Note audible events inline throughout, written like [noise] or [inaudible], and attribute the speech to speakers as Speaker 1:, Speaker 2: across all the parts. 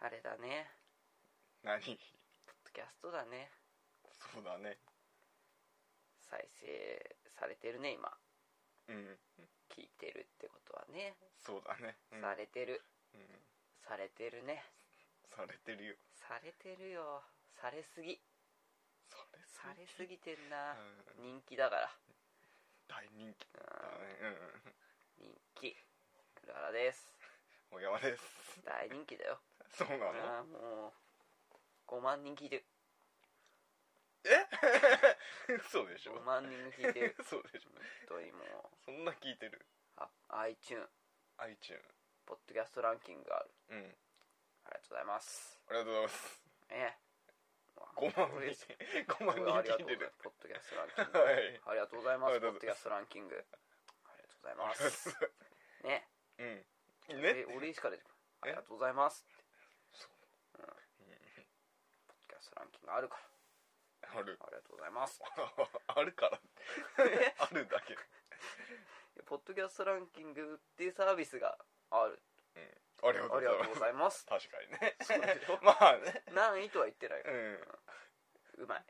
Speaker 1: あれだね
Speaker 2: 何
Speaker 1: ポッドキャストだね
Speaker 2: そうだね
Speaker 1: 再生されてるね今
Speaker 2: うん
Speaker 1: 聞いてるってことはね、
Speaker 2: そうだね、うん、
Speaker 1: されてる
Speaker 2: うん、
Speaker 1: されてるね
Speaker 2: されてるよ
Speaker 1: されてるよされすぎ
Speaker 2: されす
Speaker 1: されすぎてんな
Speaker 2: うん
Speaker 1: 人気だから
Speaker 2: 大人気だねうん
Speaker 1: 人気黒原です
Speaker 2: 小山です [laughs]
Speaker 1: 大人気だよ
Speaker 2: そうなの
Speaker 1: あーもう5万人聞いてる
Speaker 2: [laughs] 嘘でしょ
Speaker 1: 5万人聞い
Speaker 2: [laughs]
Speaker 1: てる
Speaker 2: そうでしょ
Speaker 1: 本当にもう
Speaker 2: そんな聞いてる
Speaker 1: あ iTune
Speaker 2: iTune
Speaker 1: ポッドキャストランキングがある
Speaker 2: うんあり
Speaker 1: ありがとうございます
Speaker 2: がとうござい
Speaker 1: [laughs]
Speaker 2: ます
Speaker 1: え
Speaker 2: 5万人5万
Speaker 1: ありが
Speaker 2: 人聞
Speaker 1: と
Speaker 2: いうて
Speaker 1: ございます
Speaker 2: る
Speaker 1: ポッドキャストランキング
Speaker 2: はい
Speaker 1: ありがとうございま
Speaker 2: あ
Speaker 1: す
Speaker 2: り
Speaker 1: ポッ
Speaker 2: が
Speaker 1: ド
Speaker 2: とうござ
Speaker 1: キャ
Speaker 2: います
Speaker 1: ストランキングありがとうござい
Speaker 2: あり
Speaker 1: ま
Speaker 2: がとうご
Speaker 1: す
Speaker 2: ざいま
Speaker 1: ね
Speaker 2: すうん
Speaker 1: え
Speaker 2: ね
Speaker 1: 俺しか出てこない
Speaker 2: え
Speaker 1: ありがとうございますって
Speaker 2: そう
Speaker 1: うんポッドキャストランキングあるから
Speaker 2: ある [laughs]
Speaker 1: ありがとうございます
Speaker 2: あるから [laughs] あるだけ
Speaker 1: ポッドキャストランキングっていうサービスがある
Speaker 2: うんあり
Speaker 1: あ
Speaker 2: がとうご
Speaker 1: り
Speaker 2: ざ
Speaker 1: が
Speaker 2: い
Speaker 1: とうご
Speaker 2: ます
Speaker 1: ざいます
Speaker 2: 確かにね
Speaker 1: そうでしょ
Speaker 2: まあね
Speaker 1: 何位とは言ってないよ
Speaker 2: うん
Speaker 1: うまい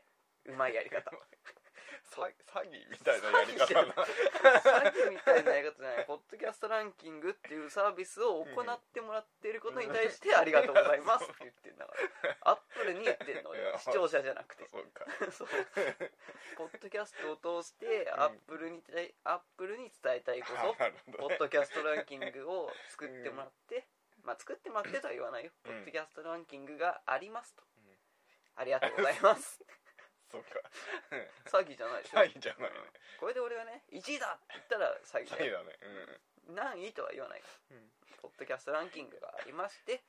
Speaker 1: うまいやり
Speaker 2: [laughs]
Speaker 1: 方
Speaker 2: さ詐欺みたいなやり方な
Speaker 1: 詐欺みたいなやり方じゃないポッドキャストランキングっていうサービスを行ってもらってることに対してありがとうございますって言ってんだ
Speaker 2: [laughs]
Speaker 1: からアップルに言ってんの俺
Speaker 2: いや
Speaker 1: 視聴者じゃなくて
Speaker 2: そう [laughs] か
Speaker 1: [laughs] そうポッドキャストを通してアップルに対アップルに伝えたいこ
Speaker 2: なるほ
Speaker 1: と
Speaker 2: ど
Speaker 1: ポ
Speaker 2: ね
Speaker 1: ッドキャストランキングを作ってもらって、まあ作ってもらってとは言わないよ、
Speaker 2: うん
Speaker 1: ポッドキャストランキングがありますと、
Speaker 2: ん
Speaker 1: ありがとうございます
Speaker 2: [laughs] そうか
Speaker 1: 詐欺じゃないでしょ
Speaker 2: 詐欺じゃないね
Speaker 1: これで俺がね1位だって言ったら詐欺
Speaker 2: 詐
Speaker 1: だ
Speaker 2: 欺
Speaker 1: よ
Speaker 2: だね
Speaker 1: 何位とは言わないから
Speaker 2: うんうん
Speaker 1: ポッドキャストランキングがありまして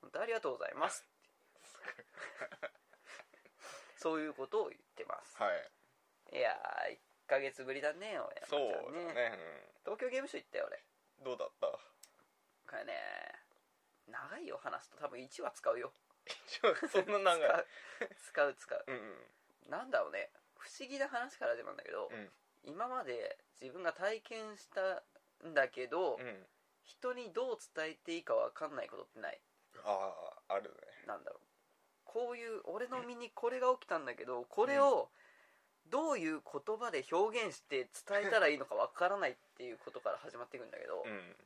Speaker 1: 本当ありがとうござい
Speaker 2: [laughs]
Speaker 1: ますそういうことを言ってます、
Speaker 2: はい
Speaker 1: い、やー1ヶ月ぶりだね俺
Speaker 2: そう
Speaker 1: 山ちゃん
Speaker 2: だね
Speaker 1: 東京ゲームショウ行ったよ俺
Speaker 2: うんどうだった [laughs]
Speaker 1: これね長いよ話すと多分1話使うよ
Speaker 2: 一応 [laughs] そんな [laughs] 長い
Speaker 1: [laughs] 使う使う使
Speaker 2: うん
Speaker 1: うなんだろうね不思議な話から始まるんだけど、
Speaker 2: うん
Speaker 1: 今まで自分が体験したんだけど、
Speaker 2: うん
Speaker 1: 人にどう伝えていいか分かんないことってない
Speaker 2: あああるね
Speaker 1: なんだろうこういう俺の身にこれが起きたんだけどこれをどういう言葉で表現して伝えたらいいのかわからないっていうことから始まっていくんだけど、
Speaker 2: うん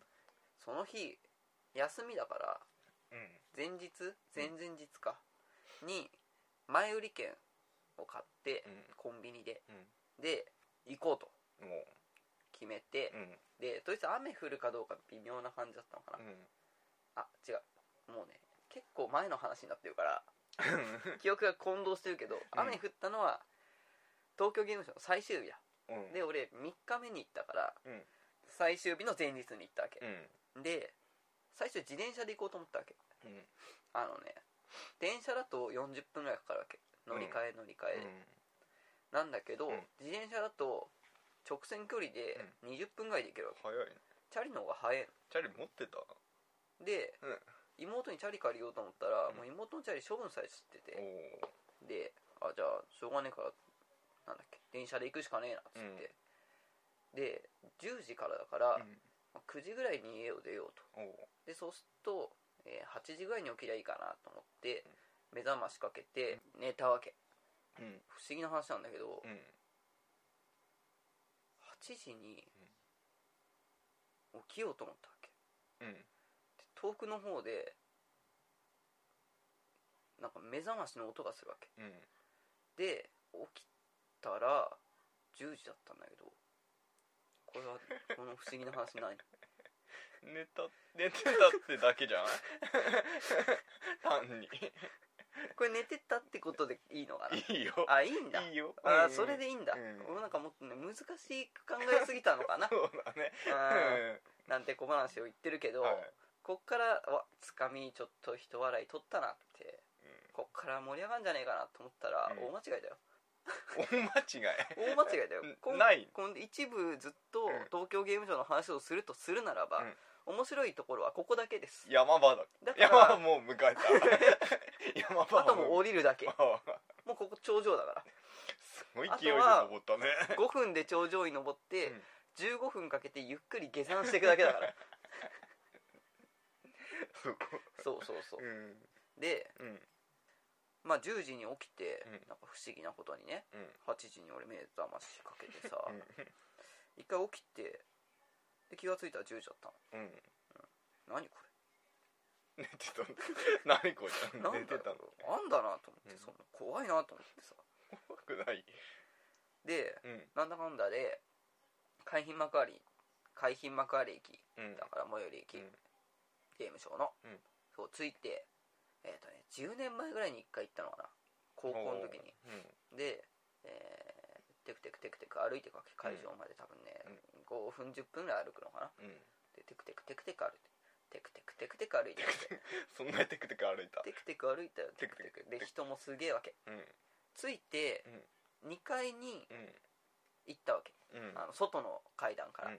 Speaker 1: その日休みだから
Speaker 2: うん
Speaker 1: 前日前々日か、に前売り券を買って、
Speaker 2: うん
Speaker 1: コンビニで
Speaker 2: うん
Speaker 1: で行こうと
Speaker 2: もう
Speaker 1: 決めて、
Speaker 2: うん
Speaker 1: でとりあえず雨降るかどうか微妙な感じだったのかな、
Speaker 2: うん
Speaker 1: あ違うもうね結構前の話になってるから記憶が混同してるけど雨降ったのは東京ゲームショウの最終日だ
Speaker 2: うん
Speaker 1: で俺3日目に行ったから、
Speaker 2: うん
Speaker 1: 最終日の前日に行ったわ
Speaker 2: う
Speaker 1: け、
Speaker 2: ん
Speaker 1: で最初自転車で行こうと思ったわけ
Speaker 2: うん
Speaker 1: あのね電車だと40分ぐらいかかるわけ乗り換え乗り換えで、なんだけど、
Speaker 2: うん
Speaker 1: 自転車だと直線距離で20分ぐらいで行けるわけ、
Speaker 2: 早いね
Speaker 1: チャリの方が早いの
Speaker 2: チャリ持ってた
Speaker 1: で、
Speaker 2: うん
Speaker 1: 妹にチャリ借りようと思ったら、
Speaker 2: うん
Speaker 1: もう妹のチャリ処分されちゃってて、
Speaker 2: おお
Speaker 1: であじゃあしょうがねえからなんだっけ電車で行くしかねえなっつって、で10時からだから、
Speaker 2: うん
Speaker 1: まあ9時ぐらいに家を出ようと
Speaker 2: おお
Speaker 1: でそうすると、えー8時ぐらいに起きりゃいいかなと思って目覚ましかけて寝たわけ
Speaker 2: うん
Speaker 1: 不思議な話なんだけど、
Speaker 2: うん
Speaker 1: 8時に起きようと思ったわけ
Speaker 2: うん
Speaker 1: で遠くの方でなんか目覚ましの音がするわけ
Speaker 2: うん
Speaker 1: で起きたら10時だったんだけどこれはこの不思議な話ない [laughs]
Speaker 2: 寝た寝てたってだけじゃない単に
Speaker 1: これ寝てたってことでいいのかない
Speaker 2: いよ
Speaker 1: あいいんだ
Speaker 2: いいよ
Speaker 1: あ
Speaker 2: うん
Speaker 1: それでいいんだ、
Speaker 2: うん
Speaker 1: 俺なんかもっとね難しく考えすぎたのかな
Speaker 2: そうだね
Speaker 1: あー [laughs] なんて小話を言ってるけ
Speaker 2: う
Speaker 1: ど、
Speaker 2: んはい
Speaker 1: こっからわつかみちょっと人笑い取ったなってこっから盛り上がるんじゃねえかなと思ったら
Speaker 2: うん
Speaker 1: 大間違いだよ、
Speaker 2: うん大間違い
Speaker 1: 大間違いだよ
Speaker 2: うん
Speaker 1: こん
Speaker 2: ない
Speaker 1: こん一部ずっと
Speaker 2: うん
Speaker 1: 東京ゲームショウの話をするとするならば、面白いところはここだけです
Speaker 2: 山場だ
Speaker 1: だから
Speaker 2: 山はもう迎えた山場
Speaker 1: あともう降
Speaker 2: う
Speaker 1: りるだけ
Speaker 2: ああ
Speaker 1: もうここ頂上だか
Speaker 2: すごい勢いで登ったね
Speaker 1: ら5分で頂上に登って
Speaker 2: うん
Speaker 1: 15分かけてゆっくり下
Speaker 2: [laughs]
Speaker 1: 山していくだけだから
Speaker 2: すごい
Speaker 1: そうそうそう
Speaker 2: うん
Speaker 1: で、
Speaker 2: うん
Speaker 1: まあ、10時に起きて、
Speaker 2: うん
Speaker 1: なんか不思議なことにね
Speaker 2: うん
Speaker 1: 8時に俺目覚ましかけてさ、
Speaker 2: うん
Speaker 1: 一回起きてで気がついたら10時だった
Speaker 2: うん
Speaker 1: の何こ
Speaker 2: 寝てたんだ何これ
Speaker 1: れなんだ
Speaker 2: 寝てたの
Speaker 1: よなんだなと思って、
Speaker 2: うん
Speaker 1: その怖いなと思ってさ
Speaker 2: 怖くない
Speaker 1: で
Speaker 2: うん
Speaker 1: なんだかんだで海浜幕張海浜幕張駅
Speaker 2: うん
Speaker 1: だから最寄り駅、
Speaker 2: うん
Speaker 1: ゲームショーの、
Speaker 2: うん
Speaker 1: そうついてえっ、とね10年前ぐらいに1回行ったのかな高校の時にで、えーテクテクテクテク歩いてかけ会場まで多分ね、5分10分ぐらい歩くのかな
Speaker 2: うんうん
Speaker 1: でテクテクテクテク歩いてテクテクテクテク歩いてきて
Speaker 2: そんなにテクテク歩いた
Speaker 1: テクテク歩いたよテクテ
Speaker 2: テ
Speaker 1: クで
Speaker 2: クテク
Speaker 1: 人もすげえわけ
Speaker 2: うん
Speaker 1: ついて2階に
Speaker 2: う
Speaker 1: 行ったわけ、
Speaker 2: んうん
Speaker 1: あの外の階段から、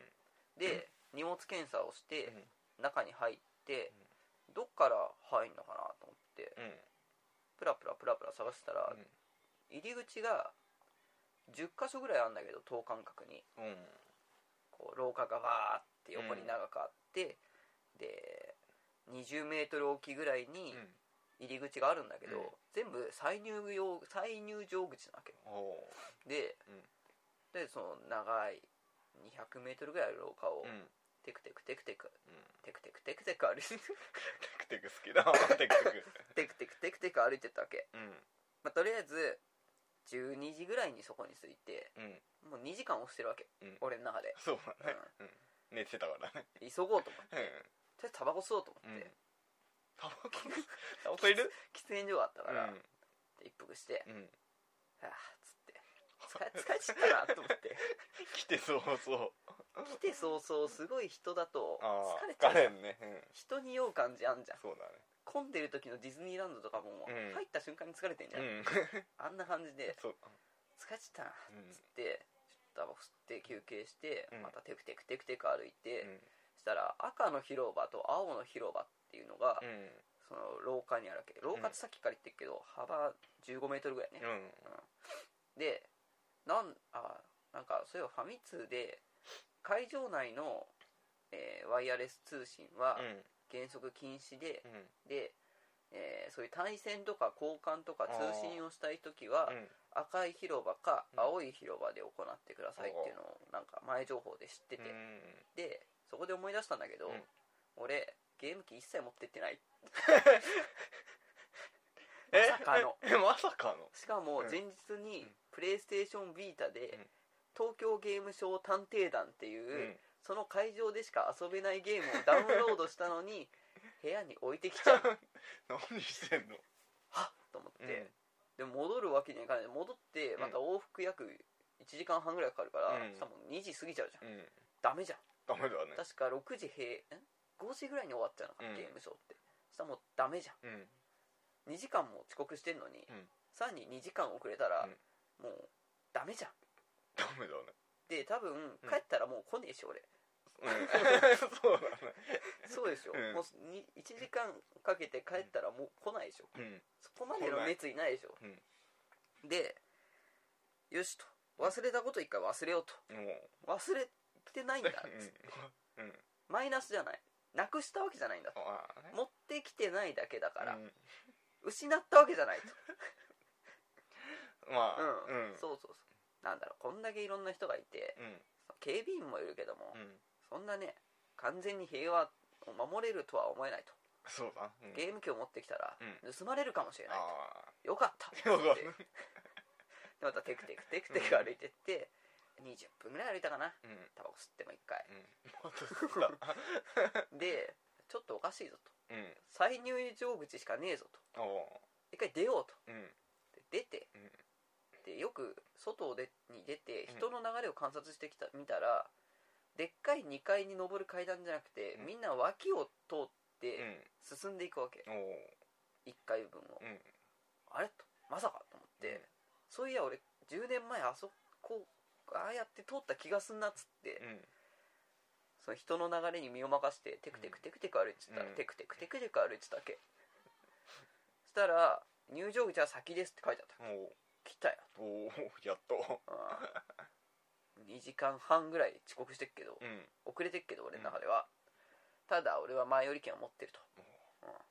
Speaker 1: で荷物検査をして、中に入って、どっから入んのかなと思って
Speaker 2: うん
Speaker 1: プラプラプラプラ探したら、入り口が10箇所ぐらいあるんだけど等間隔に
Speaker 2: うんうん
Speaker 1: こう廊下がバーって横に長くあって、で20メートルおきぐらいに
Speaker 2: うん
Speaker 1: 入り口があるんだけど、
Speaker 2: うん
Speaker 1: 全部再入用再入場口なわけ
Speaker 2: お
Speaker 1: で,、でその長い200メートルぐらいある廊下を
Speaker 2: ーうん
Speaker 1: テクテクテクテク
Speaker 2: うん
Speaker 1: テクテクテクテク歩いて [laughs]
Speaker 2: テクテク好きだわテクテ
Speaker 1: テクテク
Speaker 2: ク
Speaker 1: テクテク歩いてったわけ
Speaker 2: うん
Speaker 1: まあ、とりあえず12時ぐらいにそこに着いて
Speaker 2: うん
Speaker 1: もう2時間押してるわけ、
Speaker 2: うん
Speaker 1: 俺の中で
Speaker 2: そうだねうん寝てたからね
Speaker 1: 急ごうと思ってとり
Speaker 2: うん
Speaker 1: あえずタバコ吸おうと思って、 [laughs]
Speaker 2: うんタバコタバコいる
Speaker 1: 喫煙所があったから、
Speaker 2: うん
Speaker 1: 一服して、
Speaker 2: うん
Speaker 1: ああつって [laughs] 疲れ疲れちゃったなと思って
Speaker 2: 来てそうそう
Speaker 1: 来て早々すごい人だと
Speaker 2: あ
Speaker 1: 疲れち
Speaker 2: あ
Speaker 1: ゃ
Speaker 2: 疲
Speaker 1: う
Speaker 2: れんねうん
Speaker 1: 人に酔う感じあんじゃん
Speaker 2: そうだね
Speaker 1: 混んでる時のディズニーランドとかも
Speaker 2: うん
Speaker 1: 入った瞬間に疲れてんじゃん、 [laughs]
Speaker 2: うん
Speaker 1: あんな感じで
Speaker 2: そう
Speaker 1: 疲れちゃったな
Speaker 2: うん
Speaker 1: つってちょっとタバコ吸って休憩して、
Speaker 2: うん
Speaker 1: またテクテクテクテク歩いて、
Speaker 2: うん
Speaker 1: したら赤の広場と青の広場っていうのが、
Speaker 2: うん
Speaker 1: その廊下にあるわけ廊下ってさっきから言ってるけど、幅1 5メートルぐらいね、
Speaker 2: うん
Speaker 1: でなんあなんかそういえばファミ通で会場内の、えーワイヤレス通信は
Speaker 2: うん
Speaker 1: 原則禁止で、
Speaker 2: うん
Speaker 1: で、えーそういう単位線とか交換とか通信をしたい時は
Speaker 2: うん
Speaker 1: 赤い広場か
Speaker 2: うん
Speaker 1: 青い広場で行ってくださいっていうのをなんか前情報で知ってて、
Speaker 2: うん
Speaker 1: でそこで思い出したんだけど、
Speaker 2: うん
Speaker 1: 俺ゲーム機一切持ってってない
Speaker 2: え
Speaker 1: まさかの
Speaker 2: えまさかの
Speaker 1: しかも
Speaker 2: うん
Speaker 1: 前日に
Speaker 2: うん
Speaker 1: プレイステーションビータで、
Speaker 2: うん
Speaker 1: 東京ゲームショー探偵団っていうう、その会場でしか遊べないゲームをダウンロードしたの
Speaker 2: [laughs]
Speaker 1: に部屋に置いてきちゃう
Speaker 2: 何してんの
Speaker 1: はっと思って、
Speaker 2: うん
Speaker 1: でも戻るわけにはいかない戻ってまた往復約1時間半ぐらいかかるから、
Speaker 2: うん
Speaker 1: さもう2時過ぎちゃうじゃん、
Speaker 2: うん
Speaker 1: ダメじゃん
Speaker 2: ダメだね
Speaker 1: 確か6時閉ん5時ぐらいに終わっちゃうのかな、
Speaker 2: うん
Speaker 1: ゲームショーってしたらもうダメじゃん
Speaker 2: うん
Speaker 1: 2時間も遅刻してんのに、
Speaker 2: うん
Speaker 1: さらに2時間遅れたら、もうダメじゃん
Speaker 2: ダメだね
Speaker 1: で多分
Speaker 2: うん
Speaker 1: 帰ったらもう来ねえし俺
Speaker 2: うん [laughs] そうだね
Speaker 1: そうでしょ、
Speaker 2: うん
Speaker 1: もうに1時間かけて帰ったらもう来ないでしょ
Speaker 2: うん
Speaker 1: そこまでの熱意ないでしょ
Speaker 2: 来ない、
Speaker 1: でよしと忘れたこと一回忘れようと
Speaker 2: もう
Speaker 1: 忘れてないんだっつって
Speaker 2: うんうん
Speaker 1: マイナスじゃないなくしたわけじゃないんだと
Speaker 2: ああね
Speaker 1: 持ってきてないだけだから、
Speaker 2: うん
Speaker 1: 失ったわけじゃないと
Speaker 2: まあ
Speaker 1: う
Speaker 2: うん
Speaker 1: ん、そうそうそうなんだろうこんだけいろんな人がいて
Speaker 2: うん
Speaker 1: 警備員もいるけども、
Speaker 2: うん
Speaker 1: そんなね完全に平和を守れるとは思えないと、
Speaker 2: そうだうん
Speaker 1: ゲーム機を持ってきたら
Speaker 2: う
Speaker 1: 盗まれるかもしれないと、
Speaker 2: あ
Speaker 1: よかった
Speaker 2: あ [laughs] よかっ
Speaker 1: で
Speaker 2: た
Speaker 1: またテクテクテクテク歩いてって、20分ぐらい歩いたかな
Speaker 2: うん
Speaker 1: タバコ吸っても一
Speaker 2: [laughs]
Speaker 1: 回
Speaker 2: うんまた吸
Speaker 1: [laughs]
Speaker 2: った
Speaker 1: でちょっとおかしいぞと
Speaker 2: うん
Speaker 1: 再入場口しかねえぞと
Speaker 2: おお
Speaker 1: 一回出ようと
Speaker 2: うん
Speaker 1: で出て、
Speaker 2: うん
Speaker 1: でよく外をでに出て
Speaker 2: うん
Speaker 1: 人の流れを観察してきた見たらでっかい2階に上る階段じゃなくて、
Speaker 2: うん
Speaker 1: みんな脇を通っ
Speaker 2: う
Speaker 1: て
Speaker 2: ん
Speaker 1: 進んでいくわけ、
Speaker 2: おお
Speaker 1: 1階分を、
Speaker 2: うん
Speaker 1: あれとまさかと思って、
Speaker 2: うん
Speaker 1: そういや俺10年前あそこああやって通った気がすんなっつって、
Speaker 2: うん
Speaker 1: その人の流れに身を任せてテクテクテクテク歩いてたら、
Speaker 2: うん
Speaker 1: テクテクテクテク歩いてたわけそしたら「入場口は先です」って書いてあった
Speaker 2: お
Speaker 1: 来たよ
Speaker 2: おおおやっと
Speaker 1: [laughs] 2時間半ぐらい遅刻してっけど
Speaker 2: うん
Speaker 1: 遅れてっけど俺の中では、ただ俺は前より券を持ってると、うんこ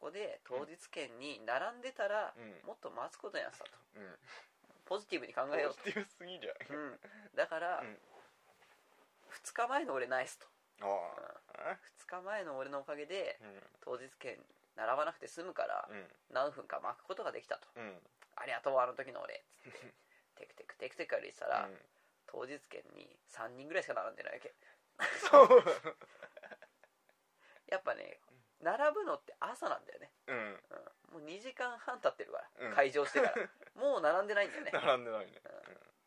Speaker 1: こで当日券に並んでたら、
Speaker 2: うん
Speaker 1: もっと待つことになってたと
Speaker 2: うん
Speaker 1: ポジティブに考えよう
Speaker 2: ポジティブすぎじゃ
Speaker 1: と、うんん、だから、
Speaker 2: うん
Speaker 1: 2日前の俺ナイスと、
Speaker 2: ああ
Speaker 1: 2日前の俺のおかげで
Speaker 2: うん
Speaker 1: 当日券並ばなくて済むから
Speaker 2: うん
Speaker 1: 何分か巻くことができたと
Speaker 2: うん
Speaker 1: ありがとうあの時の俺つってテ
Speaker 2: [laughs]
Speaker 1: クテクテクテク歩いてたら、
Speaker 2: うん
Speaker 1: 当日券に3人ぐらいしか並んでないわけ
Speaker 2: そう
Speaker 1: やっぱね並ぶのって朝なんだよね、
Speaker 2: うん
Speaker 1: うん、もう2時間半経ってるから、
Speaker 2: うん
Speaker 1: 開場
Speaker 2: [laughs]
Speaker 1: してからもう並んでないんだよね
Speaker 2: 並んでないね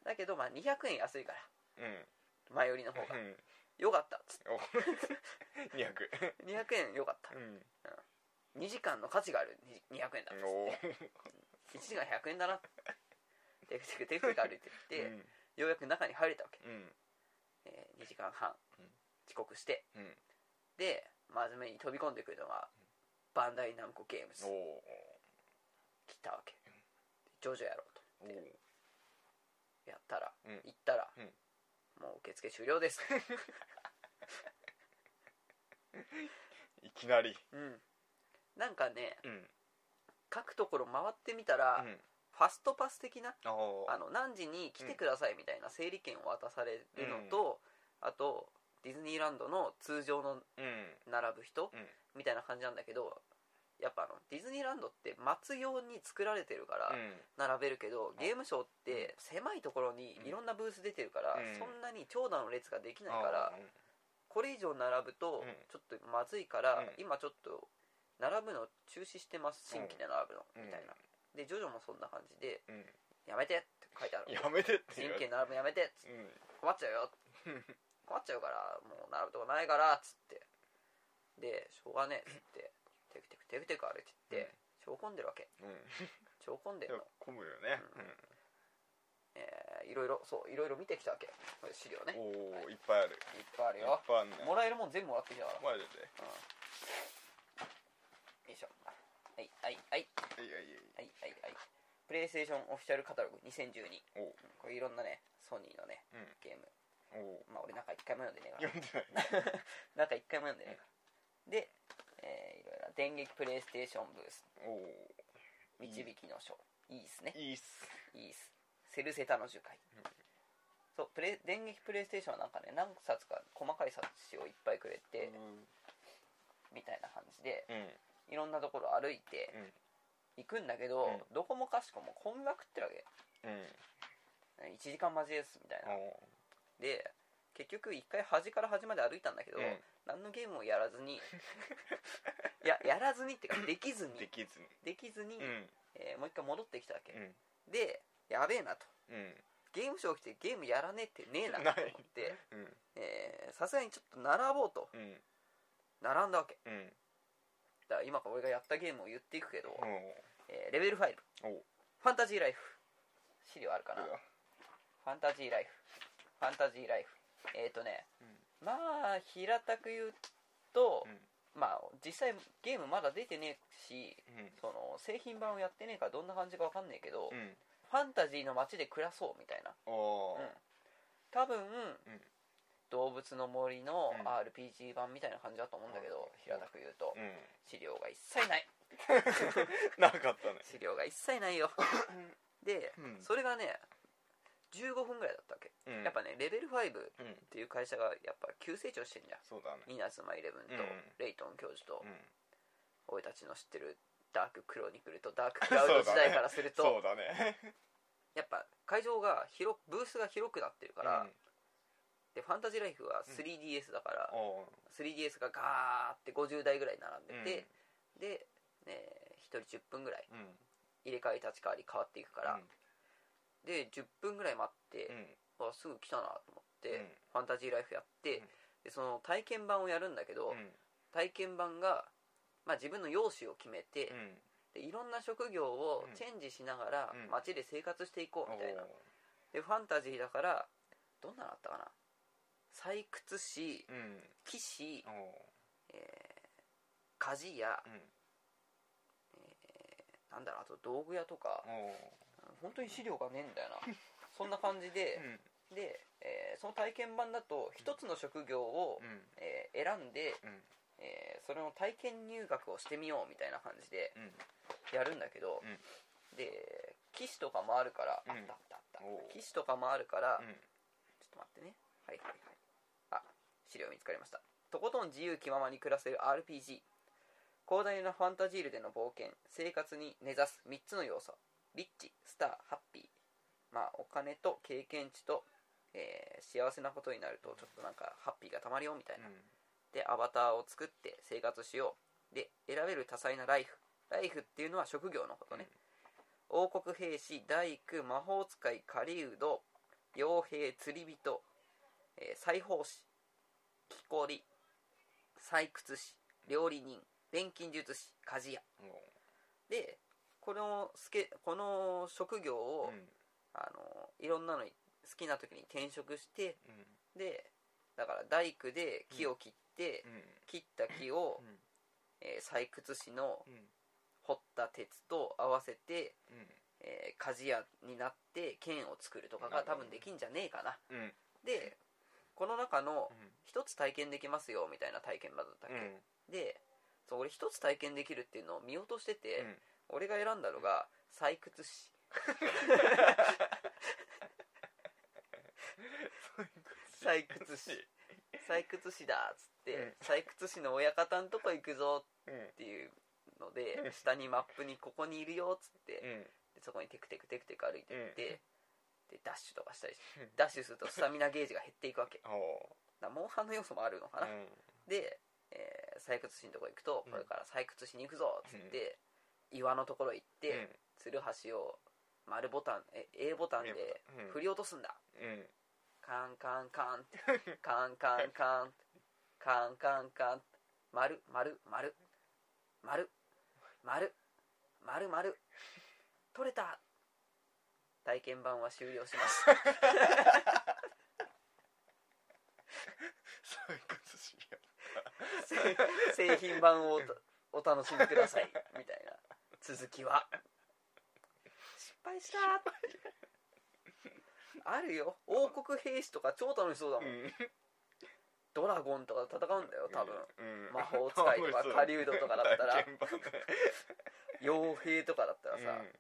Speaker 1: だけどまあ200円安いから
Speaker 2: うん
Speaker 1: 前売りの方が
Speaker 2: うん
Speaker 1: よかったっつって
Speaker 2: お [laughs] 200
Speaker 1: 200円よかった
Speaker 2: うん
Speaker 1: 2時間の価値がある200円だっつって
Speaker 2: おお
Speaker 1: 1時間100円だなテクテクテクテク歩いてって、
Speaker 2: うん
Speaker 1: ようやく中に入れたわけ、
Speaker 2: うん
Speaker 1: え2時間半
Speaker 2: うん
Speaker 1: 遅刻して
Speaker 2: うん
Speaker 1: で真面目に飛び込んでくるのがバンダイナムコゲームズ
Speaker 2: おお
Speaker 1: 来たわけジョジョやろうと
Speaker 2: おお
Speaker 1: やったら、
Speaker 2: うん
Speaker 1: 行ったら、
Speaker 2: うん
Speaker 1: もう受付終了
Speaker 2: [laughs]
Speaker 1: です、
Speaker 2: いきなり
Speaker 1: うん、なんかね
Speaker 2: うん
Speaker 1: 各ところ回ってみたら、
Speaker 2: うん
Speaker 1: ファストパス的な
Speaker 2: ああ
Speaker 1: あの何時に来てくださいみたいな整理券を渡されるのと、あとディズニーランドの通常の
Speaker 2: うん
Speaker 1: 並ぶ人
Speaker 2: うん
Speaker 1: みたいな感じなんだけどやっぱあのディズニーランドって待つ用に作られてるから
Speaker 2: うん
Speaker 1: 並べるけど、ゲームショーって狭いところにいろんなブース出てるから、
Speaker 2: うん
Speaker 1: そんなに長蛇の列ができないから、
Speaker 2: あ
Speaker 1: これ以上並ぶと
Speaker 2: うん
Speaker 1: ちょっとまずいから、
Speaker 2: うん
Speaker 1: 今ちょっと並ぶの中止してます新規で並ぶの、
Speaker 2: うん
Speaker 1: みたいなでジョジョもそんな感じで
Speaker 2: うん
Speaker 1: 「やめて」って書いてある
Speaker 2: [laughs] やめてっ
Speaker 1: 「
Speaker 2: て
Speaker 1: 新
Speaker 2: 言わ
Speaker 1: 規
Speaker 2: れ
Speaker 1: で並ぶのやめて」っつって
Speaker 2: うん
Speaker 1: 困っちゃうよ困っちゃうからもう並ぶとこないからっつってでしょうがねえっつってテクテクテクテク歩いてって超混んでるわけ
Speaker 2: うん
Speaker 1: 超混んで
Speaker 2: いや
Speaker 1: るの、
Speaker 2: 混むよね
Speaker 1: えーいろいろそういろいろ見てきたわけこれ資料ねいっ
Speaker 2: うんおおいっぱいある
Speaker 1: ぱいある
Speaker 2: い
Speaker 1: よ
Speaker 2: っぱいあるね
Speaker 1: もらえるもん全部もらってきたから、
Speaker 2: マジで
Speaker 1: うんよいしょはいはいはい
Speaker 2: いや
Speaker 1: はい
Speaker 2: いやいや
Speaker 1: はいはいプレイステーションオフィシャルカタログ2012
Speaker 2: おう
Speaker 1: これいろんなねソニーのね
Speaker 2: うん
Speaker 1: ゲームまあ
Speaker 2: おお
Speaker 1: 俺なんか一回も読んでねえから
Speaker 2: 読んで
Speaker 1: な
Speaker 2: ない
Speaker 1: んか一回も読んでないからで、えーいろいろな電撃プレイステーションブース
Speaker 2: おお
Speaker 1: 導きの書いいっすね
Speaker 2: いいっす
Speaker 1: いいっすセルセタの樹海
Speaker 2: うん
Speaker 1: そうプレイ電撃プレイステーションはなんかね何冊か細かい冊子をいっぱいくれて、
Speaker 2: うん
Speaker 1: みたいな感じで
Speaker 2: うん
Speaker 1: いろんなところ歩いて
Speaker 2: うん
Speaker 1: 行くんだけど、
Speaker 2: うん
Speaker 1: どこもかしこも混みまくってるわけ
Speaker 2: うん
Speaker 1: 1時間待ちですみたいな、
Speaker 2: おう
Speaker 1: で結局一回端から端まで歩いたんだけど、
Speaker 2: うん
Speaker 1: 何のゲームもやらずに [laughs] いややらずにってかできずに
Speaker 2: できずに
Speaker 1: できずに、
Speaker 2: うん
Speaker 1: えーもう一回戻ってきたわけ、
Speaker 2: うん
Speaker 1: でやべえなと
Speaker 2: うん
Speaker 1: ゲームショー来てゲームやらねえってねえなと思って
Speaker 2: うん
Speaker 1: えーさすがにちょっと並ぼうと
Speaker 2: うん
Speaker 1: 並んだわけ
Speaker 2: うん
Speaker 1: だから今から俺がやったゲームを言っていくけど、
Speaker 2: おう
Speaker 1: えーレベル5フ
Speaker 2: おう
Speaker 1: ァンタジーライフ資料あるかなファンタジーライフファンタジーライフえっ、とね、まあ平たく言うと、まあ実際ゲームまだ出てねえし
Speaker 2: うん
Speaker 1: その製品版をやってねえからどんな感じかわかんねえけど、
Speaker 2: う
Speaker 1: フ
Speaker 2: ん
Speaker 1: ァンタジーの街で暮らそうみたいな
Speaker 2: おお
Speaker 1: うん多分、
Speaker 2: ん
Speaker 1: 動物の森の
Speaker 2: うん
Speaker 1: RPG 版みたいな感じだと思うんだけど、
Speaker 2: うん
Speaker 1: 平たく言うと、
Speaker 2: うん
Speaker 1: 資料が一切ない
Speaker 2: なかったね
Speaker 1: 資料が一切ないよで、
Speaker 2: うん
Speaker 1: それがね15分ぐらいだったわけ、
Speaker 2: うん
Speaker 1: やっぱねレベル5っ
Speaker 2: うん
Speaker 1: ていう会社がやっぱ急成長してんじゃん
Speaker 2: そうだね
Speaker 1: 稲妻イレブンと
Speaker 2: うん
Speaker 1: レイトン教授と
Speaker 2: うん
Speaker 1: 俺たちの知ってるダーククロニクル
Speaker 2: [laughs]
Speaker 1: とダーククラウド時代からすると、
Speaker 2: そうだね
Speaker 1: やっぱ会場が広くブースが広くなってるから、
Speaker 2: うん
Speaker 1: でファンタジーライフは 3DS だから、
Speaker 2: おう
Speaker 1: 3DS がガーって50台ぐらい並んでて、で、ね、1人10分ぐらい
Speaker 2: うん
Speaker 1: 入れ替え立ち替わり変わっていくから、
Speaker 2: うん
Speaker 1: で10分ぐらい待って
Speaker 2: う、ん
Speaker 1: あすぐ来たなと思って、
Speaker 2: うん
Speaker 1: ファンタジーライフやって、
Speaker 2: うん
Speaker 1: でその体験版をやるんだけど、
Speaker 2: うん
Speaker 1: 体験版が、まあ、自分の容姿を決めて
Speaker 2: う、ん
Speaker 1: でいろんな職業を
Speaker 2: うん
Speaker 1: チェンジしながら
Speaker 2: うん
Speaker 1: 街で生活していこうみたいな、
Speaker 2: おう
Speaker 1: でファンタジーだからどんなのあったかな採掘師
Speaker 2: うん
Speaker 1: 騎士、
Speaker 2: おう
Speaker 1: えー鍛冶屋
Speaker 2: うん
Speaker 1: なんだろうあと道具屋とか
Speaker 2: おう
Speaker 1: 本当に資料がねえんだよなそんな感じ
Speaker 2: う
Speaker 1: で、
Speaker 2: ん
Speaker 1: で、えーその体験版だと一つの職業を、
Speaker 2: うん
Speaker 1: えー選んで
Speaker 2: うん
Speaker 1: えーそれの体験入学をしてみようみたいな感じで
Speaker 2: うん
Speaker 1: やるんだけど、
Speaker 2: うん
Speaker 1: で棋士とかもあるから、
Speaker 2: うん
Speaker 1: あったあったあった
Speaker 2: おう
Speaker 1: 棋士とかもあるから、
Speaker 2: うん
Speaker 1: ちょっと待ってねはいはいはいあ資料見つかりましたとことん自由気ままに暮らせる RPG 広大なファンタジールでの冒険生活に根ざす3つの要素リッチスターハッピーまあお金と経験値と、えー幸せなことになるとちょっとなんかハッピーがたまるよみたいな、
Speaker 2: うん
Speaker 1: でアバターを作って生活しようで選べる多彩なライフライフっていうのは職業のことね、王国兵士大工魔法使い狩人傭兵釣り人、えー裁縫師木こり採掘師料理人錬金術師鍛冶屋
Speaker 2: おう
Speaker 1: でこのスケこの職業を、
Speaker 2: うん
Speaker 1: あのいろんなのに好きな時に転職して
Speaker 2: うん
Speaker 1: でだから大工で木を切って、
Speaker 2: うん
Speaker 1: 切った木を、
Speaker 2: うん
Speaker 1: えー採掘師の
Speaker 2: うん
Speaker 1: 掘った鉄と合わせて、
Speaker 2: うん
Speaker 1: えー鍛冶屋になって剣を作るとか
Speaker 2: な
Speaker 1: が
Speaker 2: るほ
Speaker 1: 多
Speaker 2: ど
Speaker 1: 分できんじゃねえかな
Speaker 2: うんうん
Speaker 1: でこの中の一つ体験できますよみたいな体験場だったっけ、
Speaker 2: うん
Speaker 1: でそう俺一つ体験できるっていうのを見落としてて、
Speaker 2: うん
Speaker 1: 俺が選んだのが採掘師採掘師 [laughs] 採掘師だっつって、
Speaker 2: うん
Speaker 1: 採掘師の親方んとこ行くぞ
Speaker 2: うん
Speaker 1: っていうので下にマップにここにいるよっつって、
Speaker 2: うん
Speaker 1: でそこにテクテクテクテク歩いてって、でダッシュとかしたりし
Speaker 2: うん
Speaker 1: ダッシュするとスタミナゲージが減っていくわけ
Speaker 2: おう
Speaker 1: だからモンハンの要素もあるのか
Speaker 2: う
Speaker 1: な、
Speaker 2: ん
Speaker 1: で、えー採掘しのとこ行くと
Speaker 2: うん
Speaker 1: これから採掘しに行くぞっつって、岩のところ行って、つるはしを丸ボタンえ A ボタンで
Speaker 2: A ボタンうん
Speaker 1: 振り落とすんだ、
Speaker 2: うん
Speaker 1: カンカンカンってカンカンカンカンカンカン丸丸丸丸丸丸丸取れた体験版は終了しました
Speaker 2: そういうことしよ
Speaker 1: 製品版をおお楽しみくださいみたいな続きは失敗したあるよ王国兵士とか超楽しそうだもん、ドラゴンとかと戦うんだよ多分、
Speaker 2: うん
Speaker 1: 魔法使いとか狩人とかだった
Speaker 2: [laughs]
Speaker 1: ら
Speaker 2: 体験版だ
Speaker 1: 傭兵とかだったらさ、
Speaker 2: うん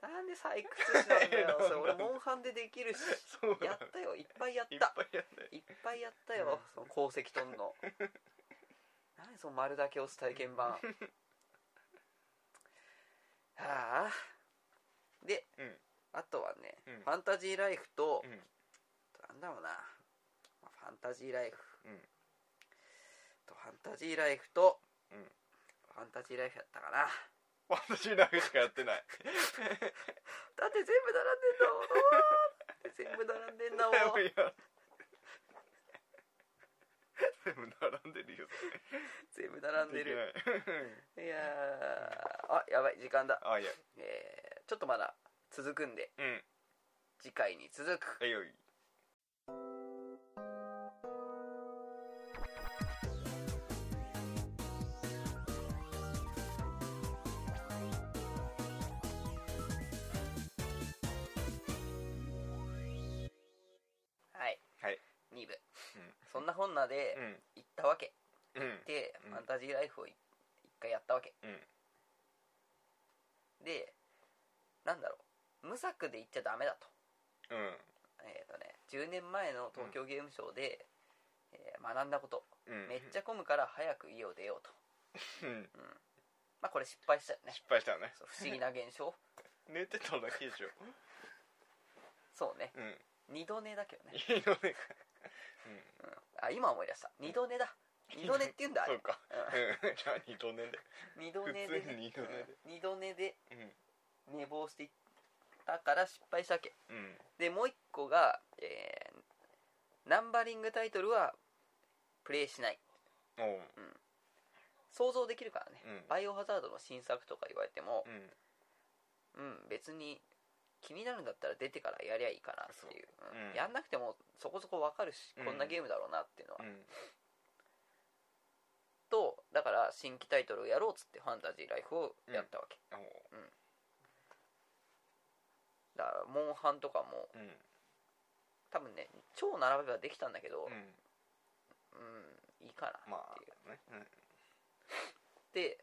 Speaker 1: なんで採掘したんだよそれ俺モンハンでできるし
Speaker 2: そう
Speaker 1: や
Speaker 2: だ
Speaker 1: ったよいっぱいやっ
Speaker 2: いったぱいやったよ
Speaker 1: いっぱいやったよ、その鉱石とん
Speaker 2: [laughs]
Speaker 1: の何その丸だけ押す体験版はあで、
Speaker 2: うん
Speaker 1: あとはね、
Speaker 2: うん
Speaker 1: ファンタジーライフと、
Speaker 2: うん
Speaker 1: なんだろうな、まあファンタジーライフ、
Speaker 2: うん
Speaker 1: とファンタジーライフと、
Speaker 2: うん
Speaker 1: ファンタジーライフやったかな
Speaker 2: 私だけしか
Speaker 1: [laughs]
Speaker 2: やってない
Speaker 1: だって全部並んでんだもんうわー全部並んでん
Speaker 2: [laughs]
Speaker 1: だもん
Speaker 2: いや全部並んでるよ
Speaker 1: 全部並んでる
Speaker 2: できない
Speaker 1: いやーあやばい時間だ
Speaker 2: あいや
Speaker 1: えーちょっとまだ続くんで
Speaker 2: うん
Speaker 1: 次回に続く
Speaker 2: はいよい
Speaker 1: はい、
Speaker 2: はい
Speaker 1: 2部
Speaker 2: うん
Speaker 1: そんなこんなで行ったわけ
Speaker 2: うんうん
Speaker 1: で、
Speaker 2: うん
Speaker 1: ファンタジーライフをい一回やったわけ
Speaker 2: うん
Speaker 1: でなんだろう無策で行っちゃダメだと
Speaker 2: うん
Speaker 1: えっ、とね10年前の東京ゲームショウで、えー学んだこと
Speaker 2: うん
Speaker 1: めっちゃ混むから早く家を出ようと
Speaker 2: うん
Speaker 1: まあこれ失敗したよね
Speaker 2: 失敗したね
Speaker 1: そう不思議な現象
Speaker 2: 寝てただけでしょ
Speaker 1: [laughs] そうね
Speaker 2: うん
Speaker 1: 二度寝だけどね、
Speaker 2: いいのね
Speaker 1: うん、あ今思い出した二度寝だ二度寝って言うんだあ
Speaker 2: そ
Speaker 1: れ
Speaker 2: うかうんじゃあ二度寝で
Speaker 1: 二度寝で、
Speaker 2: 普通に二度寝で
Speaker 1: うん二度寝で
Speaker 2: うん
Speaker 1: 寝坊していったから失敗したわけ
Speaker 2: うん
Speaker 1: でもう一個が、えーナンバリングタイトルはプレイしない
Speaker 2: おう
Speaker 1: 想像できるからね、
Speaker 2: うん
Speaker 1: バイオハザードの新作とか言われても
Speaker 2: う、ん
Speaker 1: うん別に気になるんだったら出てからやりゃいいかなっていう
Speaker 2: そう
Speaker 1: うん
Speaker 2: うん
Speaker 1: やんなくてもそこそこわかるし、
Speaker 2: うん
Speaker 1: こんなゲームだろうなっていうのは、
Speaker 2: うん
Speaker 1: とだから新規タイトルをやろうっつってファンタジーライフをやったわけ、
Speaker 2: おう
Speaker 1: だからモンハンとかも
Speaker 2: うん
Speaker 1: 多分ね超並べばできたんだけど
Speaker 2: うん
Speaker 1: うん、いいかな
Speaker 2: ま
Speaker 1: っていう、
Speaker 2: あねうん
Speaker 1: って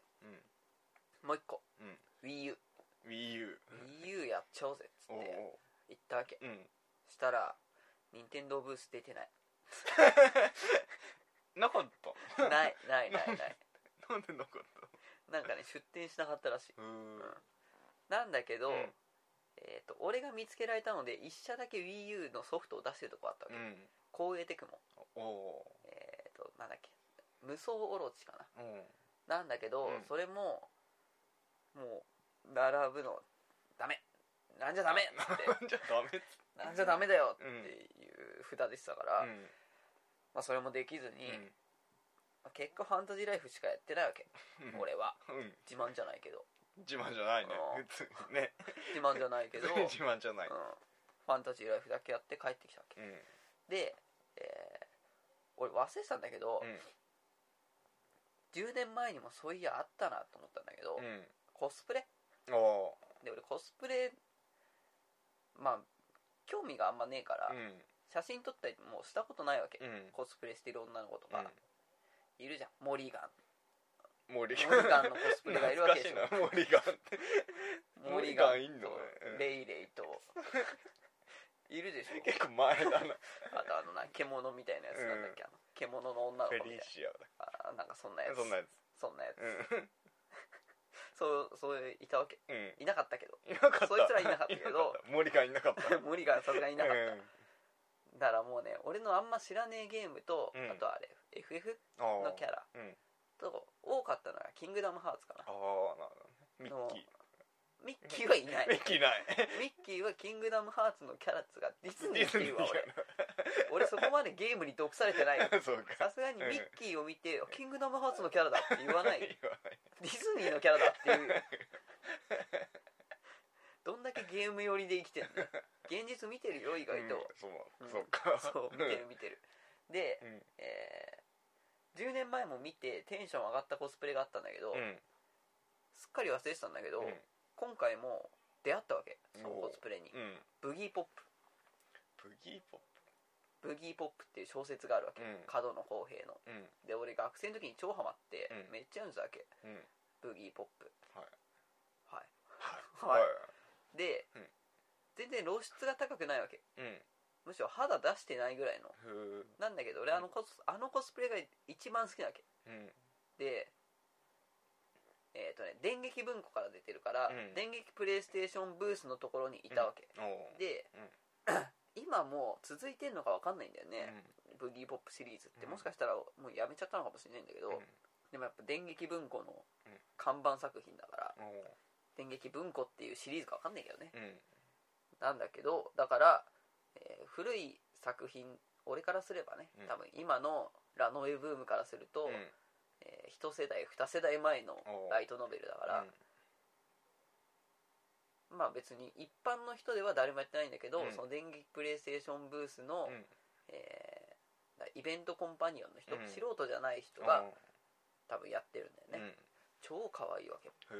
Speaker 2: うん
Speaker 1: もう一個
Speaker 2: うん
Speaker 1: WiiUWiiU
Speaker 2: WiiU
Speaker 1: やっちゃおうぜっつ
Speaker 2: おう
Speaker 1: って
Speaker 2: お
Speaker 1: 行ったわけ
Speaker 2: ううん
Speaker 1: したら任天堂ブース出てない
Speaker 2: なかった
Speaker 1: ないないないない
Speaker 2: [laughs] なんでなかった
Speaker 1: なんかね出店しなかったらしい
Speaker 2: うん
Speaker 1: なんだけど、
Speaker 2: うん
Speaker 1: えー、と俺が見つけられたので1社だけ WiiU のソフトを出してるとこあったわ
Speaker 2: う
Speaker 1: け、
Speaker 2: ん
Speaker 1: 光栄テクモ
Speaker 2: おお
Speaker 1: えっ、となんだっけ無双オロチか
Speaker 2: ううん
Speaker 1: ななんだけど、
Speaker 2: うん
Speaker 1: それももう並ぶのダメなんじゃダメっつって
Speaker 2: [laughs] なんじゃダメっつって
Speaker 1: なんじゃダメだよっていう札でしたから、
Speaker 2: うん
Speaker 1: まあ、それもできずに、まあ結果ファンタジーライフしかやってないわけ、
Speaker 2: うん
Speaker 1: 俺は
Speaker 2: うん
Speaker 1: 自慢じゃないけど
Speaker 2: 自慢じゃないね
Speaker 1: うん
Speaker 2: 普通にね
Speaker 1: 自慢じゃないけ
Speaker 2: 普
Speaker 1: ど、
Speaker 2: 通
Speaker 1: う
Speaker 2: に
Speaker 1: ん、
Speaker 2: [laughs] 自慢じゃない
Speaker 1: ファンタジーライフだけやって帰ってきたわけ
Speaker 2: うんうん
Speaker 1: で、えー俺忘れてたんだけど、10年前にもそういやあったなと思ったんだけど、コスプレ
Speaker 2: うんおお
Speaker 1: で俺コスプレまあ興味があんまねえから、
Speaker 2: うん
Speaker 1: 写真撮ったりもうしたことないわけ、
Speaker 2: うん
Speaker 1: コスプレしてる女の子と
Speaker 2: う
Speaker 1: か
Speaker 2: ん
Speaker 1: いるじゃん、モ
Speaker 2: [laughs]
Speaker 1: リガ
Speaker 2: 森
Speaker 1: ンモリガンのコスプレがいるわけでしょ
Speaker 2: 懐かしいなモリガンって
Speaker 1: モ
Speaker 2: モ
Speaker 1: リ
Speaker 2: リ
Speaker 1: ガ
Speaker 2: ガ
Speaker 1: ン
Speaker 2: ンいんの
Speaker 1: と
Speaker 2: うん
Speaker 1: レイレイ
Speaker 2: [laughs]
Speaker 1: といるでしょ
Speaker 2: 結構前だな
Speaker 1: あとあのな獣みたいなやつなんだっけ、あの獣の女の
Speaker 2: フ
Speaker 1: 子み
Speaker 2: ェ
Speaker 1: たい
Speaker 2: リ
Speaker 1: な
Speaker 2: シアだ
Speaker 1: あーなんかそんなやつ
Speaker 2: そんなやつ
Speaker 1: そんなやつ、
Speaker 2: うん
Speaker 1: そうそういういたわけ
Speaker 2: うん
Speaker 1: いなかったけど [laughs]
Speaker 2: いなかった
Speaker 1: そいつらいなかったけど
Speaker 2: いなかった森がいなかった
Speaker 1: モリガンさすがにいなかった、
Speaker 2: うん
Speaker 1: だからもうね俺のあんま知らねえゲームと、
Speaker 2: うん
Speaker 1: あとあれ FF
Speaker 2: あー
Speaker 1: のキャラ
Speaker 2: うん
Speaker 1: と多かったのが「キングダムハーツ」かな
Speaker 2: ああなるほどねミッキ
Speaker 1: ミッキーはいな
Speaker 2: ーミ
Speaker 1: い
Speaker 2: ッキーない
Speaker 1: ミッキーは「キングダムハーツ」のキャラっつがディズニーっていうわ
Speaker 2: ディズニーじ
Speaker 1: 俺俺そこまでゲームに毒されてないよ
Speaker 2: ゃない [laughs] そうか
Speaker 1: さすがにミッキーを見て「キングダムハーツ」のキャラだって言わないデ
Speaker 2: 言わない
Speaker 1: ィズニーのキャラだっていうどんだけゲーム寄りで生きてんだよ現実見てるよ意外と、
Speaker 2: う
Speaker 1: うんん
Speaker 2: そうか
Speaker 1: そう見てる見てるで、
Speaker 2: うん
Speaker 1: えー10年前も見てテンション上がったコスプレがあったんだけど、
Speaker 2: うん
Speaker 1: すっかり忘れてたんだけど、
Speaker 2: うん
Speaker 1: 今回も出会ったわけその
Speaker 2: おう
Speaker 1: コスプレに
Speaker 2: うん
Speaker 1: ブギーポップ
Speaker 2: ブギーポッ
Speaker 1: ブギーポップっていう小説があるわけ、
Speaker 2: うん
Speaker 1: 角野浩平の
Speaker 2: プうん
Speaker 1: で俺学生の時に超ハマって、
Speaker 2: うん
Speaker 1: めっちゃ読んでたわけ
Speaker 2: うん
Speaker 1: ブギーポップ
Speaker 2: はい
Speaker 1: はい
Speaker 2: はい
Speaker 1: で、
Speaker 2: うん
Speaker 1: 全然露出が高くないわけ
Speaker 2: うん
Speaker 1: むしろ肌出してないぐらいの
Speaker 2: ふう
Speaker 1: なんだけど俺あのコス、あのコスプレが一番好きなわけ
Speaker 2: うん
Speaker 1: でえっ、とね電撃文庫から出てるから、
Speaker 2: うん
Speaker 1: 電撃プレイステーションブースのところにいたわけ、
Speaker 2: おお
Speaker 1: で、 [clears throat] 今もう続いてんのか分かんないんだよね、ブギーポップシリーズって
Speaker 2: うん
Speaker 1: もしかしたらもうやめちゃったのかもしれないんだけど、でもやっぱ電撃文庫の
Speaker 2: ん
Speaker 1: 看板作品だから
Speaker 2: おお
Speaker 1: 電撃文庫っていうシリーズか分かんないけどね
Speaker 2: うん
Speaker 1: なんだけどだから、えー古い作品俺からすればね
Speaker 2: うん
Speaker 1: 多分今のラノベブームからすると、
Speaker 2: うん
Speaker 1: え1世代2世代前の
Speaker 2: お
Speaker 1: ライトノベルだか
Speaker 2: う
Speaker 1: ら
Speaker 2: ん、
Speaker 1: まあ別に一般の人では誰もやってないんだけど、
Speaker 2: うん
Speaker 1: その電撃プレイステーションブースの、
Speaker 2: うん
Speaker 1: えーだイベントコンパニオンの人、
Speaker 2: うん
Speaker 1: 素人じゃない人が
Speaker 2: おう
Speaker 1: 多分やってるんだよね、
Speaker 2: うん
Speaker 1: 超可愛いわけ
Speaker 2: ふう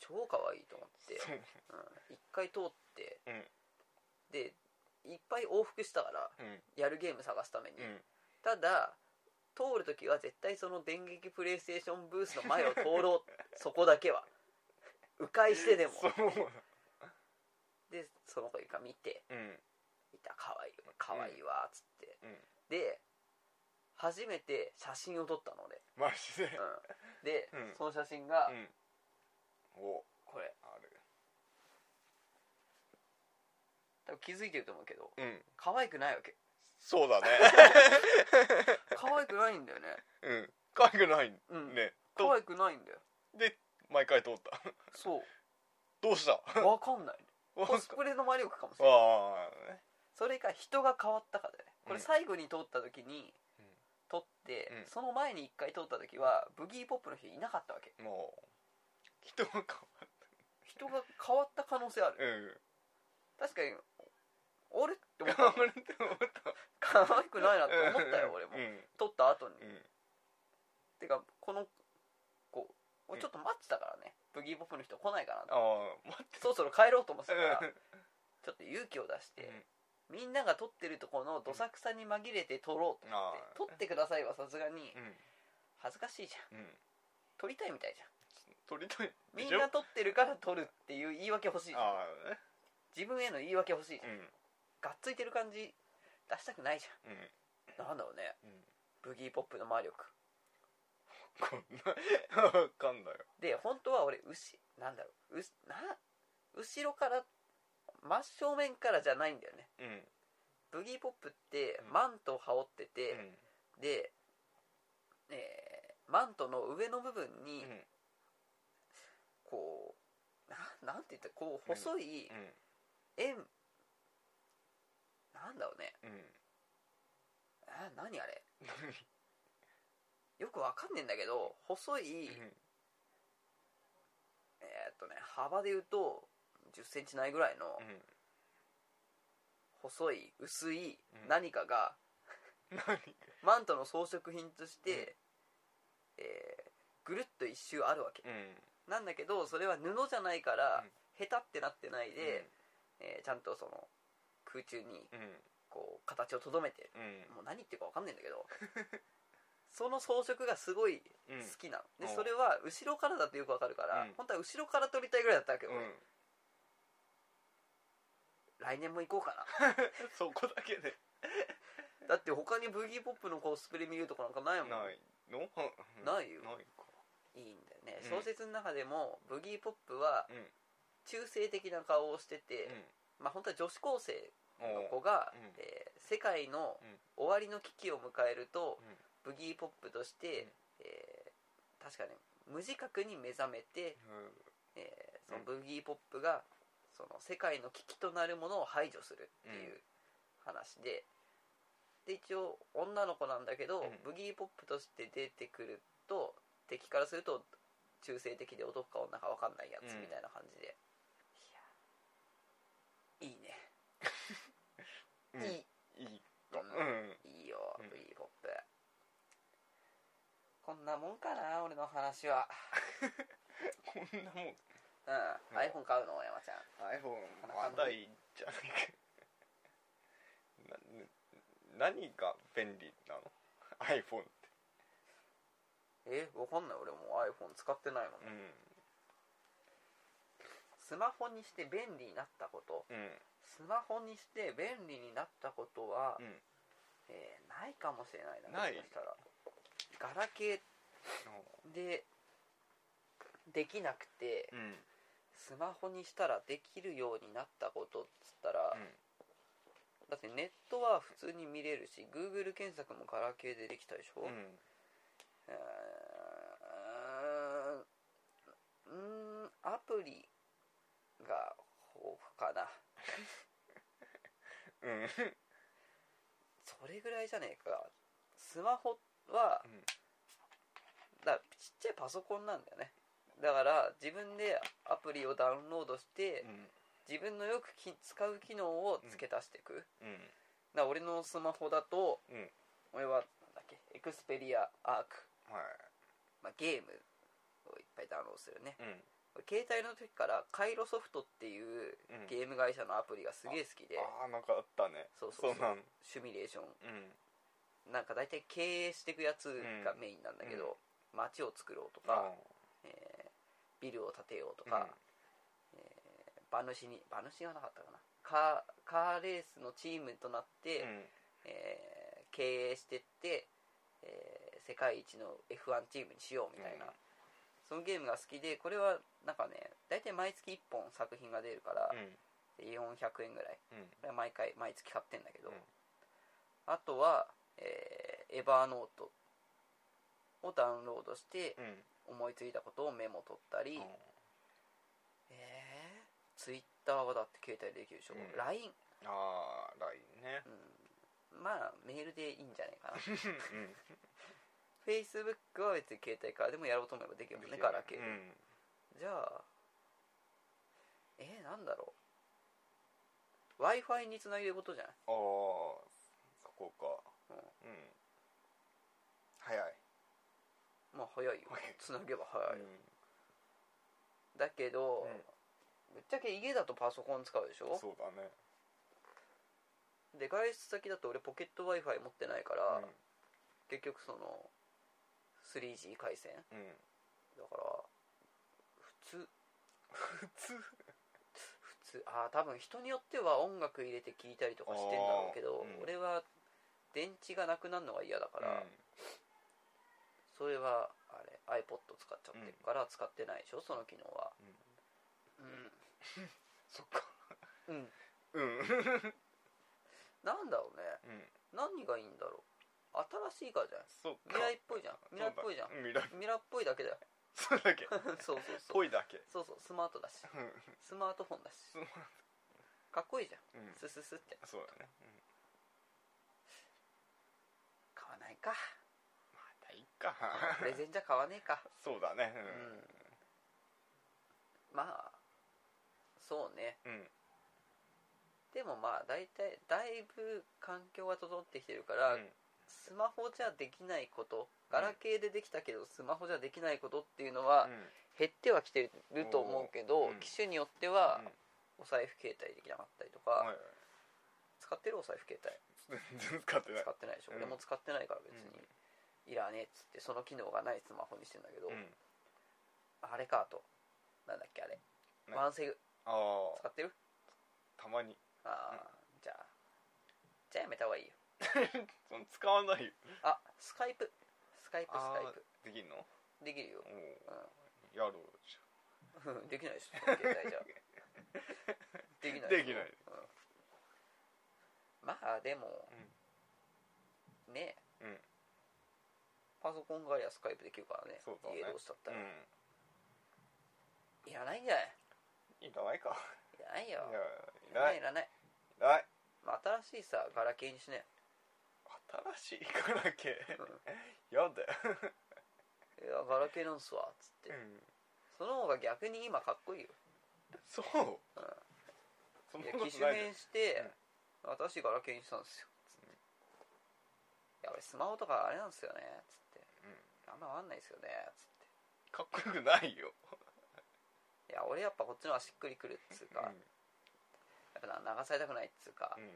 Speaker 1: 超可愛いと思って、
Speaker 2: そう
Speaker 1: うん、一回通って、
Speaker 2: うん
Speaker 1: でいっぱい往復したから
Speaker 2: うん
Speaker 1: やるゲーム探すために、
Speaker 2: うん
Speaker 1: ただ通るときは絶対その電撃プレイステーションブースの前を通ろう
Speaker 2: [laughs]
Speaker 1: そこだけは迂回してでも
Speaker 2: そう
Speaker 1: でその子が見て
Speaker 2: うん
Speaker 1: いた可愛いわ可愛いわっつって、
Speaker 2: うん
Speaker 1: で初めて写真を撮ったので、
Speaker 2: マジで
Speaker 1: うん、で、
Speaker 2: うん
Speaker 1: その写真が、
Speaker 2: うんお
Speaker 1: これ
Speaker 2: ある
Speaker 1: 多分気づいてると思うけど
Speaker 2: うん
Speaker 1: 可愛くないわけ
Speaker 2: そ
Speaker 1: [laughs]
Speaker 2: うだね
Speaker 1: 可愛くないんだよね
Speaker 2: うん可愛くない
Speaker 1: うん、
Speaker 2: ね
Speaker 1: 可
Speaker 2: と
Speaker 1: 愛くないんだよ
Speaker 2: 毎回通った [laughs]
Speaker 1: そう
Speaker 2: どうした [laughs]
Speaker 1: 分かんない
Speaker 2: わ
Speaker 1: コスプレの魔力かもしれない
Speaker 2: ああね
Speaker 1: それか人が変わったかだよねこれ
Speaker 2: うん
Speaker 1: 最後に通った時に
Speaker 2: うん
Speaker 1: 撮って、
Speaker 2: うん
Speaker 1: その前に一回通った時はブギーポップの人いなかったわけ
Speaker 2: もう人が変わっ
Speaker 1: 人が変わった可能性ある
Speaker 2: たうん
Speaker 1: 確かに俺って思
Speaker 2: 変
Speaker 1: っ
Speaker 2: [laughs] わ
Speaker 1: た
Speaker 2: るって思った
Speaker 1: 可愛くないなって思ったよ俺も
Speaker 2: うん
Speaker 1: 撮った後に
Speaker 2: うん
Speaker 1: てかこのこう俺ちょっと待ってたからねブギーポップの人来ないかなと
Speaker 2: ああ待って
Speaker 1: そろそろ帰ろうと思って
Speaker 2: う
Speaker 1: た
Speaker 2: ん
Speaker 1: からちょっと勇気を出して、みんなが撮ってるとこのどさくさに紛れて撮ろうと思って、撮って
Speaker 2: ああ
Speaker 1: くださいはさすがに
Speaker 2: うん
Speaker 1: 恥ずかしいじゃん
Speaker 2: うん
Speaker 1: 撮りたいみたいじゃん
Speaker 2: 撮りたいで
Speaker 1: み
Speaker 2: し
Speaker 1: ん
Speaker 2: ょ
Speaker 1: な撮ってるから撮るっていう言い訳欲しいじゃん
Speaker 2: ああね
Speaker 1: 自分への言い訳欲しいじゃん、
Speaker 2: うん
Speaker 1: がっついてる感じ出したくないじ
Speaker 2: うん
Speaker 1: ゃんなんだろうね
Speaker 2: うん
Speaker 1: ブギーポップの魔力
Speaker 2: こんなわかんないよ
Speaker 1: で本当は俺うしなんだろううしな後ろから真正面からじゃないんだよね
Speaker 2: うん
Speaker 1: ブギーポップって
Speaker 2: うん
Speaker 1: マントを羽織って
Speaker 2: う
Speaker 1: て、
Speaker 2: ん
Speaker 1: で、えーマントの上の部分に
Speaker 2: うん
Speaker 1: こう、ななんて言ったらこう
Speaker 2: うん
Speaker 1: 細い
Speaker 2: うん
Speaker 1: 円、なんだろうね
Speaker 2: うん
Speaker 1: あ何あれ [laughs]
Speaker 2: 何
Speaker 1: よくわかんねえんだけど細い、
Speaker 2: うん
Speaker 1: えーっとね幅で言うと1 0ンチないぐらいの
Speaker 2: うん
Speaker 1: 細い薄い
Speaker 2: うん
Speaker 1: 何かが、
Speaker 2: 何
Speaker 1: マントの装飾品として、えーぐるっと一周あるわけ
Speaker 2: うん
Speaker 1: なんだけどそれは布じゃないから
Speaker 2: うん、
Speaker 1: へたってなってないで、えーちゃんとその空中に
Speaker 2: うん
Speaker 1: こう形をとどめて
Speaker 2: うん
Speaker 1: もう何言ってるか分かんないんだけ
Speaker 2: [laughs]
Speaker 1: どその装飾がすごい
Speaker 2: うん
Speaker 1: 好きなの、
Speaker 2: う
Speaker 1: で
Speaker 2: ん
Speaker 1: それは後ろからだとよく分かるから、
Speaker 2: うん
Speaker 1: 本当は後ろから撮りたいぐらいだったわけど、
Speaker 2: う
Speaker 1: 俺
Speaker 2: ん
Speaker 1: 来年も行こう
Speaker 2: [laughs]
Speaker 1: か
Speaker 2: そこだけで
Speaker 1: なだって他にブギーポップのコスプレ見るとこなんかないもん
Speaker 2: ないの
Speaker 1: ないよ
Speaker 2: ないか
Speaker 1: いいんだよね、
Speaker 2: うん
Speaker 1: 小説の中でもブギーポップは
Speaker 2: うん
Speaker 1: 中性的な顔をしてて、
Speaker 2: うん
Speaker 1: まあ本当は女子高生の
Speaker 2: お
Speaker 1: 子が、
Speaker 2: うん
Speaker 1: えー世界の
Speaker 2: うん
Speaker 1: 終わりの危機を迎えると、ブギーポップとして
Speaker 2: うん、
Speaker 1: えー確かね無自覚に目覚めて、
Speaker 2: うん
Speaker 1: えーそのブギーポップがその世界の危機となるものを排除するっていう話で。で一応女の子なんだけど、
Speaker 2: うん
Speaker 1: ブギーポップとして出てくると敵からすると中性的で男か女か分かんないやつ
Speaker 2: うん
Speaker 1: みたいな感じで、いやいいね
Speaker 2: うん
Speaker 1: い
Speaker 2: いいかうん
Speaker 1: いいいよ
Speaker 2: うん
Speaker 1: ブギーポップ、こんなもんかな俺の話は
Speaker 2: こんなもん
Speaker 1: うん、
Speaker 2: ん
Speaker 1: iPhone 買うの山ちゃん
Speaker 2: iPhone
Speaker 1: ま
Speaker 2: ま
Speaker 1: だ
Speaker 2: だいいじゃないかな何が便利なの iPhone って
Speaker 1: えわかんない俺もう iPhone 使ってないもん、
Speaker 2: う
Speaker 1: スマホにして便利になったこと
Speaker 2: んうん
Speaker 1: スマホにして便利になったことは、
Speaker 2: うん
Speaker 1: えーないかもしれないな
Speaker 2: ない
Speaker 1: もしかしたらガラケーでできなくて
Speaker 2: うんうん
Speaker 1: スマホにしたらできるようになったことっつったら、だってネットは普通に見れるし Google 検索もガラケーでできたでしょ、
Speaker 2: うん
Speaker 1: うーんうーんアプリが豊富かな
Speaker 2: うんうん
Speaker 1: それぐらいじゃねえかスマホは、
Speaker 2: うん
Speaker 1: だからちっちゃいパソコンなんだよねだから自分でアプリをダウンロードして、自分のよくき使う機能を付け足していく、だから
Speaker 2: うん
Speaker 1: 俺のスマホだと、
Speaker 2: うん
Speaker 1: 俺はなんだっけエクスペリアアーク、
Speaker 2: はい
Speaker 1: まあ、ゲームをいっぱいダウンロードするね
Speaker 2: うん
Speaker 1: 俺携帯の時からカイロソフトっていう
Speaker 2: うん
Speaker 1: ゲーム会社のアプリがすげえ好きで、
Speaker 2: ああなんかあったね
Speaker 1: そうそうそう
Speaker 2: そうなん
Speaker 1: シミュレーション
Speaker 2: うん
Speaker 1: なんか大体経営していくやつがメインなんだけど、街を作ろうとか、えービルを建てようとか、馬主に馬主はなかったかなカーカーレースのチームとなって、
Speaker 2: うん
Speaker 1: えー経営してって、えー世界一の F1 チームにしようみたいな、
Speaker 2: うん
Speaker 1: そのゲームが好きでこれはなんかね大体毎月1本作品が出るから
Speaker 2: う、ん
Speaker 1: 400円ぐらい
Speaker 2: うん
Speaker 1: これは毎回毎月買ってんだけど、
Speaker 2: うん
Speaker 1: あとは、えーエバーノートをダウンロードして
Speaker 2: うん
Speaker 1: 思いついたことをメモ取ったり、
Speaker 2: うん
Speaker 1: えツイッター Twitter はだって携帯でできるでしょ、
Speaker 2: うん
Speaker 1: LINE、
Speaker 2: ああ LINE ね
Speaker 1: うん、まあメールでいいんじゃないかな
Speaker 2: うん
Speaker 1: [laughs] Facebook は別に携帯からでもやろうと思えばできるもんねガラケー
Speaker 2: う
Speaker 1: で、
Speaker 2: ん
Speaker 1: じゃあえー、なんだろう w i f i につなげることじゃない
Speaker 2: ああそこかうん、早い
Speaker 1: まあ早いよ
Speaker 2: 早い
Speaker 1: つなげば早いよ、
Speaker 2: うん
Speaker 1: だけど、
Speaker 2: うん
Speaker 1: ぶっちゃけ家だとパソコン使うでしょ
Speaker 2: そうだね
Speaker 1: で外出先だと俺ポケット w i f i 持ってないから、結局その 3G 回線
Speaker 2: うんうん
Speaker 1: だから普通
Speaker 2: 普通
Speaker 1: 普通ああ多分人によっては音楽入れて聴いたりとかしてんだろうけど、
Speaker 2: あーうん
Speaker 1: 俺は電池がなくなるのが嫌だから、それはあれ iPod 使っちゃってるから使ってないでしょ、その機能は
Speaker 2: そっか
Speaker 1: うん、うん、
Speaker 2: うん
Speaker 1: なんだろうね
Speaker 2: うん
Speaker 1: 何がいいんだろう新しいからじゃない
Speaker 2: そっか
Speaker 1: 未来っぽいじゃん未来っぽいじゃん
Speaker 2: そうだ未来
Speaker 1: ミラっぽいだけだ
Speaker 2: [laughs]
Speaker 1: よ
Speaker 2: そうだっけ
Speaker 1: そうそうそう
Speaker 2: ぽいだけ
Speaker 1: そうそうスマートだし
Speaker 2: うん
Speaker 1: スマートフォンだし
Speaker 2: そう
Speaker 1: かっこいいじゃん
Speaker 2: うん
Speaker 1: スススって
Speaker 2: そうだねうん
Speaker 1: 買わないか
Speaker 2: またいいか
Speaker 1: プレゼンじゃ買わねえか
Speaker 2: [laughs] そうだね
Speaker 1: うんまあそうね
Speaker 2: うんうん
Speaker 1: でもまあ大体だいぶ環境が整ってきてるから、
Speaker 2: うん
Speaker 1: スマホじゃできないことガラケーでできたけどスマホじゃできないことっていうのは
Speaker 2: うん
Speaker 1: 減ってはきてると思うけど、
Speaker 2: おーうん
Speaker 1: 機種によっては
Speaker 2: うん
Speaker 1: お財布携帯できなかったりとか、
Speaker 2: はい
Speaker 1: 使ってるお財布携帯
Speaker 2: 全然使ってない
Speaker 1: 使ってないでしょ、
Speaker 2: うん
Speaker 1: 俺も使ってないから別に、いらねえっつってその機能がないスマホにしてんだけど、
Speaker 2: うん
Speaker 1: あれかとなんだっけあれ
Speaker 2: ね
Speaker 1: ワンセグ
Speaker 2: ああ
Speaker 1: 使ってる
Speaker 2: たまに
Speaker 1: ああ、じゃあじゃあやめた方がいいよ
Speaker 2: その使わないよ
Speaker 1: あスカイプスカイプスカイプ
Speaker 2: できんの
Speaker 1: できるよ
Speaker 2: お、
Speaker 1: う
Speaker 2: お
Speaker 1: ん
Speaker 2: やろうじ
Speaker 1: うん [laughs] できないでしょ携帯
Speaker 2: [laughs]
Speaker 1: じゃできないしょ
Speaker 2: できない
Speaker 1: うんまあでも、ね
Speaker 2: うん
Speaker 1: パソコンがありゃスカイプできるからね
Speaker 2: そうだね
Speaker 1: 家同士だった
Speaker 2: ゃ
Speaker 1: ら、
Speaker 2: ん
Speaker 1: いらないんじゃない
Speaker 2: いらないか
Speaker 1: いらない
Speaker 2: い
Speaker 1: よ
Speaker 2: やい
Speaker 1: い
Speaker 2: ら
Speaker 1: らな
Speaker 2: な
Speaker 1: いい
Speaker 2: い
Speaker 1: いらない、
Speaker 2: らない
Speaker 1: まあ、新しいさガラケーにしね
Speaker 2: 新しいガラケー
Speaker 1: うん
Speaker 2: [laughs] やだよ
Speaker 1: いやガラケーなんすわっつって、
Speaker 2: うん
Speaker 1: その方が逆に今かっこいいよ
Speaker 2: そうそん
Speaker 1: い
Speaker 2: な
Speaker 1: や
Speaker 2: こ
Speaker 1: 機
Speaker 2: と
Speaker 1: 種
Speaker 2: ないで
Speaker 1: 変して、私ガラケーにしたんですよつって、やっぱりスマホとかあれなんですよねつって、あんまわかんないですよねつって
Speaker 2: かっこよくないよ
Speaker 1: いや俺やっぱこっちの方がしっくりくるっつうか、
Speaker 2: うん
Speaker 1: やっぱな流されたくないっつうか、
Speaker 2: うん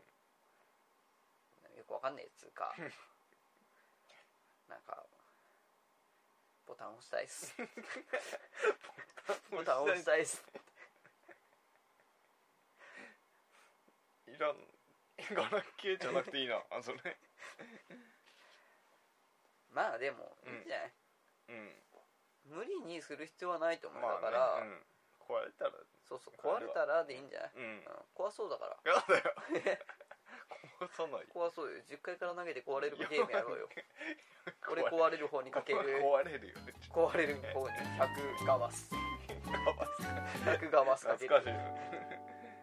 Speaker 1: よくわかんないっつう
Speaker 2: [laughs]
Speaker 1: か
Speaker 2: うん
Speaker 1: なんかボタン押したいっ
Speaker 2: [laughs]
Speaker 1: すボ
Speaker 2: ボ
Speaker 1: タ
Speaker 2: [laughs] タ
Speaker 1: ン押
Speaker 2: ン押
Speaker 1: し
Speaker 2: した
Speaker 1: いっす
Speaker 2: いらんガラケーじゃなく [laughs] ていいなあそれ
Speaker 1: まあでもいいんじゃない、
Speaker 2: うん
Speaker 1: 無理にする必要はないと思う、
Speaker 2: まあね
Speaker 1: だから、
Speaker 2: うん壊れたら
Speaker 1: そうそう壊れたらでいいんじゃない、
Speaker 2: うん
Speaker 1: うん怖そうだから
Speaker 2: やだよ壊さない
Speaker 1: 怖そうよ10階から投げて壊れるゲームやろうよ俺
Speaker 2: [laughs] 俺壊
Speaker 1: 壊れる方にかける
Speaker 2: [laughs] 壊れるよ
Speaker 1: 壊れる方に100ガバス
Speaker 2: やばい
Speaker 1: 100ガバスかけ
Speaker 2: 懐か
Speaker 1: る
Speaker 2: しい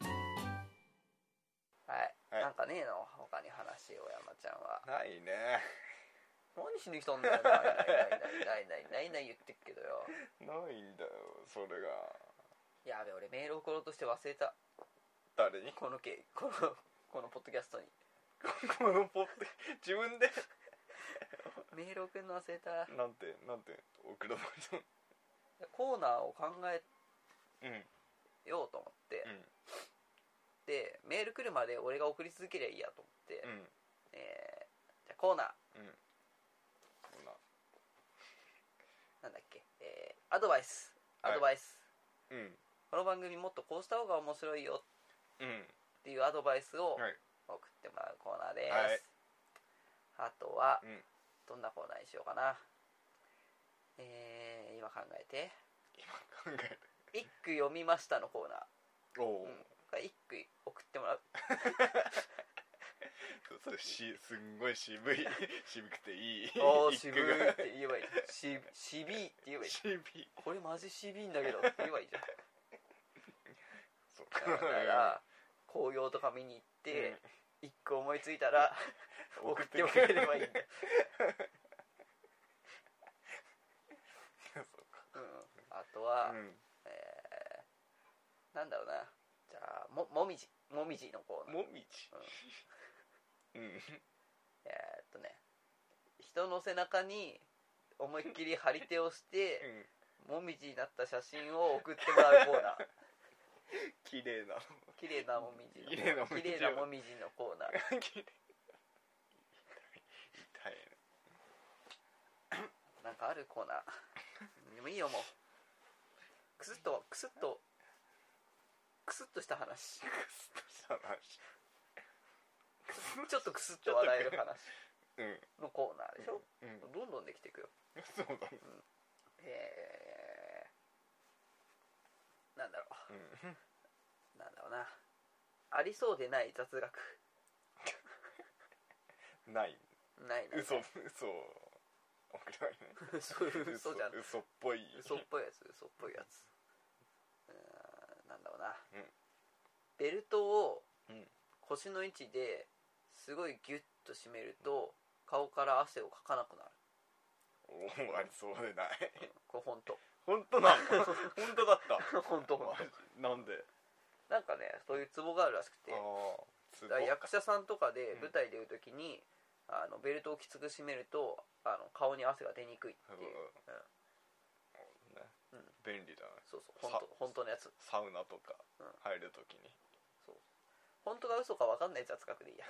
Speaker 1: はい、
Speaker 2: はい
Speaker 1: なんかねえの他に話を山ちゃんは
Speaker 2: ないね
Speaker 1: 何しに来たんだよないないないないないないない言ってっけどよ
Speaker 2: ないんだよそれが
Speaker 1: やべ俺メール送ろうとして忘れた
Speaker 2: 誰にこ
Speaker 1: このけこのこのポッドキャストに
Speaker 2: のポッド自分で
Speaker 1: メール送るの忘れた
Speaker 2: なんてなんて送らないと
Speaker 1: コーナーを考え
Speaker 2: うん
Speaker 1: ようと思って、
Speaker 2: うん
Speaker 1: でメール来るまで俺が送り続けりゃいいやと思って、
Speaker 2: うん
Speaker 1: えーじゃあコーナー
Speaker 2: うんそうな
Speaker 1: なんだっけ、えーアドバイスアドバイス、
Speaker 2: うん
Speaker 1: この番組もっとこうした方が面白いよ
Speaker 2: うん
Speaker 1: っていうアドバイスを
Speaker 2: はい
Speaker 1: 送ってもらうコーナーです、あとは
Speaker 2: うん
Speaker 1: どんなコーナーにしようかなえー今考えて
Speaker 2: 今考える
Speaker 1: 「一句読みました」のコーナ
Speaker 2: おお
Speaker 1: ー、うん、これ一句送っても
Speaker 2: [laughs]
Speaker 1: らう
Speaker 2: それし [laughs] すんごい渋い [laughs] 渋くていい
Speaker 1: おー
Speaker 2: 一
Speaker 1: 渋
Speaker 2: 句
Speaker 1: い
Speaker 2: が
Speaker 1: って言えばいいし渋いって言えばいい
Speaker 2: [laughs] 渋い
Speaker 1: これマジ渋いんだけどって言えばいいじゃ
Speaker 2: [laughs]
Speaker 1: ん
Speaker 2: そう
Speaker 1: だから紅葉とか見に行って、一句思いついた
Speaker 2: [laughs]
Speaker 1: ら
Speaker 2: うん
Speaker 1: 送ってもらえればいいんだよ、
Speaker 2: [laughs] そう
Speaker 1: うん、あと
Speaker 2: か
Speaker 1: は、
Speaker 2: うん
Speaker 1: えーなんだろうなじゃあももみじもみじのコーナー
Speaker 2: もみじうん
Speaker 1: えーっとね人の背中に思いっきり張り手を
Speaker 2: [laughs]
Speaker 1: して、
Speaker 2: うん
Speaker 1: もみじになった写真を送ってもらうコーナー
Speaker 2: [laughs] 綺麗なの [laughs]
Speaker 1: 綺麗なもみじの
Speaker 2: 綺麗なもみじを
Speaker 1: 綺麗なもみじのコーナー
Speaker 2: 痛いね
Speaker 1: なんかあるコーナーでもいいよもうクスッとクスッとクスッとした話
Speaker 2: そうなんです
Speaker 1: ちょっとクスッと笑える話
Speaker 2: うん
Speaker 1: のコーナーでしょ
Speaker 2: うん
Speaker 1: どんどんできていくよ
Speaker 2: そうだね
Speaker 1: えー、なんだろ
Speaker 2: うん
Speaker 1: うなんだろうなありそうでない雑学
Speaker 2: ない
Speaker 1: ないな [laughs]
Speaker 2: 嘘嘘多くないね
Speaker 1: 嘘嘘じゃん
Speaker 2: 嘘っぽい
Speaker 1: 嘘っぽいやつ嘘っぽいやつうーんなんだろうな、
Speaker 2: うん
Speaker 1: ベルトを
Speaker 2: うん
Speaker 1: 腰の位置ですごいギュッと締めると顔から汗をかかなくなる
Speaker 2: おーありそうでない
Speaker 1: こ [laughs] れ本当
Speaker 2: 本当なんだ本当だった
Speaker 1: [laughs] 本当本
Speaker 2: マジ [laughs] なんで
Speaker 1: 当なんかねそういうツボがあるらしくて
Speaker 2: ああす
Speaker 1: だから役者さんとかで
Speaker 2: うん
Speaker 1: 舞台出るときに、あのベルトをきつく締めるとあの顔に汗が出にくいっていう、うん
Speaker 2: 便利だね
Speaker 1: そうそう本当本当のやつ
Speaker 2: サウナとか
Speaker 1: うん
Speaker 2: 入るときに [laughs]
Speaker 1: 本当か嘘か分かんない雑学でいいや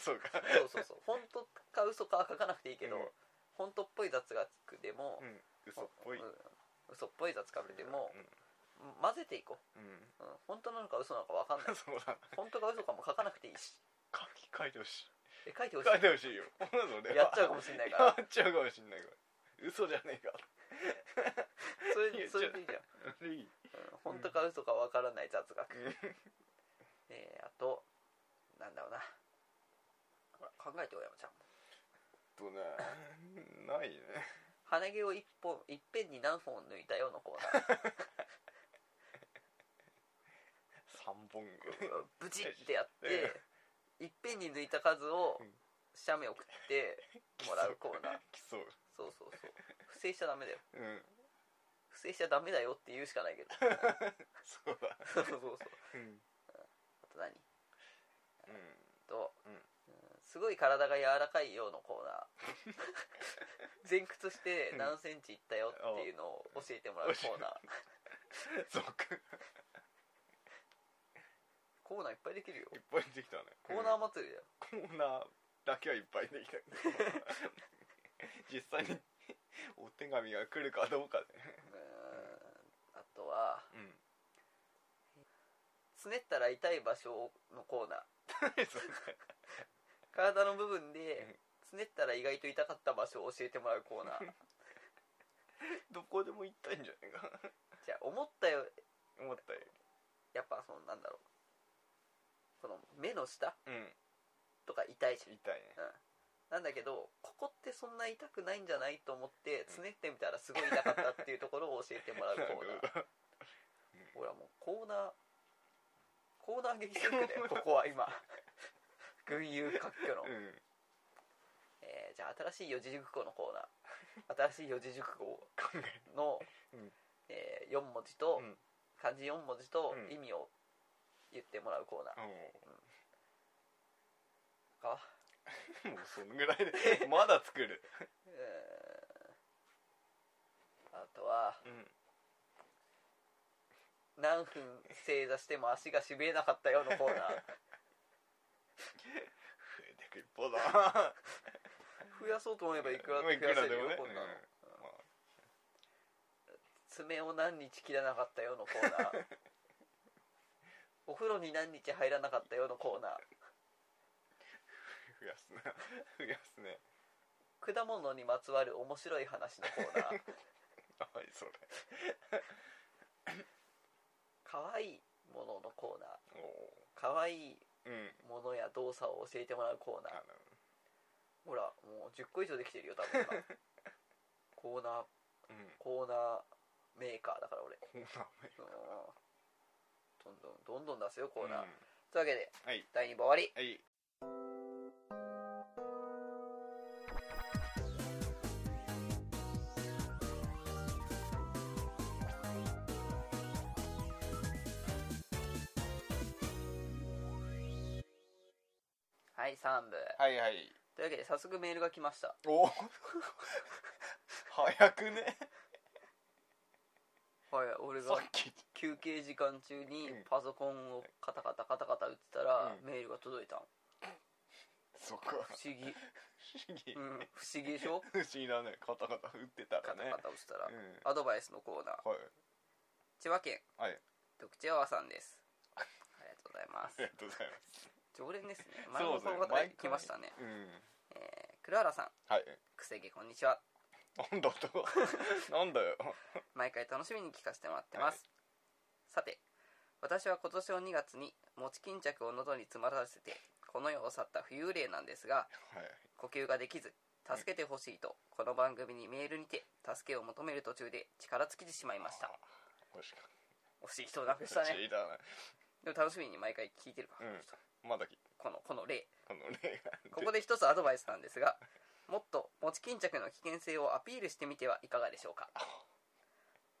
Speaker 2: そうか
Speaker 1: そうそうそう本当か嘘かは書かなくていいけど、
Speaker 2: うん
Speaker 1: 本当っぽい雑学でも、
Speaker 2: うん嘘っぽい
Speaker 1: うん嘘っぽい雑学でも
Speaker 2: うん
Speaker 1: 混ぜていこ
Speaker 2: うん [laughs]
Speaker 1: う、うん、本当なのか嘘なのか分かんない
Speaker 2: そうだ
Speaker 1: 本当か嘘かも書かなくていいし
Speaker 2: 書き書いてほしい
Speaker 1: え書いてほしい
Speaker 2: 書いてほしいよそれは
Speaker 1: やっちゃうかもしんないから
Speaker 2: やっちゃうかもしんないから嘘じゃねえか
Speaker 1: それそれでいいじゃん、
Speaker 2: いい
Speaker 1: うん、本当か嘘か分からない雑学、えー、あとなんだろうなほら考えてお山ちゃん
Speaker 2: とねないね
Speaker 1: 鼻毛を一本一遍に何本抜いたよのコーナー
Speaker 2: 三本
Speaker 1: ブチってやって一遍に抜いた数を
Speaker 2: うん
Speaker 1: 写メ送 [laughs] ってもらうコーナー
Speaker 2: きそう
Speaker 1: そうそうそう不正しちゃダメだよ
Speaker 2: うん
Speaker 1: 不正しちゃダメだよって言うしかないけど
Speaker 2: そうだ
Speaker 1: そうそうそう
Speaker 2: うん
Speaker 1: [laughs] あと何
Speaker 2: うん
Speaker 1: と、
Speaker 2: うん
Speaker 1: うんすごい体が柔らかいようのコーナ [laughs] ー前屈して何センチいったよっていうのを教えてもらうコーナー
Speaker 2: そうか
Speaker 1: コーナーいっぱいできるよ
Speaker 2: いっぱいできたね
Speaker 1: コーナー祭りだよ、
Speaker 2: コーナーだけはいっぱいできたけど [laughs] 実際にお手紙が来るかどうかね
Speaker 1: うーんあとは
Speaker 2: うん
Speaker 1: つねったら痛い場所のコーナー
Speaker 2: 何それ
Speaker 1: 体の部分で
Speaker 2: うん
Speaker 1: つねったら意外と痛かった場所を教えてもらうコーナ
Speaker 2: [laughs]
Speaker 1: ー
Speaker 2: どこでも行ったんじゃないか
Speaker 1: じゃあ思ったよ
Speaker 2: 思ったよ
Speaker 1: やっぱそのなんだろうこの目の下
Speaker 2: うん
Speaker 1: とか痛いじゃん
Speaker 2: 痛いね
Speaker 1: なんだけどここってそんな痛くないんじゃないと思ってつねってみたらすごい痛かったっていうところを教えてもらうコーナー [laughs] ほらもうコーナーコーナー激戦区だよここは
Speaker 2: [laughs]
Speaker 1: 今群雄割拠の、
Speaker 2: うん
Speaker 1: えーじゃあ新しい四字熟語のコーナー [laughs] 新しい四字熟語
Speaker 2: 考える
Speaker 1: の、
Speaker 2: うん
Speaker 1: え4文字と、
Speaker 2: うん
Speaker 1: 漢字4文字と
Speaker 2: うん
Speaker 1: 意味を言ってもらうコーナー
Speaker 2: あも
Speaker 1: か、
Speaker 2: うもうそんぐらいでまだ作る
Speaker 1: うーんあとは
Speaker 2: うん
Speaker 1: 何分正座しても足がしびれなかったよのコーナー
Speaker 2: 増えてく一方だな [laughs]
Speaker 1: 増やそうと思えばいくら
Speaker 2: まあいく
Speaker 1: 増や
Speaker 2: ら
Speaker 1: せ
Speaker 2: で
Speaker 1: る
Speaker 2: も
Speaker 1: よ
Speaker 2: ね
Speaker 1: こんなの
Speaker 2: うんまあ
Speaker 1: 爪を何日切らなかったよのコーナ
Speaker 2: [laughs]
Speaker 1: ーお風呂に何日入らなかったよのコーナー
Speaker 2: 増やすな増やすね
Speaker 1: 果物にまつわる面白い話のコーナー
Speaker 2: はいそれ
Speaker 1: 可愛いもののコーナー
Speaker 2: おお
Speaker 1: 可愛い
Speaker 2: うん
Speaker 1: ものや動作を教えてもらうコーナー
Speaker 2: あ
Speaker 1: ほらもう10個以上できてるよ多分今
Speaker 2: [laughs]
Speaker 1: コーナー
Speaker 2: のうん
Speaker 1: コーナーメーカーだから俺
Speaker 2: [laughs] コーナー名
Speaker 1: うんどんどんどんどん出すよコーナー、
Speaker 2: うん
Speaker 1: というわけで
Speaker 2: はい
Speaker 1: 第2部終わり
Speaker 2: はい
Speaker 1: はい3部
Speaker 2: はいはい
Speaker 1: というわけで早速メールが来ました
Speaker 2: おお [laughs] 早くね
Speaker 1: はい俺
Speaker 2: [laughs] さ
Speaker 1: が
Speaker 2: っき
Speaker 1: 休憩時間中に
Speaker 2: うん
Speaker 1: パソコンをカタカタカタカタ打ってたら、
Speaker 2: うん
Speaker 1: メールが届いたん
Speaker 2: そこは
Speaker 1: 不思議、
Speaker 2: 不思議
Speaker 1: うん、不思議でしょ
Speaker 2: [laughs] 不思議だねカタカタ打ってた
Speaker 1: なったとしたら
Speaker 2: う、ん
Speaker 1: アドバイスのコーナー
Speaker 2: はい
Speaker 1: 千葉県
Speaker 2: はい
Speaker 1: 特茶和さんですありがとうございま
Speaker 2: あ [laughs]
Speaker 1: す
Speaker 2: りがとうございます
Speaker 1: 常連ですね前
Speaker 2: そう
Speaker 1: も
Speaker 2: です
Speaker 1: こ
Speaker 2: ね
Speaker 1: の方
Speaker 2: 毎回
Speaker 1: 来ましたね
Speaker 2: うん
Speaker 1: えー、倉原さん
Speaker 2: はい
Speaker 1: くせ毛こんにちは
Speaker 2: なんだ [laughs] となんだよ
Speaker 1: 毎回楽しみに聞かせてもらってます、さて私は今年の2月に餅巾着を喉に詰まらせてこの世を去った冬霊なんですが
Speaker 2: はい
Speaker 1: 呼吸ができず助けてほしいとこの番組にメールにて助けを求める途中で力尽きてしまいました
Speaker 2: 惜しかっ
Speaker 1: 惜しい人をなくしたた
Speaker 2: 惜し
Speaker 1: ね
Speaker 2: いだな
Speaker 1: でも楽しみに毎回聞いてるから、
Speaker 2: うんまだき
Speaker 1: このこの例
Speaker 2: この例が
Speaker 1: ここで一つアドバイスなんですがもっと餅巾着の危険性をアピールしてみてはいかがでしょうか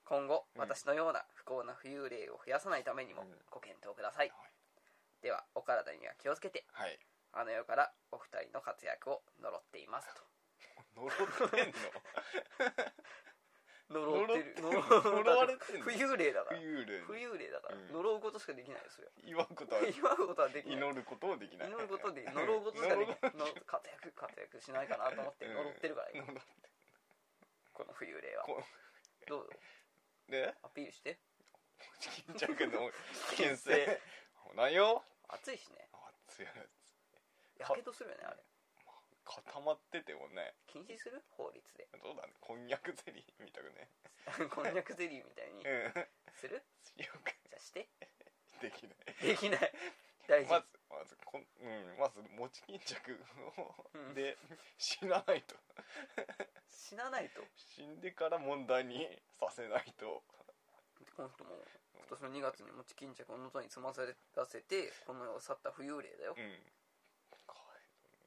Speaker 1: 今後
Speaker 2: うん
Speaker 1: 私のような不幸な浮遊例を増やさないためにも
Speaker 2: うん
Speaker 1: ご検討ください、
Speaker 2: はい
Speaker 1: ではお体には気をつけて
Speaker 2: はい
Speaker 1: あの世からお二人の活躍を呪っています
Speaker 2: 呪って [laughs] んの
Speaker 1: と呪って [laughs] る
Speaker 2: 呪ってる呪われてんの
Speaker 1: 浮遊霊だから
Speaker 2: 幽霊
Speaker 1: 浮
Speaker 2: に
Speaker 1: 遊霊だから、
Speaker 2: うん
Speaker 1: 呪うことしかできないですよ
Speaker 2: 祝うことは
Speaker 1: 祝うことはできない
Speaker 2: 祈ることもできない
Speaker 1: 祈ることで呪うことしか
Speaker 2: [laughs]
Speaker 1: できない
Speaker 2: 呪う
Speaker 1: の活躍活躍しないかなと思って
Speaker 2: うん
Speaker 1: 呪ってるから、
Speaker 2: 呪っ
Speaker 1: この浮遊霊は
Speaker 2: こ
Speaker 1: どうぞ
Speaker 2: で
Speaker 1: アピールして
Speaker 2: 巾着の危
Speaker 1: [laughs]
Speaker 2: 険性何よ
Speaker 1: 暑いしね
Speaker 2: あ強いや
Speaker 1: や
Speaker 2: か
Speaker 1: けどするよねあれ
Speaker 2: つ固まっててもね
Speaker 1: 禁止する法律で [laughs]
Speaker 2: どうだねこんにゃくゼリーみたくね
Speaker 1: こんにゃくゼリーみたいに
Speaker 2: うんよ
Speaker 1: する
Speaker 2: く
Speaker 1: じゃあして
Speaker 2: できない
Speaker 1: できない大事、
Speaker 2: まずまずこん、うん、まず持ち巾着
Speaker 1: うん
Speaker 2: をで死なないと
Speaker 1: 死なないと
Speaker 2: 死んでから問題にさせないと
Speaker 1: この人も今年の2月に餅巾着を喉に詰ませらせてこの世を去った浮遊霊だよ [laughs]
Speaker 2: うんかわ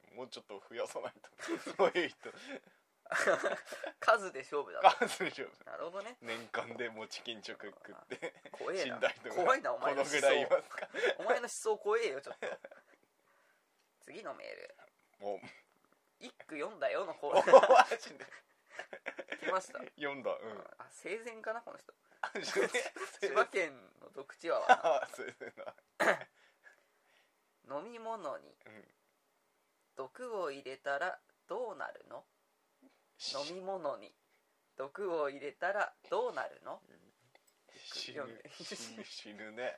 Speaker 2: いいもうちょっと増やさないと [laughs] そういう
Speaker 1: [laughs]
Speaker 2: 人
Speaker 1: 数で勝負だ
Speaker 2: ガンスでしょ
Speaker 1: なるほどね
Speaker 2: 年間で持ち巾着
Speaker 1: [laughs]
Speaker 2: 食って
Speaker 1: 怖え
Speaker 2: 死
Speaker 1: なん
Speaker 2: だ人が
Speaker 1: 怖いなお前の
Speaker 2: こ
Speaker 1: 思
Speaker 2: のぐ
Speaker 1: 想
Speaker 2: らいいますか
Speaker 1: お前の思想怖えよちょっと次のメール
Speaker 2: もう
Speaker 1: 一句読んだよのコー
Speaker 2: マ
Speaker 1: ナー
Speaker 2: [laughs] ジで
Speaker 1: 来ました
Speaker 2: 読んだうん
Speaker 1: あ生前かなこの
Speaker 2: [laughs]
Speaker 1: 人千
Speaker 2: 千
Speaker 1: 葉県の独地は [laughs] な
Speaker 2: あそうですね
Speaker 1: 飲み物に
Speaker 2: うん
Speaker 1: 毒を入れたらどうなるの飲み物に毒を入れたらどうなるの
Speaker 2: 死ぬ死ぬ死ぬね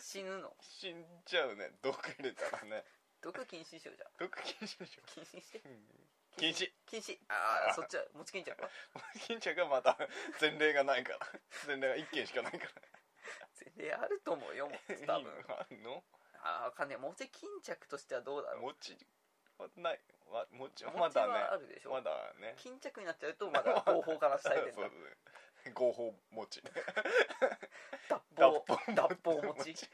Speaker 1: 死ぬの
Speaker 2: 死んじゃうね毒入れたらね
Speaker 1: 毒禁止しようじゃん
Speaker 2: 毒禁止でしょ
Speaker 1: 禁止して
Speaker 2: うん禁止
Speaker 1: 禁止ああそっちは持ち禁止やっぱ
Speaker 2: 禁止がまた前例がないから前例が1件しかないから
Speaker 1: 全然あると思うよもう多
Speaker 2: [laughs] いい
Speaker 1: 分
Speaker 2: のあんの
Speaker 1: ああわかんねえ持ち巾着としてはどうだろう
Speaker 2: 餅はないわ餅はまだ
Speaker 1: 餅はあ
Speaker 2: ね
Speaker 1: るでしょ
Speaker 2: まだね
Speaker 1: 巾着になっちゃうとまだ合法からされてん
Speaker 2: そう
Speaker 1: だ
Speaker 2: だね [laughs] 合法餅ね
Speaker 1: 脱
Speaker 2: 脱
Speaker 1: 法
Speaker 2: 法
Speaker 1: 脱法持ち
Speaker 2: [laughs]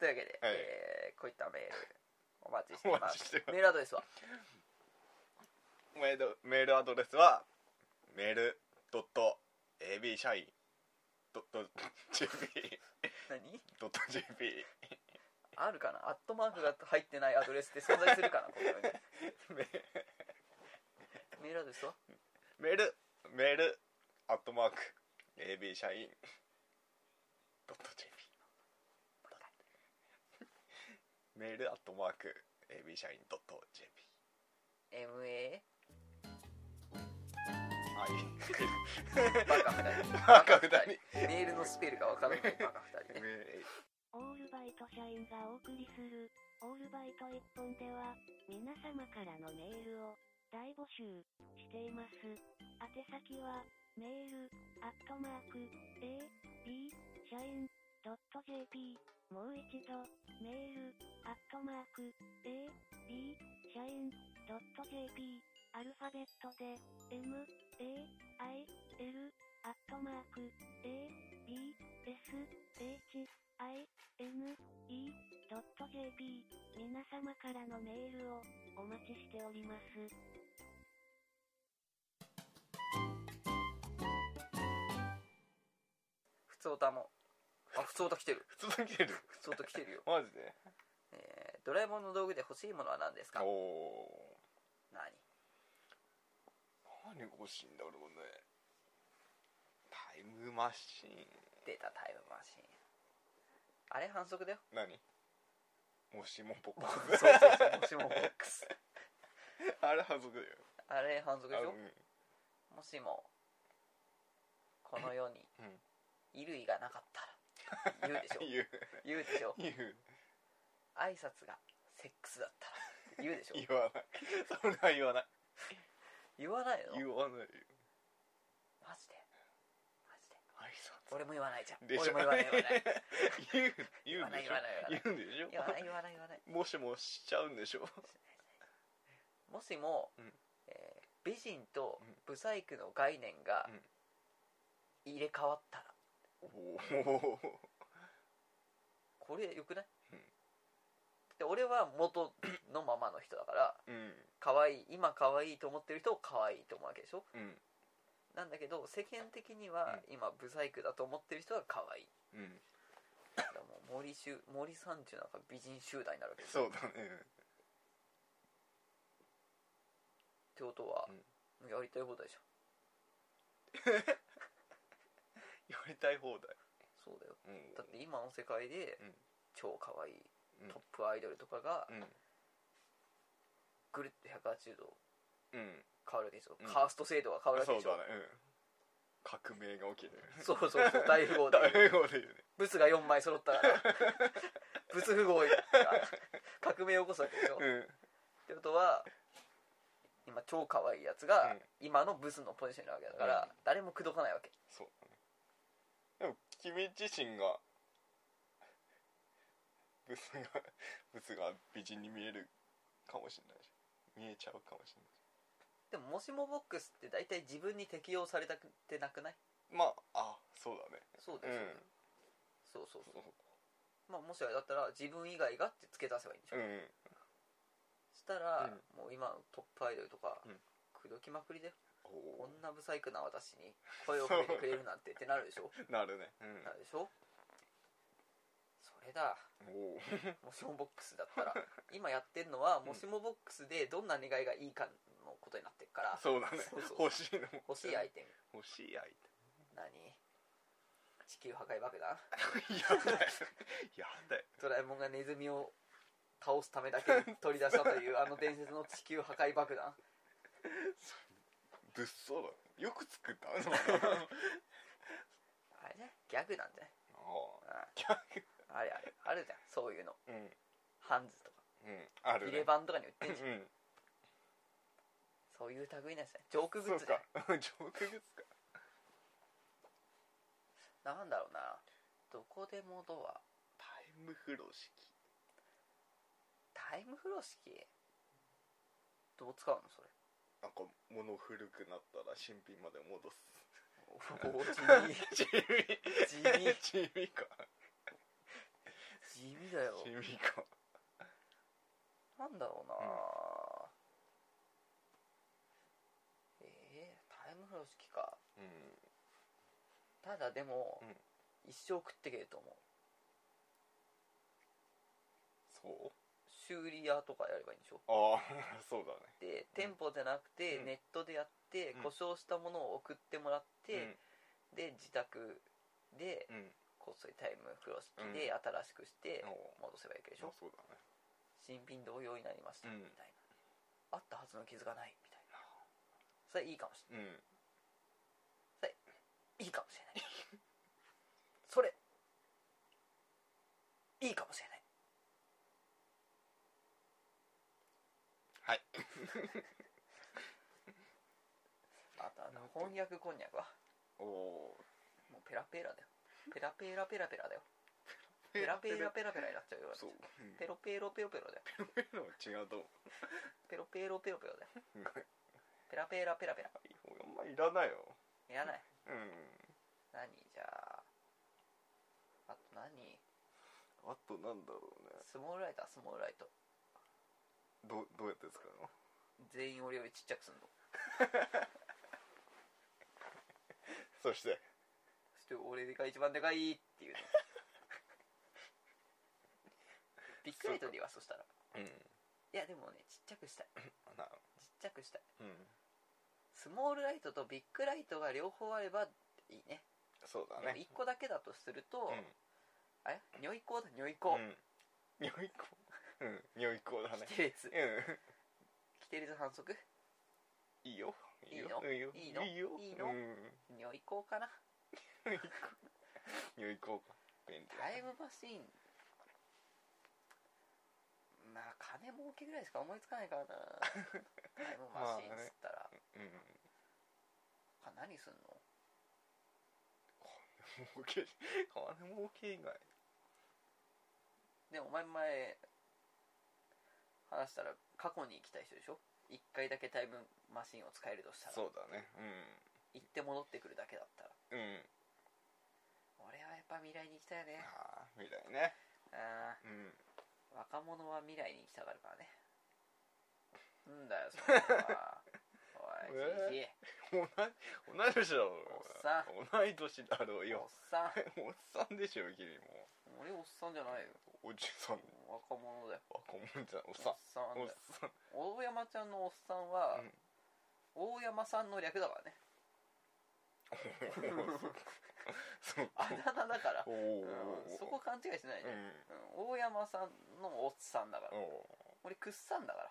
Speaker 1: というわけで、
Speaker 2: はい
Speaker 1: えーこういったメールお待ちして
Speaker 2: お
Speaker 1: いま
Speaker 2: 待ち
Speaker 1: す
Speaker 2: してます
Speaker 1: メールアドレスは
Speaker 2: メールメールアドレスはメールドット AB 社員ドット JP
Speaker 1: 何
Speaker 2: ドット JP
Speaker 1: あるかなアットマークが入ってないアドレスって存在するかなこの世に
Speaker 2: メ
Speaker 1: メールアドレスは
Speaker 2: メールメールアットマーク AB 社員ドット JP メールアットマーク AB 社員ドット JP
Speaker 1: MA
Speaker 2: はい
Speaker 1: バカ2人
Speaker 2: バカ二
Speaker 1: 人メ
Speaker 2: 人
Speaker 1: ールのスペルが分からないバカ2人ね
Speaker 3: オールバイト社員がお送りする、オールバイト一本では、皆様からのメールを大募集しています。宛先は、メール、アットマーク、a, b, 社員、ドット jp。もう一度、メール、アットマーク、a, b, 社員、ドット jp。アルファベットで、m, a, i, l, アットマーク、a, b, s, h, i n e j p 皆様からのメールをお待ちしております。
Speaker 1: 普通歌もあ普通歌来てる
Speaker 2: 普通にける
Speaker 1: 普通歌来てるよ、
Speaker 2: マジで
Speaker 1: えードラえもんの道具で欲しいものは何ですか
Speaker 2: おお
Speaker 1: 何
Speaker 2: 何が欲しいんだろうねタイムマシーン
Speaker 1: データタイムマシンあれ反則だよ
Speaker 2: 何もしもポッ
Speaker 1: [laughs] そ
Speaker 2: プ
Speaker 1: うそうそうもしもボックス
Speaker 2: あれ反則だよ
Speaker 1: あれ反則でし
Speaker 2: あ
Speaker 1: ょ
Speaker 2: う、ん
Speaker 1: もしもこの世に
Speaker 2: うん
Speaker 1: 衣類がなかったら言うで
Speaker 2: [laughs]
Speaker 1: しょ
Speaker 2: 言う
Speaker 1: 言うでしょ
Speaker 2: 言う
Speaker 1: 挨拶がセックスだったら言うでしょ
Speaker 2: 言わないそれは言わない
Speaker 1: 言わないの
Speaker 2: 言わないよ
Speaker 1: マジでマジで
Speaker 2: 挨拶
Speaker 1: 俺も言わないじゃん
Speaker 2: で
Speaker 1: 俺
Speaker 2: しょ
Speaker 1: も言わない言わない
Speaker 2: [laughs] 言う言うんでし
Speaker 1: 言わない
Speaker 2: ょ言うんでしょ
Speaker 1: 言わない言わない言わない
Speaker 2: もしもしちゃうん
Speaker 1: [laughs]
Speaker 2: でしょ
Speaker 1: もしも、
Speaker 2: うん
Speaker 1: えー美人と
Speaker 2: うん
Speaker 1: ブサイクの概念が
Speaker 2: うん
Speaker 1: 入れ替わったら
Speaker 2: おお
Speaker 1: これよくない、
Speaker 2: うん
Speaker 1: で俺は元のままの人だから
Speaker 2: うん
Speaker 1: 可愛い今可愛いと思ってる人を可愛いと思うわけでしょ
Speaker 2: うん
Speaker 1: なんだけど世間的には今ブサイクだと思ってる人が可愛い
Speaker 2: うん
Speaker 1: だからもう森集森三中なんか美人集団になるわけですよ
Speaker 2: そうだね
Speaker 1: ってことは
Speaker 2: うん、
Speaker 1: もうやりたいことでしょ
Speaker 2: やりたい放題
Speaker 1: そうだよ
Speaker 2: うん
Speaker 1: だって今の世界で、
Speaker 2: うん
Speaker 1: 超可愛い
Speaker 2: うん
Speaker 1: トップアイドルとかが
Speaker 2: うん
Speaker 1: ぐるっと180度
Speaker 2: うん
Speaker 1: 変わるわけでしょ、
Speaker 2: うん
Speaker 1: カースト制度が変わるわけ
Speaker 2: そ
Speaker 1: で
Speaker 2: う
Speaker 1: しょ
Speaker 2: だねうん革命が起きる
Speaker 1: そうそうそう大富豪
Speaker 2: [laughs]
Speaker 1: で
Speaker 2: 大放題よね
Speaker 1: ブスが4枚揃
Speaker 2: [laughs]
Speaker 1: ったらブス不合意革命を起こすわけでしょ、
Speaker 2: う
Speaker 1: っ
Speaker 2: ん
Speaker 1: てことは今超可愛いやつが、今のブスのポジションなわけだから、
Speaker 2: う
Speaker 1: 誰も口説かないわけ
Speaker 2: そうだねでも君自身がブスがブスが美人に見えるかもしれないし見えちゃうかもしれない
Speaker 1: でももしもボックスって大体自分に適用されたくてなくない
Speaker 2: まああそうだね
Speaker 1: そう
Speaker 2: う
Speaker 1: です、
Speaker 2: ん
Speaker 1: そうそうそう
Speaker 2: そう
Speaker 1: まあもしあれだったら自分以外がって付け出せばいいんでしょ、
Speaker 2: うん
Speaker 1: したら、
Speaker 2: うん
Speaker 1: もう今のトップアイドルとか
Speaker 2: うん
Speaker 1: 口説きまくりだよ、
Speaker 2: お
Speaker 1: こ
Speaker 2: お
Speaker 1: んな不細工な私に声をかけてくれるなんてってなるでしょ
Speaker 2: なるねうん
Speaker 1: なるでしょそれだ
Speaker 2: おお
Speaker 1: もしもボックスだ
Speaker 2: [laughs]
Speaker 1: ったら今やってるのはもしもボックスでどんな願いがいいかのことになってるから
Speaker 2: そうだね
Speaker 1: そうそう
Speaker 2: 欲しいのも
Speaker 1: 欲しいアイテム
Speaker 2: 欲しいアイ
Speaker 1: 何地球破壊爆弾
Speaker 2: テムやだよ [laughs] やだよ
Speaker 1: ドラえもんがネズミを倒すためだけ
Speaker 2: [laughs]
Speaker 1: に取り出したというあの伝説の地球破壊爆弾
Speaker 2: 物騒だねよく作 [laughs] ったねあ
Speaker 1: あれねギャグなんじゃないう
Speaker 2: あ
Speaker 1: ん
Speaker 2: ギャグ
Speaker 1: あれあれあるじゃんそういうの
Speaker 2: うん
Speaker 1: ハンズとか
Speaker 2: うんある
Speaker 1: 入
Speaker 2: ね
Speaker 1: れ歯とかに売って
Speaker 2: うん
Speaker 1: じゃん
Speaker 2: ん
Speaker 1: そういう類のやつねジョークグ
Speaker 2: そ
Speaker 1: ッ
Speaker 2: う
Speaker 1: ズじゃん
Speaker 2: かジョークグッズか
Speaker 1: なんだろうなどこでもドア
Speaker 2: タイム風呂敷
Speaker 1: タイム風呂敷どう使うのそれ
Speaker 2: なんか物古くなったら新品まで戻す
Speaker 1: おお地味
Speaker 2: 地味
Speaker 1: 地味
Speaker 2: 地味か
Speaker 1: 地味だよ
Speaker 2: [laughs] 地味か
Speaker 1: なんだろうな、えー、タイム風呂敷か
Speaker 2: うん
Speaker 1: ただでも、
Speaker 2: うん
Speaker 1: 一生食ってけると思う
Speaker 2: そう
Speaker 1: 修理屋とかやればいいんでしょ
Speaker 2: ああそうだね
Speaker 1: で店舗じゃなくて、
Speaker 2: うん
Speaker 1: ネットでやって、
Speaker 2: うん
Speaker 1: 故障したものを送ってもらって、で自宅で
Speaker 2: うんうん
Speaker 1: こっそりタイム風呂敷で新しくして
Speaker 2: お
Speaker 1: 戻せばいいわけでし
Speaker 2: そ
Speaker 1: ょ
Speaker 2: う、そうだね
Speaker 1: 新品同様になりました、
Speaker 2: うん
Speaker 1: みたいなあったはずの傷がないみたいなそれいいかもしれ
Speaker 2: うん
Speaker 1: ないいいかもしれないそれいいかもしれない
Speaker 2: はい
Speaker 1: [laughs] あとあの翻訳こんにゃくは
Speaker 2: おお
Speaker 1: もうペラペラだよペラペラペラペラだよペラペラペラペラになっちゃうよ
Speaker 2: そううん
Speaker 1: ペロペロペロペロだよ
Speaker 2: ペロペロは違うと思う
Speaker 1: ペロペロペロペロだよ
Speaker 2: うん
Speaker 1: ペラペラペラペラ
Speaker 2: あんまいらないよ
Speaker 1: いらない
Speaker 2: うん
Speaker 1: 何じゃああと何
Speaker 2: あとなんだろうね
Speaker 1: スモールライトはスモールライト
Speaker 2: どどうやって使うの
Speaker 1: 全員俺よりちっちゃくすんの
Speaker 2: そして
Speaker 1: そして俺が一番でかいって [laughs] いうのビッグライトでいいわそしたらい
Speaker 2: うん
Speaker 1: やでもねちっちゃくしたいちっ
Speaker 2: な
Speaker 1: ちゃくしたい
Speaker 2: うん
Speaker 1: スモールライトとビッグライトが両方あればいいね
Speaker 2: そうだ
Speaker 1: でも
Speaker 2: ね
Speaker 1: 1個だけだとすると、
Speaker 2: うん
Speaker 1: あれにょいこうだにょいこう、
Speaker 2: ん、尿意 [laughs] 行
Speaker 1: [laughs]
Speaker 2: うん尿意行だね
Speaker 1: 規定列
Speaker 2: うん
Speaker 1: 規定列反則
Speaker 2: いいよ
Speaker 1: いいの
Speaker 2: いいよ
Speaker 1: いいの
Speaker 2: いいよ
Speaker 1: いいの
Speaker 2: うん
Speaker 1: にょいこうかな
Speaker 2: 匂い効果便利だ
Speaker 1: タイムマシーンまあ金儲けぐらいしか思いつかない [laughs] からなタイムマシーンっつったら、
Speaker 2: うん
Speaker 1: 他何すんの
Speaker 2: 儲け金儲け以外
Speaker 1: でお前前話したら過去に行きたい人でしょ一回だけタイムマシンを使えるとしたら
Speaker 2: そ
Speaker 1: 行
Speaker 2: うだね
Speaker 1: って戻ってくるだけだったら
Speaker 2: うんうん
Speaker 1: 俺はやっぱ未来に行きたいよね
Speaker 2: ああ未来ね
Speaker 1: あ
Speaker 2: うん
Speaker 1: ー若者は未来に行きたがるからねうんだよそれ
Speaker 2: [laughs]
Speaker 1: はおいじじい
Speaker 2: 同い同い年だろ
Speaker 1: おっさ
Speaker 2: 同い年だろう
Speaker 1: お
Speaker 2: よ
Speaker 1: っさん
Speaker 2: おっさんでしょギリも
Speaker 1: 俺おっさんじゃないよ
Speaker 2: うおじさん
Speaker 1: 若者だよ
Speaker 2: 若者じゃんお
Speaker 1: お
Speaker 2: っさん
Speaker 1: っさん
Speaker 2: お
Speaker 1: だ
Speaker 2: っ
Speaker 1: よ
Speaker 2: さん
Speaker 1: 大山ちゃんのおっさんは、
Speaker 2: うん
Speaker 1: 大山さんの略だからね [laughs]
Speaker 2: そう
Speaker 1: あだ名だから
Speaker 2: お
Speaker 1: う
Speaker 2: お
Speaker 1: んそこ勘違いしないで、
Speaker 2: うん
Speaker 1: うん大山さんのおっさんだから
Speaker 2: おお
Speaker 1: 俺くっさんだか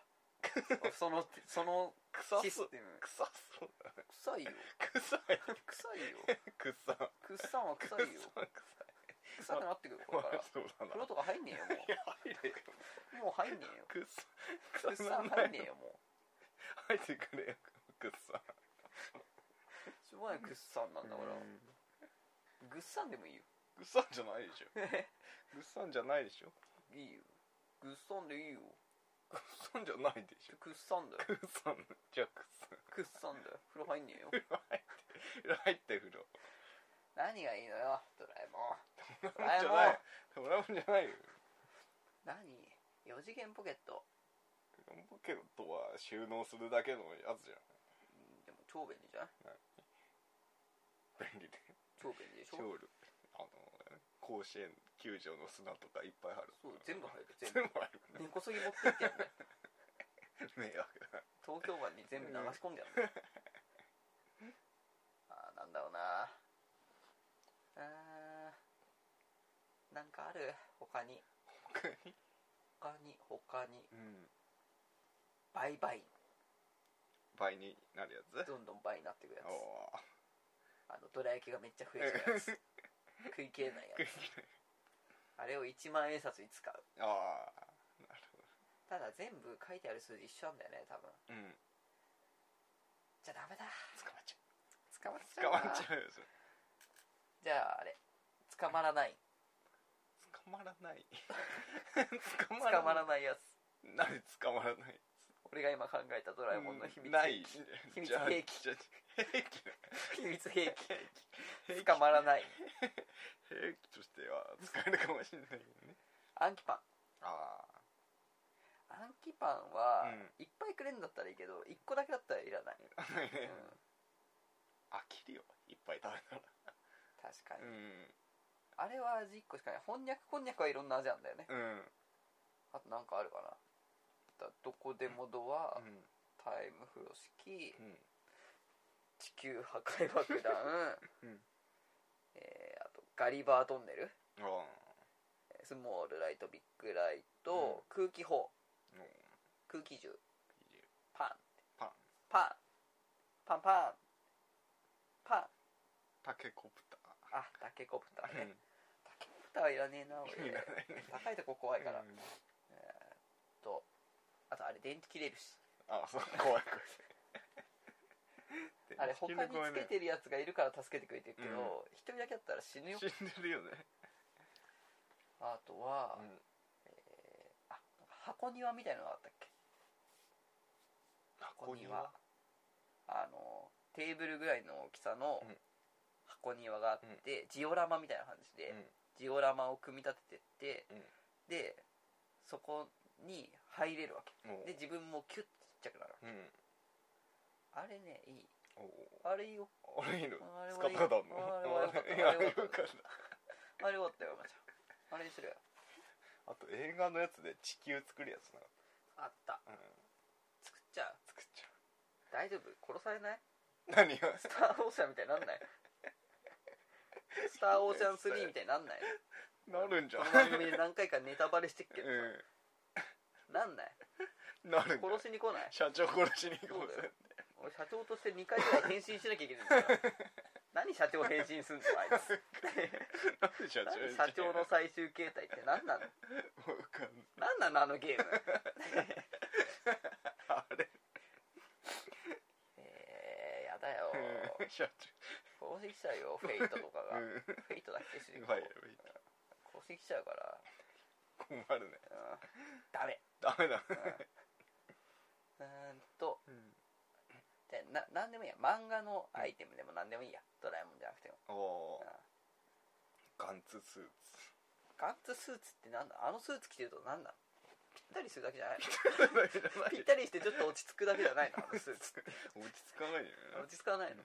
Speaker 1: ら
Speaker 2: [laughs]
Speaker 1: そのその
Speaker 2: 臭
Speaker 1: シ
Speaker 2: そ
Speaker 1: ス
Speaker 2: う
Speaker 1: テム
Speaker 2: 臭そうだ
Speaker 1: 臭いよ
Speaker 2: 臭い
Speaker 1: 臭いよ
Speaker 2: 臭臭
Speaker 1: くっさんは臭いよ
Speaker 2: 臭い
Speaker 1: 臭くなってくる
Speaker 2: ま
Speaker 1: これか
Speaker 2: あ
Speaker 1: ら
Speaker 2: そうだな
Speaker 1: 風呂とか入んねえ
Speaker 2: いや入れよ
Speaker 1: よもうもう入んねえよ
Speaker 2: くっさ
Speaker 1: くっさん
Speaker 2: 入
Speaker 1: 入んねえよも
Speaker 2: 入ってくれよくっさ
Speaker 1: うしょうがないくっさんなんだからぐっさんでもいいよ [laughs]
Speaker 2: くっさんじゃないでしょくっさんじゃないでしょ
Speaker 1: いいよぐっさんでいいよ
Speaker 2: くっさんじゃないでしょ
Speaker 1: くっさんだよ
Speaker 2: くっさんじゃあくっさん
Speaker 1: くっさんだよ風呂入んねえよ
Speaker 2: 風呂入って入って風呂
Speaker 1: 何がいいのよドラえもん
Speaker 2: ドラえもんドラえもんじゃないよ
Speaker 1: 何4次元ポケット
Speaker 2: ポケットは収納するだけのやつじゃ
Speaker 1: うんでも超便利じゃん
Speaker 2: ん便利で
Speaker 1: 超便利でし
Speaker 2: ショ
Speaker 1: ょ
Speaker 2: ールあの甲子園球場の砂とかいっぱいある
Speaker 1: そう全部入る全
Speaker 2: 全
Speaker 1: 部
Speaker 2: 部ある
Speaker 1: 根こそぎ持って
Speaker 2: [laughs]
Speaker 1: ってやんだよ
Speaker 2: 迷惑だ
Speaker 1: 東京湾に全部流し込んでやる、あーなんだろうなあーなんかある他に
Speaker 2: 他に
Speaker 1: 他に他に
Speaker 2: うん
Speaker 1: 倍倍
Speaker 2: 倍になるやつ
Speaker 1: どんどん倍になっていくやつ
Speaker 2: おー
Speaker 1: あのどら焼きがめっちゃ増えちゃうや
Speaker 2: [laughs]
Speaker 1: つ食いきれないやつあれを1万円札に使う
Speaker 2: ああなるほ
Speaker 1: ただ全部書いてある数字一緒なんだよね多分
Speaker 2: どうん
Speaker 1: じゃあダメだ
Speaker 2: 捕まっちゃ
Speaker 1: 捕まっち
Speaker 2: う捕
Speaker 1: ゃう
Speaker 2: ま
Speaker 1: な
Speaker 2: っちゃうよそれ
Speaker 1: じゃああれ捕まらない
Speaker 2: 捕まらない捕
Speaker 1: 捕まら
Speaker 2: い
Speaker 1: ないやつ
Speaker 2: なんで捕まらない
Speaker 1: 俺が今考えたドラえもんの秘密
Speaker 2: ない
Speaker 1: 秘密兵器
Speaker 2: じゃあじ [laughs] ゃあ兵器だ
Speaker 1: 秘密兵器
Speaker 2: 兵器
Speaker 1: 捕まらない
Speaker 2: 兵器としては使えるかもしれないけどね
Speaker 1: アンキパン
Speaker 2: あ
Speaker 1: アンキパンは
Speaker 2: う、ん
Speaker 1: いっぱいくれんだったらいいけど1個だけだったらいらない、
Speaker 2: あ
Speaker 1: うん、
Speaker 2: 飽きるよいっぱい食べたら
Speaker 1: 確かに、
Speaker 2: ん
Speaker 1: あれは味1個しかないこんにゃくこんにゃくはいろんな味あんだよね
Speaker 2: うん
Speaker 1: あとなんかあるかなだどこでもドア、
Speaker 2: うん
Speaker 1: タイム風呂敷
Speaker 2: うん
Speaker 1: 地球破壊爆弾、
Speaker 2: うん
Speaker 1: えーあとガリバートンネル
Speaker 2: ああ
Speaker 1: スモールライトビッグライト、空気砲
Speaker 2: うん
Speaker 1: 空気銃
Speaker 2: いいよ
Speaker 1: パン
Speaker 2: パン
Speaker 1: パンパンパンパン
Speaker 2: タケコプタ
Speaker 1: あタケコプター
Speaker 2: ー
Speaker 1: ねタケコプターはいらねえな
Speaker 2: うんい
Speaker 1: 俺
Speaker 2: らないね
Speaker 1: 高いとこ怖いから、
Speaker 2: うん
Speaker 1: とあとあれ電池切れるし
Speaker 2: あそう
Speaker 1: [laughs]
Speaker 2: 怖い怖い
Speaker 1: あれ他につけてるやつがいるから助けてくれてるけ
Speaker 2: うん
Speaker 1: ど一、人だけだったら死ぬよ
Speaker 2: 死んでるよね
Speaker 1: あとは、
Speaker 2: うん
Speaker 1: あなんか箱庭みたいなのがあったっけ
Speaker 2: 箱
Speaker 1: 箱庭あのテーブルぐらいの大きさの
Speaker 2: うん
Speaker 1: 箱庭があって、ジオラマみたいな感じで、
Speaker 2: うん
Speaker 1: ジオラマを組み立ててって、
Speaker 2: うん
Speaker 1: でそこに入れるわけ
Speaker 2: もう
Speaker 1: で自分もキュッてちっちゃくなるわけあ
Speaker 2: うん
Speaker 1: れねいい
Speaker 2: おお
Speaker 1: あれいいよ
Speaker 2: あれいいの
Speaker 1: あれ
Speaker 2: 使ったことあんの
Speaker 1: あれはよかった
Speaker 2: いや
Speaker 1: あれはよかった
Speaker 2: よかった
Speaker 1: あれ終わったよまちゃんあれにするよ
Speaker 2: あと映画のやつで地球作るやつな
Speaker 1: あった
Speaker 2: うん
Speaker 1: 作っちゃう
Speaker 2: 作っちゃう
Speaker 1: 大丈夫殺されない
Speaker 2: 何が
Speaker 1: スター・オーシャンみたいになんないスター・オーシャン3みたいになんない
Speaker 2: なるんじ
Speaker 1: こ
Speaker 2: ゃな
Speaker 1: の番組
Speaker 2: い
Speaker 1: で何回かネタバレしてっけどさ、な
Speaker 2: う
Speaker 1: んない
Speaker 2: んなるんじゃない
Speaker 1: 殺しに来ない
Speaker 2: 社長殺しに行こう
Speaker 1: そうだ
Speaker 2: ぜ
Speaker 1: 俺社長として2回ぐらい返信しなきゃいけないんだから何社長返信すんのあいつ
Speaker 2: なんで社
Speaker 1: 何社
Speaker 2: 長 [laughs]
Speaker 1: 長の最終形態って何なの
Speaker 2: わかんない
Speaker 1: 何なのあのゲーム
Speaker 2: あれ
Speaker 1: えー、やだよ
Speaker 2: 社
Speaker 1: 殺してきちゃうよフェイトとか
Speaker 2: 長
Speaker 1: が、
Speaker 2: うん
Speaker 1: フェイトだっけ主人公
Speaker 2: ファイ
Speaker 1: 殺してきちゃうから、
Speaker 2: 困るね
Speaker 1: うん、 [laughs] ダメ
Speaker 2: ダメ
Speaker 1: う
Speaker 2: だ
Speaker 1: んうーんと
Speaker 2: うん
Speaker 1: じゃあな何でもいいや漫画のアイテムでも何でもいいやドラえもんじゃなくても
Speaker 2: おお
Speaker 1: うん
Speaker 2: ガンツスーツ
Speaker 1: ガンツスーツってなんだあのスーツ着てるとなんだ [laughs] ぴったりするだけじゃないのぴっ
Speaker 2: 落
Speaker 1: たりしてちょっと落ち着くだけじゃ [laughs] ないのあのスーツって
Speaker 2: ち着かないよね
Speaker 1: 落ち着かないの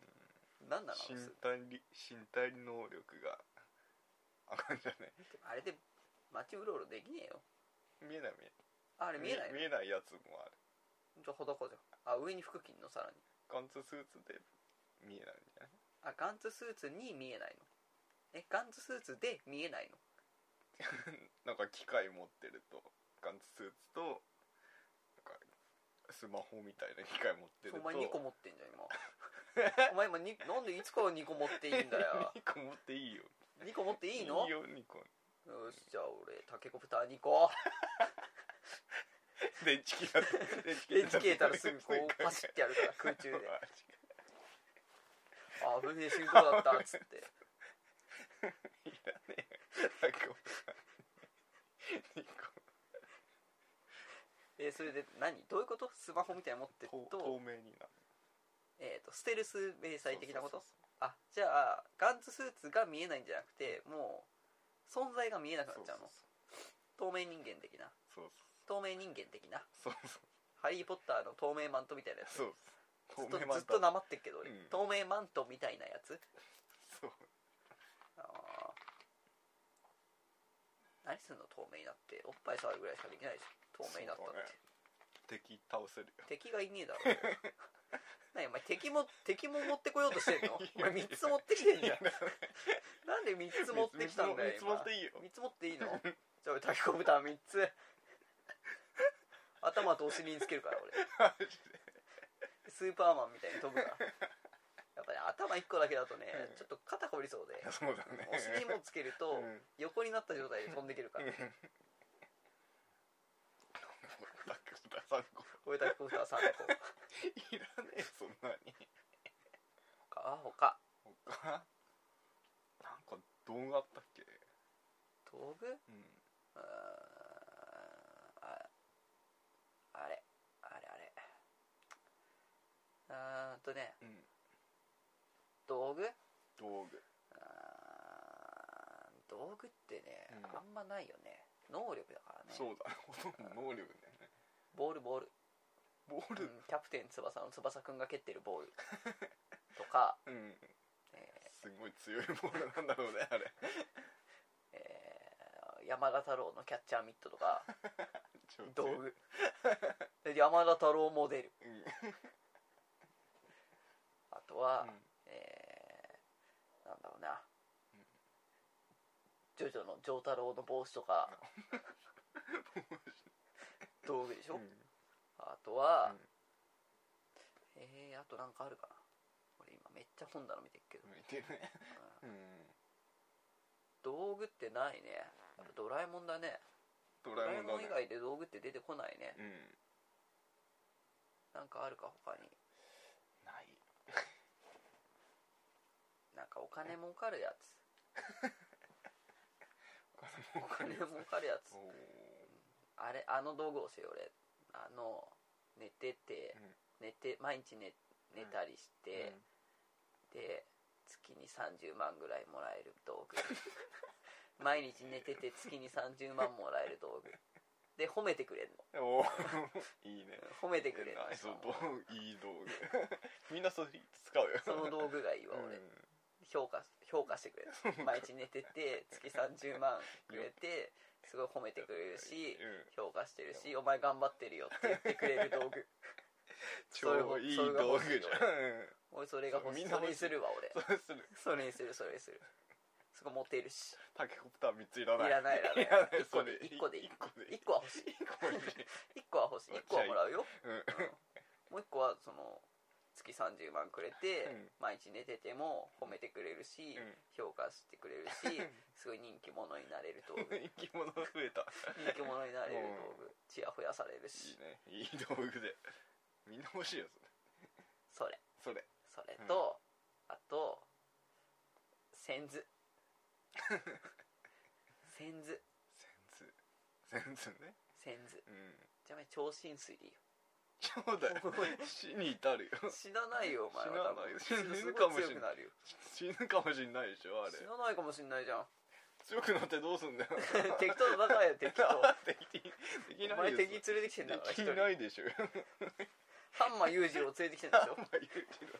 Speaker 1: 何なのあ
Speaker 2: 身
Speaker 1: のスーツ
Speaker 2: 体り身体能力があかんじゃない
Speaker 1: あれで街うろうろできねえよ
Speaker 2: 見えない見え
Speaker 1: ああれ
Speaker 2: ない
Speaker 1: 見えないの
Speaker 2: 見えないやつもある
Speaker 1: じゃあ裸じゃんあ上に服着んのさらに
Speaker 2: ガンツスーツで見えないんじゃない
Speaker 1: あガンツスーツに見えないのえガンツスーツで見えないの
Speaker 2: [laughs] なんか機械持ってるとガンツスーツとなんかスマホみたいな機械持ってる
Speaker 1: そう
Speaker 2: と
Speaker 1: お前2個持ってんじゃん今
Speaker 2: [laughs]
Speaker 1: お前今になんでいつから2個持っていいんだよ
Speaker 2: 2個持っていいよ
Speaker 1: 2個持っていいの
Speaker 2: いいよ2個
Speaker 1: よしじゃあ俺タケコプター2個
Speaker 2: [laughs] 電池切ら
Speaker 1: 電池消えたらすぐ
Speaker 2: [laughs]
Speaker 1: こうパシッてやるから空中で [laughs] あ危ねえ進行だったっつ
Speaker 2: [laughs]
Speaker 1: って
Speaker 2: いらねえよなんか2
Speaker 1: えそれで何どういうことスマホみたいなの持ってる
Speaker 2: 個と透
Speaker 1: と,、
Speaker 2: 明になる
Speaker 1: えー、とステルス迷彩的なこと
Speaker 2: そう
Speaker 1: あじゃあガンツスーツが見えないんじゃなくてもう存在が見えなくなっちゃうの透明人間的な
Speaker 2: そう
Speaker 1: 透明人間的な
Speaker 2: そうそう
Speaker 1: ハリー・ポッターの透明マントみたいなやつ
Speaker 2: そう
Speaker 1: ず
Speaker 2: そう
Speaker 1: っと
Speaker 2: マ
Speaker 1: ず
Speaker 2: ン
Speaker 1: っ
Speaker 2: タ
Speaker 1: となまってっけど俺、
Speaker 2: うん
Speaker 1: 透明マントみたいなやつ
Speaker 2: そう
Speaker 1: あー何すんの透明になっておっぱい触るぐらいしかできないでしょ透明になったって、
Speaker 2: そうだね敵倒せるよ
Speaker 1: 敵がいねえだ
Speaker 2: [laughs]
Speaker 1: ろ何お前敵も敵も持ってこようとしてん
Speaker 2: [laughs]
Speaker 1: のお前3つ持ってきてんじゃんなんで3つ持ってきたんだ
Speaker 2: [laughs]
Speaker 1: よ
Speaker 2: 三つ
Speaker 1: 今
Speaker 2: 持っていいよ
Speaker 1: 3つ持っていいのじゃあ俺炊き込むため3つ
Speaker 2: [laughs]
Speaker 1: 頭とお尻につけるから俺
Speaker 2: マジで
Speaker 1: スーパーマンみたいに飛ぶからやっぱね頭1個だけだとね
Speaker 2: うん
Speaker 1: ちょっと肩こりそうで
Speaker 2: そうだね
Speaker 1: お尻もつけると
Speaker 2: うん
Speaker 1: 横になった状態で飛んでいけるから
Speaker 2: うんタックだ三個
Speaker 1: 俺炊き込むた3個
Speaker 2: いらねえそんなに
Speaker 1: 他他
Speaker 2: 他なんか動画あったっけ
Speaker 1: 道具
Speaker 2: うん
Speaker 1: うーんああれあれあれうーんとね
Speaker 2: うん
Speaker 1: 道具う
Speaker 2: 道具
Speaker 1: ーん道具ってね、
Speaker 2: うん
Speaker 1: あんまないよね能力だからね
Speaker 2: そうだねほとんど能力だよね
Speaker 1: ボールボール、
Speaker 2: ボー
Speaker 1: う
Speaker 2: ル
Speaker 1: んキャプテン翼の翼くんが蹴ってるボールとか、
Speaker 2: うん
Speaker 1: え
Speaker 2: すごい強いボールなんだろうねあれ
Speaker 1: ーえー山田太郎のキャッチャーミットとか
Speaker 2: 超
Speaker 1: 道
Speaker 2: 強い
Speaker 1: 具山田太郎モデル
Speaker 2: うん
Speaker 1: あとは、
Speaker 2: うん
Speaker 1: えーなんだろうな、ジョジョの丈太郎の帽子と [laughs] か道具でしょ、
Speaker 2: うん
Speaker 1: あとは、
Speaker 2: うん
Speaker 1: えー、あとなんかあるかな俺今めっちゃ本棚見てるけど、
Speaker 2: 向いてるねうん
Speaker 1: 道具ってないねやっぱドラえもんだね
Speaker 2: ド
Speaker 1: ドラ
Speaker 2: ラ
Speaker 1: え
Speaker 2: え
Speaker 1: も
Speaker 2: も
Speaker 1: ん
Speaker 2: ん
Speaker 1: 以
Speaker 2: だね
Speaker 1: 外で道具って出てこないね、
Speaker 2: うん
Speaker 1: なんかあるか他に
Speaker 2: ない
Speaker 1: なんかお金儲かるやつ
Speaker 2: お
Speaker 1: お金
Speaker 2: 金
Speaker 1: 儲
Speaker 2: も
Speaker 1: かるやつ
Speaker 2: おお
Speaker 1: あれあの道具を教えよ俺あの寝てて、寝て毎日寝寝たりして、で月に30万ぐらいもらえる道
Speaker 2: [laughs]
Speaker 1: 具毎日寝てて月に30万もらえる道具で褒めてくれんの
Speaker 2: おーいいね
Speaker 1: 褒めてくれるの
Speaker 2: 何
Speaker 1: し
Speaker 2: そ
Speaker 1: か
Speaker 2: の
Speaker 1: も
Speaker 2: 道具いい
Speaker 1: [laughs]
Speaker 2: 道具みんなそれ使うよ
Speaker 1: その道具がいいわ俺、
Speaker 2: うん
Speaker 1: 評価評価してくれる毎日寝てて月30万くれてすごい褒めてくれるし
Speaker 2: うん
Speaker 1: 評価してるしお前頑張ってるよって言ってくれる道
Speaker 2: [laughs]
Speaker 1: 具
Speaker 2: 超いい道具じゃん
Speaker 1: 俺それが欲しい
Speaker 2: みんな
Speaker 1: そ
Speaker 2: 欲
Speaker 1: れに
Speaker 2: しい
Speaker 1: するわ俺
Speaker 2: それする
Speaker 1: それにするそれにするすごいモテるし
Speaker 2: タケコプター3ついらない
Speaker 1: いらないいらない一個で
Speaker 2: それ
Speaker 1: 一個でいい
Speaker 2: 一個で
Speaker 1: 1
Speaker 2: いい
Speaker 1: 個は欲しい
Speaker 2: 一個でいい
Speaker 1: 1個は欲しい1個はもらうよ
Speaker 2: うん
Speaker 1: もう1個はその月30万くれて、
Speaker 2: うん
Speaker 1: 毎日寝てても褒めてくれるし、
Speaker 2: うん
Speaker 1: 評価してくれるしすごい人気者になれる
Speaker 2: [laughs]
Speaker 1: 道具
Speaker 2: 生き物増えた
Speaker 1: 人気者になれる道具ちやほやされる
Speaker 2: い
Speaker 1: し
Speaker 2: いねいい道具でみんな欲しいよ
Speaker 1: それ
Speaker 2: それ
Speaker 1: それと、あと線
Speaker 2: [laughs]
Speaker 1: 図線図
Speaker 2: それセンスセンスね
Speaker 1: 線図
Speaker 2: うん
Speaker 1: じゃあお前超浸水でいいよ
Speaker 2: そうだよ死に至るよ
Speaker 1: [laughs] 死なないよお前は多分
Speaker 2: 死なないよ
Speaker 1: すご
Speaker 2: 死ぬかもし
Speaker 1: 強
Speaker 2: れ
Speaker 1: く
Speaker 2: な
Speaker 1: なるよ
Speaker 2: 死ぬかもしんないでしょあれ
Speaker 1: 死なないかもしんないじゃん [laughs]
Speaker 2: 強くなってどうすんだよ
Speaker 1: 適当だからよ適
Speaker 2: [laughs]
Speaker 1: 当
Speaker 2: 敵敵
Speaker 1: お
Speaker 2: な
Speaker 1: 前
Speaker 2: い
Speaker 1: 敵
Speaker 2: です
Speaker 1: 連れてきてんだから一
Speaker 2: 敵
Speaker 1: 人
Speaker 2: ないでしょ
Speaker 1: ハンマー裕次郎連れて
Speaker 2: [laughs]
Speaker 1: きてんでし
Speaker 2: あ
Speaker 1: ょ
Speaker 2: んま言うけど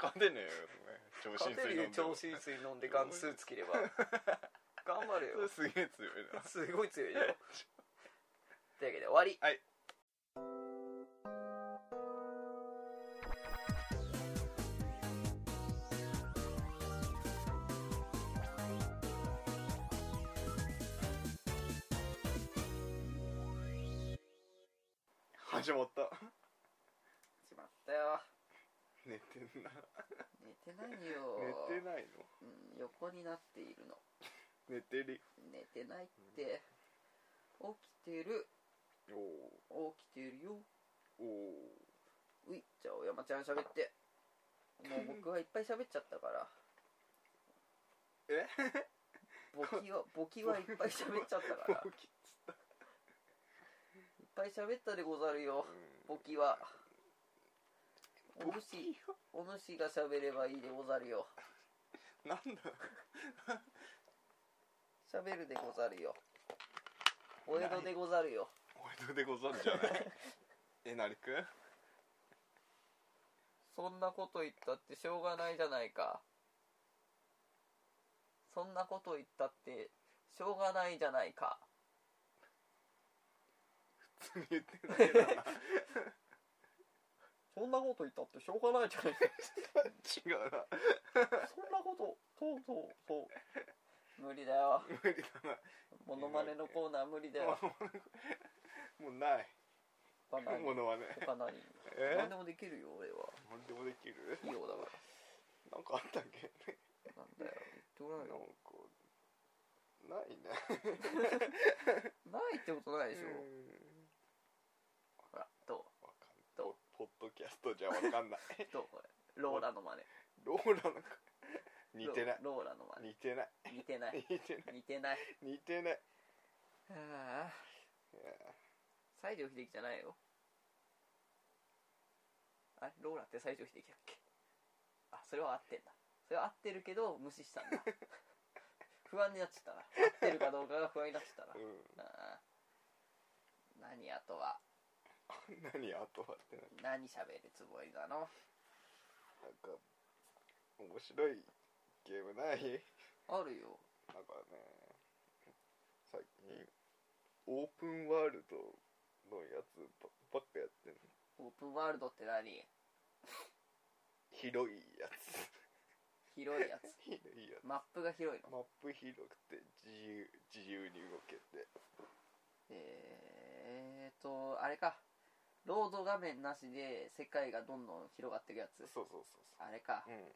Speaker 2: 勝てねえよお前超
Speaker 1: 勝
Speaker 2: 新
Speaker 1: てる
Speaker 2: 水飲
Speaker 1: よ
Speaker 2: んで
Speaker 1: 超浸水飲んでガンスーツ着れ
Speaker 2: [laughs]
Speaker 1: ば頑張るよ
Speaker 2: それすげえ強いな
Speaker 1: すごい強いよというわけで終わり
Speaker 2: はい始まった
Speaker 1: しまったよ
Speaker 2: [laughs] 寝てんな
Speaker 1: 寝てないよ
Speaker 2: 寝てないの
Speaker 1: うん横になっているの
Speaker 2: 寝てる
Speaker 1: 寝てないって起きてる
Speaker 2: よお
Speaker 1: 起きてるよ
Speaker 2: ーお
Speaker 1: ういじゃあお山ちゃん喋ってもう僕はいっぱい喋っちゃったから
Speaker 2: ーえ
Speaker 1: ボキ [laughs] はボキはいっぱい喋っちゃったからいっ
Speaker 2: ボキっつった
Speaker 1: ぱい喋ったでござるよ
Speaker 2: うん
Speaker 1: ボキはお
Speaker 2: ボ
Speaker 1: 主お主が喋ればいいでござるよ
Speaker 2: なんだ
Speaker 1: 喋るでござるよお江戸でござるよ
Speaker 2: 俺のでござるじゃ [laughs] ないえなりくん
Speaker 1: そんなこと言ったってしょうがないじゃないかそんなこと言ったってしょうがないじゃないか
Speaker 2: 普通に言ってるだけだな
Speaker 1: そんなこと言ったってしょうがないじゃないか
Speaker 2: 違うな
Speaker 1: そんなことそうそうそう無理だよ
Speaker 2: 無理だな
Speaker 1: モノマネのコーナー無理だ [laughs] よ
Speaker 2: もうない
Speaker 1: 他何
Speaker 2: ものはね
Speaker 1: 他何
Speaker 2: え
Speaker 1: 何でもできるよ俺は
Speaker 2: 何でもできる
Speaker 1: いいよだか
Speaker 2: なんかあったっけ
Speaker 1: らなんだよ言って
Speaker 2: な
Speaker 1: も
Speaker 2: ん
Speaker 1: らう
Speaker 2: か
Speaker 1: よ
Speaker 2: ないね
Speaker 1: ないってことないでしょ
Speaker 2: うん
Speaker 1: ほらど
Speaker 2: わかんない
Speaker 1: どう
Speaker 2: ポポッドキャストじゃわかんないう
Speaker 1: [laughs] どうこれローラの真似
Speaker 2: ローラなんか似てない
Speaker 1: ローラの真
Speaker 2: 似てない
Speaker 1: 似似て [laughs] ない
Speaker 2: 似てない
Speaker 1: 似てない
Speaker 2: 似てない
Speaker 1: ああ
Speaker 2: いや
Speaker 1: 西城秀樹じゃないよあれローラって西城秀樹だっけあそれは合ってんだそれは合ってるけど無視したんだ [laughs] 不安になっちゃったな合ってるかどうかが不安になっちゃったな
Speaker 2: うん
Speaker 1: あー何あとは
Speaker 2: 何あとはってない
Speaker 1: 何喋るつもりなの
Speaker 2: なんか面白いゲームない
Speaker 1: あるよ
Speaker 2: なんかね最近オープンワールドのやつばばっかやってんの
Speaker 1: オープンワールドって何
Speaker 2: 広いやつ
Speaker 1: 広いやつ [laughs]
Speaker 2: 広いやつ
Speaker 1: マップが広いの
Speaker 2: [laughs] マップ広くて自由自由に動けて
Speaker 1: えーとあれかロード画面なしで世界がどんどん広がっていくやつ
Speaker 2: そうそうそうそ
Speaker 1: あれか
Speaker 2: ううん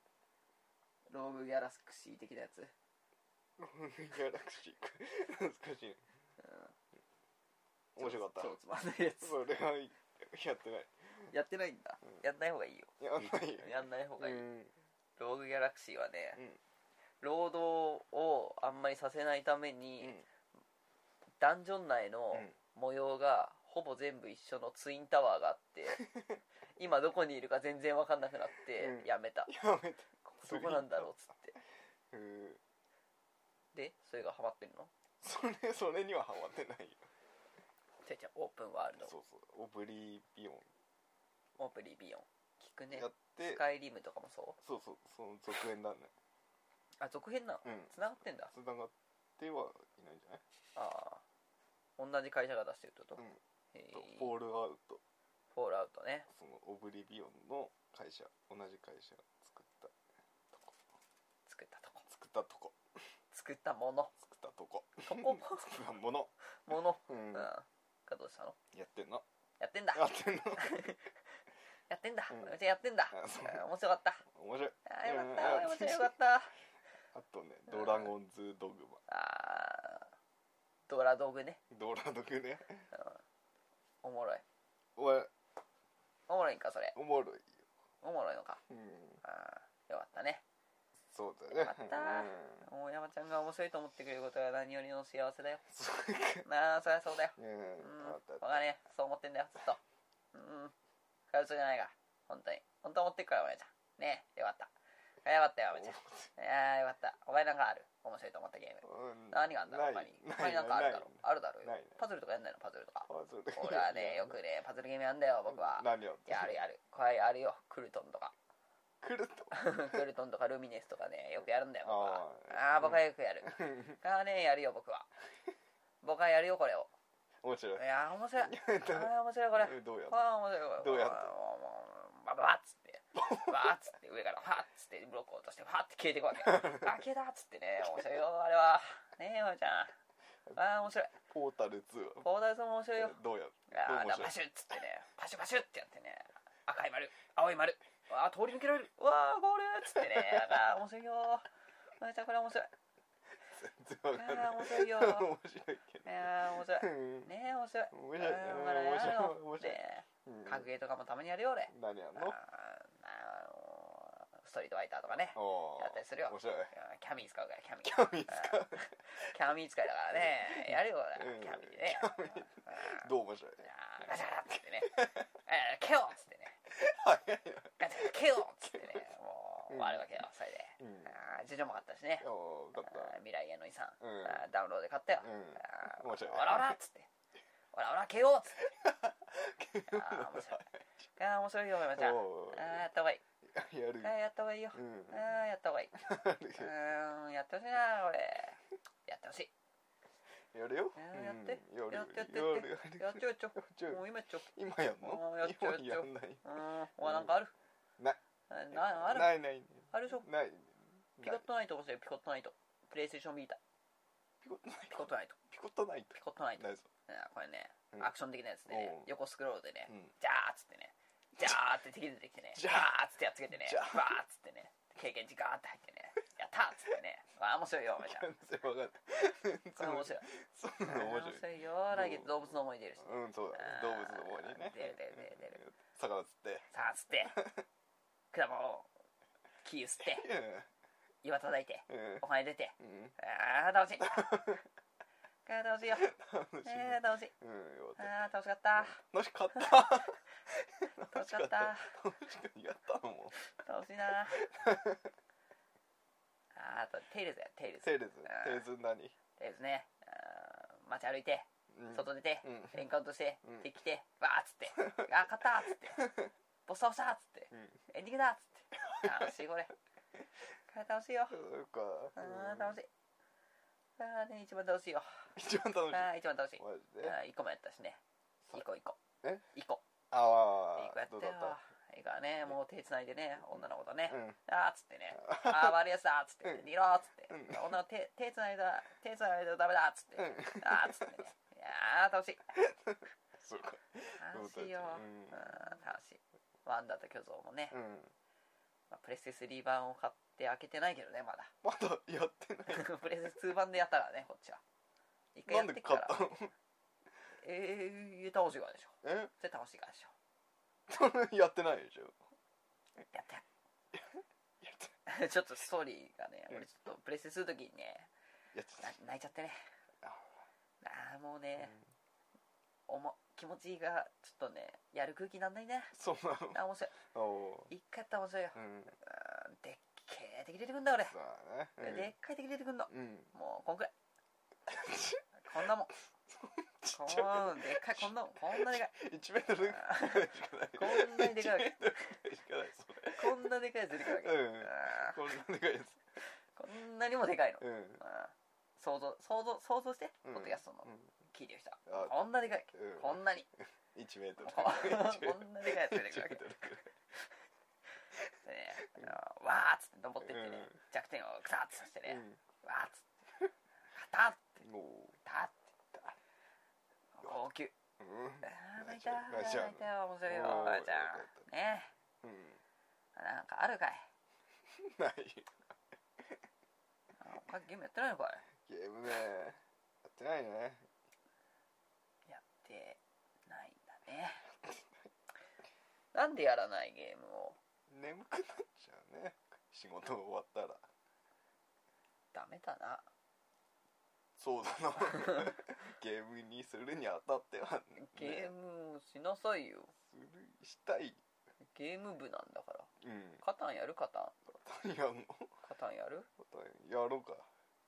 Speaker 1: ローグギャラクシー的なやつ、
Speaker 2: ロングギャラクシーか懐かしいね
Speaker 1: うん、
Speaker 2: 面白かった
Speaker 1: 超つまんないやつ
Speaker 2: それはやってない
Speaker 1: やってないんだ、
Speaker 2: うん
Speaker 1: やんない方がいいよ
Speaker 2: やんないよ
Speaker 1: やんない方がいい、
Speaker 2: うん
Speaker 1: ローグギャラクシーはね、
Speaker 2: うん
Speaker 1: 労働をあんまりさせないために、
Speaker 2: うん
Speaker 1: ダンジョン内の
Speaker 2: うん
Speaker 1: 模様がほぼ全部一緒のツインタワーがあって
Speaker 2: [laughs]
Speaker 1: 今どこにいるか全然分かんなくなって、
Speaker 2: うん
Speaker 1: やめた
Speaker 2: やめた
Speaker 1: どこなんだろうっつ
Speaker 2: [laughs]
Speaker 1: って
Speaker 2: うん
Speaker 1: でそれがハマってるの
Speaker 2: それそれにはハマってないよ
Speaker 1: ちゃちゃオープンワールド
Speaker 2: そうそうオブリビオン
Speaker 1: オープリビオン聞くね
Speaker 2: やって
Speaker 1: スカイリムとかもそう
Speaker 2: そうそうその続編だね
Speaker 1: あ続編なの
Speaker 2: うん
Speaker 1: 繋がってんだ
Speaker 2: つながってはいないんじゃない
Speaker 1: ああ同じ会社が出してるってこと、
Speaker 2: うん
Speaker 1: へえ
Speaker 2: とフォールアウト
Speaker 1: フォールアウトね
Speaker 2: そのオブリビオンの会社同じ会社作ったとこ
Speaker 1: 作ったとこ
Speaker 2: 作ったとこ
Speaker 1: 作ったもの
Speaker 2: 作ったとこと [laughs]
Speaker 1: こ
Speaker 2: 作ったもの、
Speaker 1: もの
Speaker 2: うん
Speaker 1: うんがどうしたの
Speaker 2: やってんの
Speaker 1: やってんだ
Speaker 2: やってんの
Speaker 1: [laughs] やってんだ、
Speaker 2: うん
Speaker 1: うちやってんだ、
Speaker 2: あそう
Speaker 1: あ面白かった
Speaker 2: 面白い
Speaker 1: あーよかっ
Speaker 2: うん
Speaker 1: た面白いよかった
Speaker 2: あとね「ドラゴンズ・ドグマ
Speaker 1: あードラ道具ね」
Speaker 2: ドラドグね
Speaker 1: おもろい
Speaker 2: おい
Speaker 1: おもろいんかそれ
Speaker 2: おもろいよ
Speaker 1: おもろいのか
Speaker 2: うん
Speaker 1: あーよかったね
Speaker 2: そうだ
Speaker 1: よか
Speaker 2: ね
Speaker 1: った
Speaker 2: うん
Speaker 1: 大山ちゃんが面白いと思ってくれることが何よりの幸せだよ
Speaker 2: そうか
Speaker 1: なあそりゃそうだよ
Speaker 2: うんよ
Speaker 1: うん
Speaker 2: かった
Speaker 1: 僕はねそう思ってんだよずっとうんかよそじゃないから本当に本当思ってっからお前ちゃんねえよかったあよかったよお前ちゃんいやーよかったお前なんかある面白いと思ったゲーム
Speaker 2: うん
Speaker 1: 何があんだろう他
Speaker 2: ない
Speaker 1: に
Speaker 2: な
Speaker 1: 他
Speaker 2: い
Speaker 1: になんかあるだろう
Speaker 2: ない
Speaker 1: あるだろうよ
Speaker 2: ないね
Speaker 1: パズルとかやんないのパズルと
Speaker 2: [laughs]
Speaker 1: か
Speaker 2: あそうだ
Speaker 1: 俺はねよくねパズルゲームやんだよ僕は
Speaker 2: 何を
Speaker 1: やるやるこれあるよクルトンとか [laughs]
Speaker 2: 来ると
Speaker 1: クルトンとかルミネスとかねよくやるんだよ僕は
Speaker 2: あー
Speaker 1: ああー僕はよくやる
Speaker 2: うん
Speaker 1: 僕はねやるよ僕は僕はやるよこれを
Speaker 2: [laughs] 面白い
Speaker 1: いやー面
Speaker 2: [laughs]
Speaker 1: 白いあー面白いこれ
Speaker 2: えどうやっ
Speaker 1: これ面白いこれ
Speaker 2: どうやって
Speaker 1: もうもうバババッつってバッつって上からファッつってブロックを落としてファッて消えていくわけあ消えたっつってね面白いよあれはねえまるちゃんあー面白い
Speaker 2: ポータル2は
Speaker 1: ポーダルスも面白いよ
Speaker 2: どうや
Speaker 1: あ
Speaker 2: どう面
Speaker 1: ー
Speaker 2: 白い
Speaker 1: パシュッつってねパシュパシュってやってね赤い丸青い丸わあ通り抜けられるうわあゴールっつってねあー面白いよまるちゃんこれ面白い
Speaker 2: 全然わかんない
Speaker 1: あー面白いよ
Speaker 2: 面白いけど
Speaker 1: いやー面白い
Speaker 2: うん
Speaker 1: ねえ面白い
Speaker 2: 面白いね
Speaker 1: あーまだやるの
Speaker 2: 面白い面白い
Speaker 1: ねえ
Speaker 2: うん
Speaker 1: 格ゲーとかもたまにやるよ俺
Speaker 2: 何やん
Speaker 1: あー
Speaker 2: の
Speaker 1: あのーストリートファイターとかね
Speaker 2: おー
Speaker 1: やったりするよ
Speaker 2: 面白い
Speaker 1: キャミー使うからキャミー
Speaker 2: キャミ使う
Speaker 1: キャミー使いだからねやるよ俺
Speaker 2: うん
Speaker 1: キャミーでね
Speaker 2: キャミどう面白い
Speaker 1: うんあーガチャガチャっつってね「えーケオ!」っつってね
Speaker 2: 早い
Speaker 1: 「ガチャガチャケオ!」っつってねもう
Speaker 2: う
Speaker 1: 終
Speaker 2: ん
Speaker 1: わるわけよそれで
Speaker 2: なうん
Speaker 1: あージョジョも買ったしね
Speaker 2: おーよか
Speaker 1: あー
Speaker 2: っ
Speaker 1: 未来への遺産
Speaker 2: たうん
Speaker 1: あーダウンロードで買ったよ
Speaker 2: うん
Speaker 1: あー
Speaker 2: 面白い
Speaker 1: オラオラ!」っつって「オラオラケオ!」っつって
Speaker 2: あ
Speaker 1: あー面白いあー面白いよお前ちゃんあ
Speaker 2: お
Speaker 1: ーやったほうがいい
Speaker 2: ーやる
Speaker 1: あーやったほうがいいよ
Speaker 2: うん
Speaker 1: あーやったほうがいいうーんやってほしいな俺やってほしい
Speaker 2: やるよ
Speaker 1: うんやって
Speaker 2: うんやる
Speaker 1: やってやって
Speaker 2: や
Speaker 1: やっ
Speaker 2: る
Speaker 1: て
Speaker 2: やる
Speaker 1: やっちゃうやっちゃ
Speaker 2: やっちゃ
Speaker 1: う
Speaker 2: う
Speaker 1: もう今やっちゃう
Speaker 2: 今やんの
Speaker 1: あーやっちゃう
Speaker 2: 今やんない
Speaker 1: うんお前なんかある
Speaker 2: ない
Speaker 1: えなある
Speaker 2: ないない
Speaker 1: あるでしょ
Speaker 2: ない
Speaker 1: ピコットナイト面白いピコットナイトプレイステーションビータ
Speaker 2: ピコットない
Speaker 1: ピコットナイト
Speaker 2: ピコットない
Speaker 1: ピコットナイト
Speaker 2: ないぞ
Speaker 1: うんこれね
Speaker 2: うん
Speaker 1: アクション的なやつでね
Speaker 2: おう
Speaker 1: 横スクロールでね
Speaker 2: うん
Speaker 1: ジャーっつってねジャーって敵出てきてね
Speaker 2: ジ
Speaker 1: ジ
Speaker 2: ャ
Speaker 1: ャ
Speaker 2: ー
Speaker 1: ーっつってやっつけてね
Speaker 2: ジャー
Speaker 1: バーっつってね経験値ガーって入ってねやったーっつってねあ面白いよお前ちゃん
Speaker 2: 全然わかんない
Speaker 1: それ面白い
Speaker 2: そんなの [laughs] 面白
Speaker 1: 面
Speaker 2: い
Speaker 1: 白いよ来月動物の思い出るし
Speaker 2: うんそうだね動物の方にね
Speaker 1: 出る出る出る出る
Speaker 2: 魚釣って
Speaker 1: さあつって果物を木吸って岩叩いて
Speaker 2: [laughs] うんうん
Speaker 1: お金出て [laughs]
Speaker 2: うん
Speaker 1: ああ楽しいあー楽しいよ
Speaker 2: 楽しみ
Speaker 1: えー、楽しい
Speaker 2: うんよかった
Speaker 1: あー楽しかった
Speaker 2: 楽しかった
Speaker 1: 楽しかった
Speaker 2: 楽しかったやった
Speaker 1: [laughs]
Speaker 2: のも
Speaker 1: 楽しいなあーあとテイルズやテイルズ
Speaker 2: セールズセールズ何
Speaker 1: テイルズねあー街歩いて
Speaker 2: うん
Speaker 1: 外出て、
Speaker 2: うん
Speaker 1: エンカウントして、
Speaker 2: うん
Speaker 1: できてわーっつっ
Speaker 2: [laughs]
Speaker 1: て「あー勝った!」っつって「ボッサボサ!」っつって
Speaker 2: うん
Speaker 1: 「エンディングだ!」っつって楽しいこれこれ楽しいよ
Speaker 2: そうか
Speaker 1: あ
Speaker 2: う
Speaker 1: ー
Speaker 2: ん
Speaker 1: 楽しいあーね一番楽しいよ
Speaker 2: 一番楽しい
Speaker 1: あー一番楽しい
Speaker 2: マジで
Speaker 1: あー一個もやったしね
Speaker 2: そう
Speaker 1: 一個一個
Speaker 2: え
Speaker 1: 一個
Speaker 2: あ
Speaker 1: 一個やった
Speaker 2: あど
Speaker 1: よ
Speaker 2: うだった
Speaker 1: いいからねもう手つないでね女の子とね、
Speaker 2: うん
Speaker 1: あーっつってねあー悪いやつだっつって
Speaker 2: うん
Speaker 1: 逃げろっつって、
Speaker 2: うん
Speaker 1: 女の子手手つないだ手つないだダメだっつって、
Speaker 2: うん
Speaker 1: あーっつってねいやー楽しい
Speaker 2: [laughs] そうか
Speaker 1: 楽しいよ、
Speaker 2: う
Speaker 1: うんん、楽しいワンダと巨像もね、
Speaker 2: うん
Speaker 1: まあ、プレステ3版を買って開けてないけどねまだ [laughs]
Speaker 2: まだやってない
Speaker 1: プレステ2版でやったらねこっちは一回
Speaker 2: な
Speaker 1: や
Speaker 2: ん
Speaker 1: って
Speaker 2: で
Speaker 1: か
Speaker 2: 買っ
Speaker 1: ら
Speaker 2: たの [laughs]
Speaker 1: ええー、楽しいからでしょ
Speaker 2: え
Speaker 1: 絶対楽しいからでしょ
Speaker 2: そ [laughs] れやってないでしょ
Speaker 1: やった
Speaker 2: やって
Speaker 1: よ [laughs] ちょっとストーリーがね
Speaker 2: うん
Speaker 1: 俺ちょっとプレステする時にね
Speaker 2: やって
Speaker 1: な
Speaker 2: ない
Speaker 1: 泣いちゃってね
Speaker 2: あ
Speaker 1: ああもうね、おも気持ちがちょっとねやる空気なんないね
Speaker 2: そうな
Speaker 1: [laughs] あー面白
Speaker 2: のお
Speaker 1: い一回やったら面白いよ
Speaker 2: ーうんそ
Speaker 1: あーでっけえ敵出てくんだ俺、
Speaker 2: うだね
Speaker 1: でっかい敵出てくんの
Speaker 2: うんうん
Speaker 1: もうこんくらい [laughs] こんなもん
Speaker 2: ち
Speaker 1: こ
Speaker 2: っちゃ [laughs]
Speaker 1: んでっかいこんなもんこんなでかい
Speaker 2: い1メートルぐらいしかない
Speaker 1: こんなにでかい
Speaker 2: 1メートルぐらいしかないそれ
Speaker 1: こんなでかいやつ出てくるわけ、
Speaker 2: うん
Speaker 1: あー
Speaker 2: こんなでかいやつ
Speaker 1: こんなにもでかいの、
Speaker 2: うん
Speaker 1: あー想像想像想像して
Speaker 2: うん
Speaker 1: ポッドキャストの
Speaker 2: う
Speaker 1: 聞いてる人
Speaker 2: あ
Speaker 1: はこんなでかい
Speaker 2: うん
Speaker 1: こんなに
Speaker 2: ん1メートル
Speaker 1: [laughs] こんなでかいやつ出てくるわけ
Speaker 2: 1メートルぐらい
Speaker 1: でねあのわーっつって登ってってね
Speaker 2: う
Speaker 1: 弱点をくさっつってね
Speaker 2: うん
Speaker 1: わーっつって「勝った!」
Speaker 2: もう
Speaker 1: たって号泣
Speaker 2: うん
Speaker 1: あー
Speaker 2: ラ
Speaker 1: 泣い
Speaker 2: ジ
Speaker 1: た
Speaker 2: オ
Speaker 1: ー
Speaker 2: ラジオ
Speaker 1: 泣いたよ面白いよ
Speaker 2: おー
Speaker 1: ばあちゃ
Speaker 2: よかっ
Speaker 1: んね
Speaker 2: うん
Speaker 1: えなんかあるかい
Speaker 2: [laughs] ない
Speaker 1: あの他ゲームやってないのかい
Speaker 2: ゲームねやってないね
Speaker 1: やってないんだねなんでやらないゲームを
Speaker 2: 眠くなっちゃうね仕事終わったら
Speaker 1: ダメだな
Speaker 2: そうだ
Speaker 1: [laughs]
Speaker 2: なゲームにするにあたっては、ね、
Speaker 1: ゲームをしなさいよ
Speaker 2: するしたい
Speaker 1: ゲーム部なんだから
Speaker 2: うん
Speaker 1: カタンやるカタン
Speaker 2: 何やんの
Speaker 1: カタンやる
Speaker 2: やろうか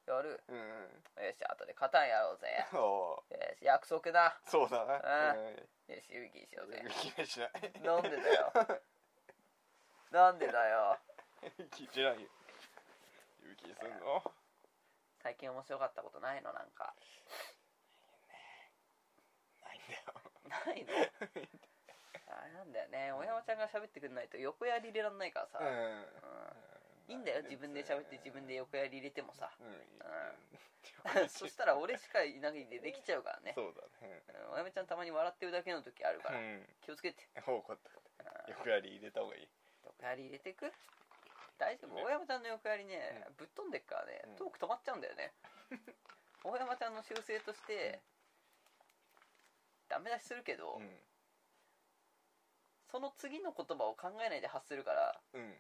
Speaker 1: やる
Speaker 2: うん
Speaker 1: よし後でカタンやろうぜ
Speaker 2: ああ
Speaker 1: よし約束だ
Speaker 2: そうだな
Speaker 1: あ
Speaker 2: うん
Speaker 1: よし遊戯しよう [laughs] ぜ
Speaker 2: 気がしない
Speaker 1: なんでだよなんでだよ
Speaker 2: 気しないよ勇気すんの
Speaker 1: 最近面白かったことないのなんか
Speaker 2: ないんだよ
Speaker 1: ないのあれなんだよね大山ちゃんが喋ってくんないと横やり入れらんないからさ、うんいいんだよ自分で喋って自分で横やり入れてもさ
Speaker 2: うん、
Speaker 1: そしたら俺しかいないでできちゃうからね
Speaker 2: そうだね
Speaker 1: うんおやめちゃんたまに笑ってるだけの時あるから、気をつけて
Speaker 2: うんよかったよくやり入れた方がいい
Speaker 1: 横やり入れてく大丈夫大山ちゃんの横やりね、ぶっ飛んでっからね
Speaker 2: うん
Speaker 1: トーク止まっちゃうんだよ
Speaker 2: [laughs]
Speaker 1: ね大山ちゃんの修正としてダメ出しするけど、
Speaker 2: う
Speaker 1: その次の言葉を考えないで発するから
Speaker 2: ん [laughs] うん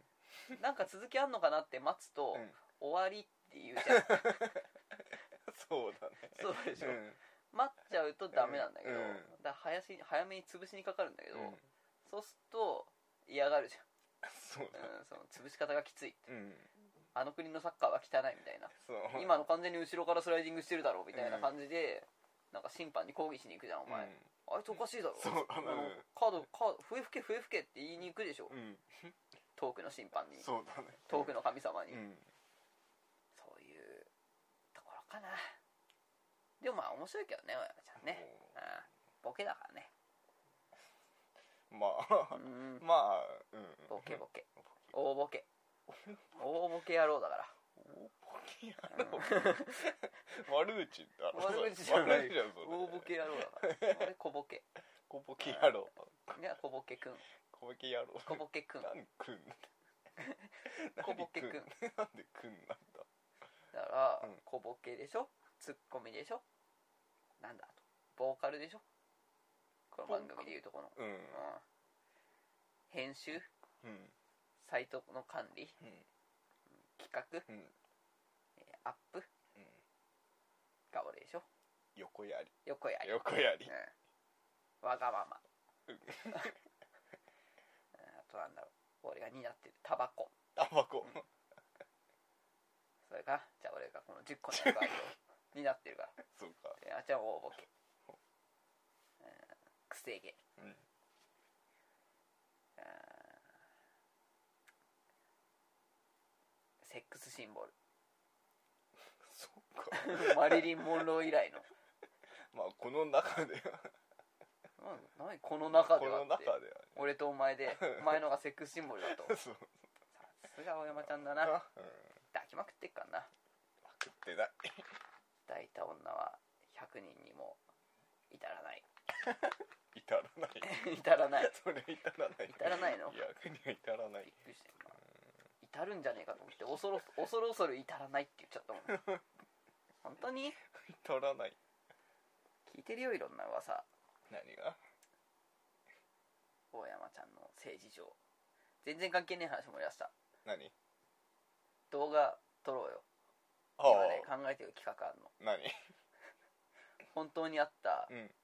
Speaker 1: なんか続きあんのかなって待つと、
Speaker 2: うん
Speaker 1: 終わりって言うじゃ
Speaker 2: [laughs]
Speaker 1: ん
Speaker 2: そうだね
Speaker 1: そうでしょ、
Speaker 2: うん
Speaker 1: 待っちゃうとダメなんだけど、
Speaker 2: うん
Speaker 1: だから早し早めに潰しにかかるんだけど、
Speaker 2: うん
Speaker 1: そうすると嫌がるじ
Speaker 2: そう
Speaker 1: ゃ
Speaker 2: だ
Speaker 1: ん、うん、その潰し方がきつい
Speaker 2: うん
Speaker 1: あの国のサッカーは汚いみたいな
Speaker 2: そう
Speaker 1: 今の完全に後ろからスライディングしてるだろみたいな感じで、なんか審判に抗議しに行くじゃんお前、
Speaker 2: うん
Speaker 1: あいつおかしいだろ
Speaker 2: そう
Speaker 1: あの
Speaker 2: うん
Speaker 1: カードカード笛吹け笛吹けって言いに行くでしょ、
Speaker 2: うん
Speaker 1: 遠くの審判に
Speaker 2: そうだね
Speaker 1: 遠くの神様に、
Speaker 2: うん
Speaker 1: そういうところかなでもまあ面白いけどね親山ちゃんねああボケだからね
Speaker 2: まあ [laughs]
Speaker 1: うん
Speaker 2: まあうん
Speaker 1: ボケボケ大ボケ大ボケ野郎だから
Speaker 2: ボケやろ悪口だろ
Speaker 1: 悪口じゃない
Speaker 2: 悪口だろそれ
Speaker 1: 大ボケ野郎だから俺小ボケ
Speaker 2: 小ボケ野郎
Speaker 1: いや小ボケくん
Speaker 2: 小ボケ野郎
Speaker 1: 小ボケくん
Speaker 2: なんでくん
Speaker 1: 小ボケくん
Speaker 2: なんでくんなんだ
Speaker 1: だから
Speaker 2: うん
Speaker 1: 小ボケでしょツッコミでしょなんだあとボーカルでしょこの番組でいうとこの、
Speaker 2: うん
Speaker 1: うん編集
Speaker 2: うん
Speaker 1: サイトの管理
Speaker 2: うん
Speaker 1: 企画、え
Speaker 2: うん
Speaker 1: ーアップ
Speaker 2: うん
Speaker 1: が俺でしょ
Speaker 2: 横やり
Speaker 1: 横やり
Speaker 2: 横やり
Speaker 1: うん、わがまま
Speaker 2: うん
Speaker 1: うんあとなんだろう俺が担ってるタバコ
Speaker 2: タバコ
Speaker 1: それからじゃあ俺がこの10個のバイトになってるから
Speaker 2: そうか
Speaker 1: であじゃあ大ボケ、うん、くせ毛、
Speaker 2: うん
Speaker 1: うんセックスシンボ
Speaker 2: [laughs]
Speaker 1: ル
Speaker 2: そうか
Speaker 1: マリリン・モンロー以来の、
Speaker 2: まあこの中では
Speaker 1: うん、何この中
Speaker 2: こ
Speaker 1: では
Speaker 2: の
Speaker 1: って
Speaker 2: 中では
Speaker 1: 俺とお前
Speaker 2: [laughs]
Speaker 1: でお前のがセックスシンボルだと
Speaker 2: ねそう
Speaker 1: さすが青山ちゃんだな
Speaker 2: かうん
Speaker 1: 抱きまくってっからな
Speaker 2: 食ってない
Speaker 1: 抱いた女は100人にも至らない [laughs]
Speaker 2: 至らない
Speaker 1: 至らない
Speaker 2: それ至らない
Speaker 1: 至らないの
Speaker 2: いや国は至らない
Speaker 1: びっくりした今至るんじゃねえかと思って恐ろ恐る恐る至らないって言っちゃったもん本当に
Speaker 2: 至らない
Speaker 1: 聞いてるよいろんな噂
Speaker 2: 何が
Speaker 1: 大山ちゃんの性事情全然関係ねえ話もいらした
Speaker 2: 何
Speaker 1: 動画撮ろうよ
Speaker 2: あ
Speaker 1: 今ね考えてる企画あるの
Speaker 2: 何
Speaker 1: 本当にあった
Speaker 2: うん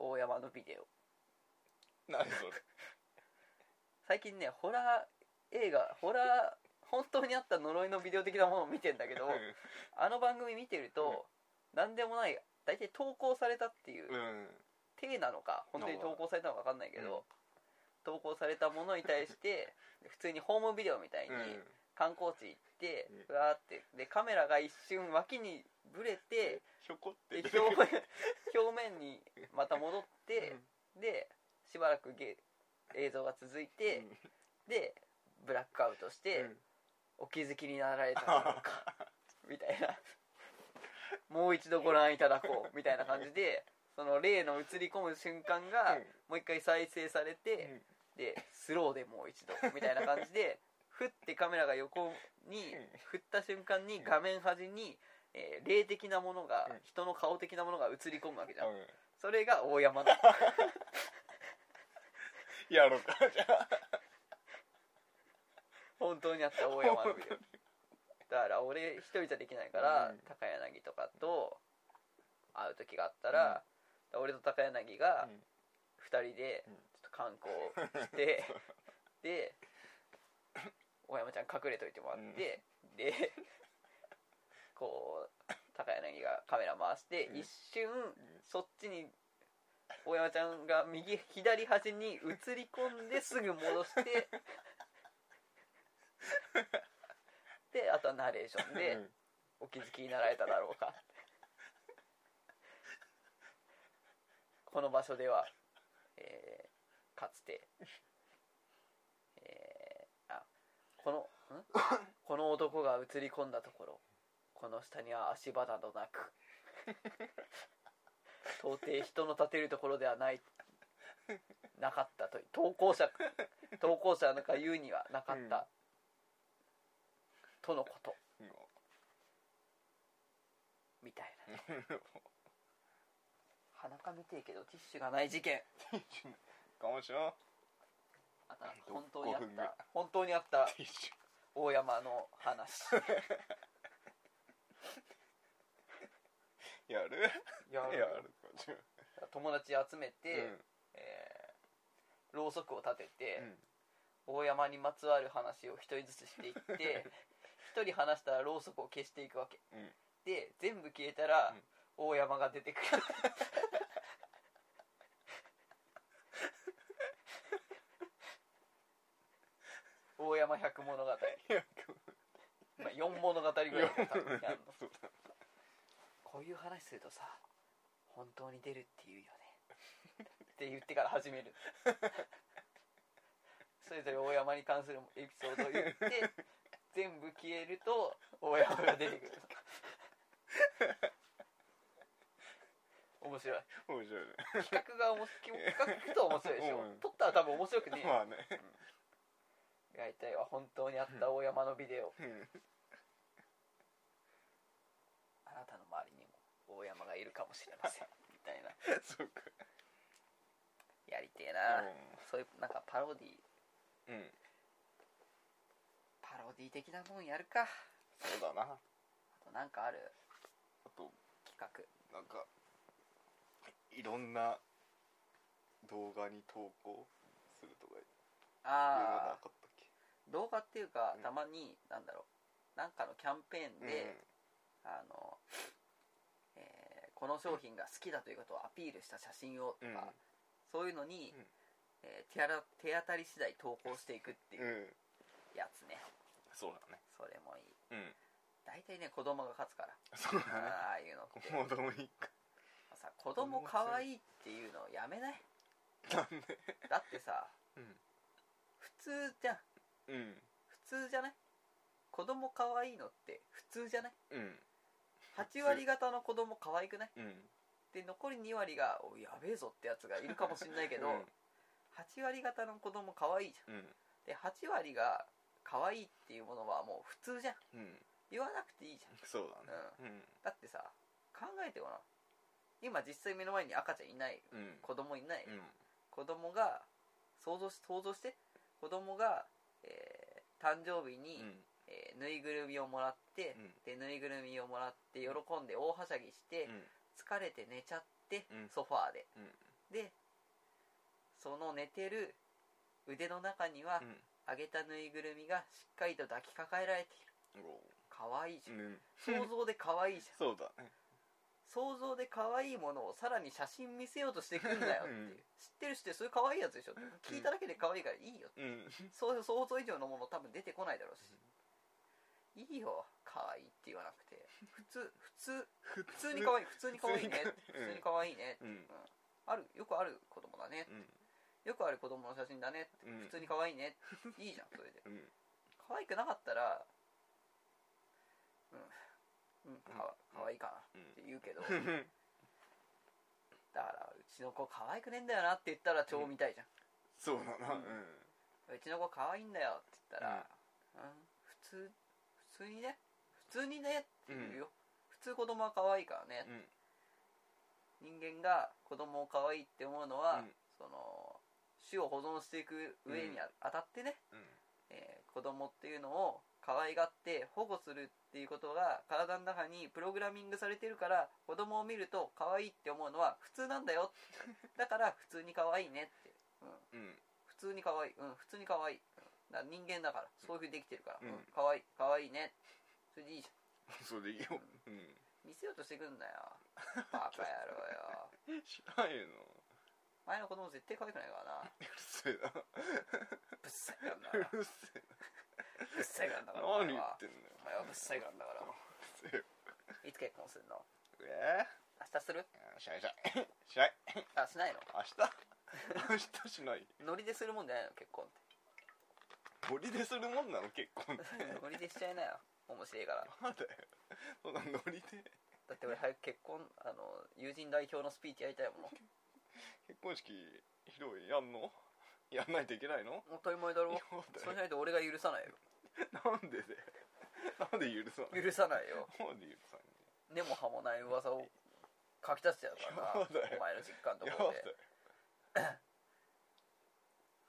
Speaker 1: 大山のビデオ
Speaker 2: 何それ
Speaker 1: 最近ねホラー映画ホラー本当にあった呪いのビデオ的なものを見てんだけどあの番組見てると、なんでもない大体投稿されたっていう、
Speaker 2: うんうん
Speaker 1: 体なのか本当に投稿されたのか分かんないけど、投稿されたものに対して
Speaker 2: [laughs]
Speaker 1: 普通にホームビデオみたいに観光地行って、うわーってでカメラが一瞬脇にぶれて
Speaker 2: ひょこって
Speaker 1: で
Speaker 2: 出
Speaker 1: 表
Speaker 2: てくる [laughs]
Speaker 1: 表面にまた戻って、でしばらくゲ映像が続いて、でブラックアウトし
Speaker 2: うん
Speaker 1: て、
Speaker 2: うん
Speaker 1: お気づきになられたの
Speaker 2: [laughs]
Speaker 1: かみたいなもう一度ご覧いただこうみたいな感じでその例の映り込む瞬間が、
Speaker 2: うん
Speaker 1: もう一回再生されて、
Speaker 2: うん
Speaker 1: でスローでもう一度みたいな感じ
Speaker 2: [laughs]
Speaker 1: でふってカメラが横に
Speaker 2: うん
Speaker 1: 振った瞬間に画面端に、えー霊的なものが、
Speaker 2: うん
Speaker 1: 人の顔的なものが映り込むわけじゃん、
Speaker 2: うん
Speaker 1: それが大山だ
Speaker 2: やろうかじゃあ
Speaker 1: 本当にあった大山のビデオだから俺一人じゃできないから、
Speaker 2: うん
Speaker 1: 高柳とかと会う時があったら、俺と高柳が
Speaker 2: うん
Speaker 1: 2人で
Speaker 2: うん
Speaker 1: ちょっと観光
Speaker 2: [laughs]
Speaker 1: して、で大山ちゃん隠れといてもらって、でこう高柳がカメラ回して、
Speaker 2: うん
Speaker 1: 一瞬そっちに大山ちゃんが右左端に映り込んですぐ戻
Speaker 2: [laughs]
Speaker 1: して。であとはナレーションで、
Speaker 2: うん
Speaker 1: お気づきになられただろうか [laughs] この場所では、えーかつて、えーあこの
Speaker 2: [laughs]
Speaker 1: んこの男が映り込んだところこの下には足場などな
Speaker 2: [laughs]
Speaker 1: く到底人の立てるところではないなかったと投稿者投稿者が言うにはなかった、
Speaker 2: うん
Speaker 1: とのこと
Speaker 2: うん
Speaker 1: みたいな鼻かみてえけどティッシュがない事件
Speaker 2: かもしれん
Speaker 1: あとは本当にあっ
Speaker 2: 五分ぐらい
Speaker 1: た本当にあった
Speaker 2: ティッシ
Speaker 1: 大山の
Speaker 2: [laughs]
Speaker 1: 話
Speaker 2: ュやる
Speaker 1: や
Speaker 2: やるかじゃ
Speaker 1: 友達集めて、えーろうそくを立てて
Speaker 2: う、ん
Speaker 1: 大山にまつわる話を一人ずつしていって
Speaker 2: [laughs]
Speaker 1: 一人話したらろうそくを消していくわけ、
Speaker 2: うん
Speaker 1: で全部消えたら、
Speaker 2: うん
Speaker 1: 大山が出てくる
Speaker 2: [laughs]
Speaker 1: 大山百物語、ま
Speaker 2: いや
Speaker 1: あ、4物語ぐらいの多分あんの
Speaker 2: そうだ
Speaker 1: [laughs] こういう話するとさ本当に出るって言うよねって言ってから始める [laughs] それぞれ大山に関するエピソードを言って全部消えると大山が出てくる面白い
Speaker 2: 面白いね
Speaker 1: 企画が面白い企画と面白いでしょ
Speaker 2: うん
Speaker 1: 撮ったら多分面白くねえ
Speaker 2: まあね
Speaker 1: やりたいは本当にあった大山のビデオ
Speaker 2: うん
Speaker 1: あなたの周りにも大山がいるかもしれませ
Speaker 2: [laughs]
Speaker 1: んみたいな
Speaker 2: そうか
Speaker 1: やりてえな、
Speaker 2: う
Speaker 1: そういうなんかパロディ
Speaker 2: んうん
Speaker 1: パロディ的なもんやるかあ
Speaker 2: そうだなあ
Speaker 1: となんかある
Speaker 2: と
Speaker 1: 企画
Speaker 2: なんかいろんな動画に投稿するとかいうのなか
Speaker 1: ああ
Speaker 2: ったっけ
Speaker 1: 動画っていうか
Speaker 2: うん
Speaker 1: たまになんだろうなんかのキャンペーンで、あの、えーこの商品が好きだということをアピールした写真をと
Speaker 2: うん
Speaker 1: か、そういうのに、
Speaker 2: うん
Speaker 1: えー手あら手当たり次第投稿していくってい
Speaker 2: うん
Speaker 1: う
Speaker 2: うん
Speaker 1: やつね、
Speaker 2: そうだね
Speaker 1: それもいい
Speaker 2: うん
Speaker 1: 大体ね子供が勝つから
Speaker 2: [laughs] そうだね
Speaker 1: ああいうのって
Speaker 2: 子供に
Speaker 1: さ子供可愛いっていうのやめない
Speaker 2: なんで
Speaker 1: だってさ
Speaker 2: うん
Speaker 1: 普通じゃん
Speaker 2: うん
Speaker 1: 普通じゃない子供可愛いのって普通じゃない
Speaker 2: うん
Speaker 1: 8割方の子供可愛くない
Speaker 2: うん
Speaker 1: で残り2割が「おいやべえぞ」ってやつがいるかもしんないけど、
Speaker 2: うん
Speaker 1: 8割方の子供可愛いじゃん
Speaker 2: うん
Speaker 1: で8割が可愛いっていうものはもう普通じゃん
Speaker 2: うん
Speaker 1: 言わなくていいじゃん
Speaker 2: そうだねうん
Speaker 1: だってさ考えてごらん今実際目の前に赤ちゃんいない
Speaker 2: うん
Speaker 1: 子供いない、
Speaker 2: うん
Speaker 1: 子供が想像し想像して子供が、えー誕生日に、
Speaker 2: うん
Speaker 1: えーぬいぐるみをもらって、
Speaker 2: うん
Speaker 1: でぬいぐるみをもらって喜んで大はしゃぎして、
Speaker 2: うん
Speaker 1: 疲れて寝ちゃって、
Speaker 2: うん
Speaker 1: ソファーで、
Speaker 2: うん
Speaker 1: でその寝てる腕の中には、
Speaker 2: うん
Speaker 1: あげたぬいぐるみがしっかりと抱きかかえられている
Speaker 2: お
Speaker 1: かわいいじゃ
Speaker 2: う
Speaker 1: ん、
Speaker 2: ん
Speaker 1: 想像でかわいいじゃん
Speaker 2: そうだね
Speaker 1: 想像でかわいいものをさらに写真見せようとしてくんだよっていう、知ってる
Speaker 2: うん
Speaker 1: 人ってそういうかわいいやつでしょって聞いただけでかわいいからいいよ
Speaker 2: うん
Speaker 1: そう想像以上のもの多分出てこないだろうし、いいよ可愛いって言わなくて普 [laughs] 通普通普通
Speaker 2: 普
Speaker 1: に可愛い普通に可愛いね
Speaker 2: 普通
Speaker 1: 普通に
Speaker 2: に
Speaker 1: 可愛いね、
Speaker 2: うん
Speaker 1: あるよくある子供だね
Speaker 2: うん
Speaker 1: よくある子供の写真だね
Speaker 2: うん
Speaker 1: 普通に可愛いね、いいじゃんそれで
Speaker 2: うん
Speaker 1: 可愛くなかったらうん、うん、かわ可愛いかな
Speaker 2: うん
Speaker 1: って言うけどだ
Speaker 2: うん
Speaker 1: からちの子可愛くねえんだよなって言ったら超見たいじゃん、
Speaker 2: そうだな
Speaker 1: う
Speaker 2: うんん、
Speaker 1: うちの子可愛いんだよって言ったら、うん普通普通にね普通にねって言うよ、普通子供は可愛いからね、
Speaker 2: うん
Speaker 1: 人間が子供を可愛いって思うのは、
Speaker 2: うん
Speaker 1: その種を保存していく上にああたってね、
Speaker 2: うん
Speaker 1: えー子供っていうのを可愛がって保護するっていうことが体の中にプログラミングされてるから子供を見ると可愛いって思うのは普通なんだ [laughs] よだから普通に可愛いねって、うん、
Speaker 2: うん
Speaker 1: 普通に可愛いうん普通に可愛い、うん、だから人間だからそういうふうにできてるから、
Speaker 2: うん
Speaker 1: 可愛い可愛いねそれでいいじ
Speaker 2: それでいいようん
Speaker 1: ゃん見せようとしてくんだよバカ野郎
Speaker 2: [laughs]
Speaker 1: よ
Speaker 2: 知らんよな
Speaker 1: 前の子供絶対可愛くないからな
Speaker 2: うるせえ
Speaker 1: ぶっさいからな
Speaker 2: [laughs] なうるせえ
Speaker 1: ぶっさいからだ
Speaker 2: な
Speaker 1: からお
Speaker 2: 何
Speaker 1: 前
Speaker 2: 言
Speaker 1: は
Speaker 2: ってんだよ
Speaker 1: お前はぶっさいからだから
Speaker 2: うるせえよ
Speaker 1: いつ結婚するの
Speaker 2: え
Speaker 1: 明日する
Speaker 2: ーしないしないしない
Speaker 1: あしないの
Speaker 2: 明日明日しない
Speaker 1: ノリでするもんじゃないの結婚っ
Speaker 2: 森でするもんなの結婚って
Speaker 1: て [laughs] ノリでしちゃいなよ面白いから
Speaker 2: まだよそんなノリで
Speaker 1: だって俺早く結婚あの友人代表のスピーチやりたいもの
Speaker 2: [laughs] 結婚式披露宴やんのやんないといけないの
Speaker 1: 当たり前だろ
Speaker 2: そうだよ
Speaker 1: そうしないと俺が許さないよ
Speaker 2: なんでで [laughs] なんで許さない
Speaker 1: 許さないよ
Speaker 2: なんで許さな
Speaker 1: 根も葉もない噂を書き出してやるからな
Speaker 2: やだよ
Speaker 1: お前の実家の
Speaker 2: い
Speaker 1: と
Speaker 2: や
Speaker 1: ころ
Speaker 2: だ
Speaker 1: で
Speaker 2: よ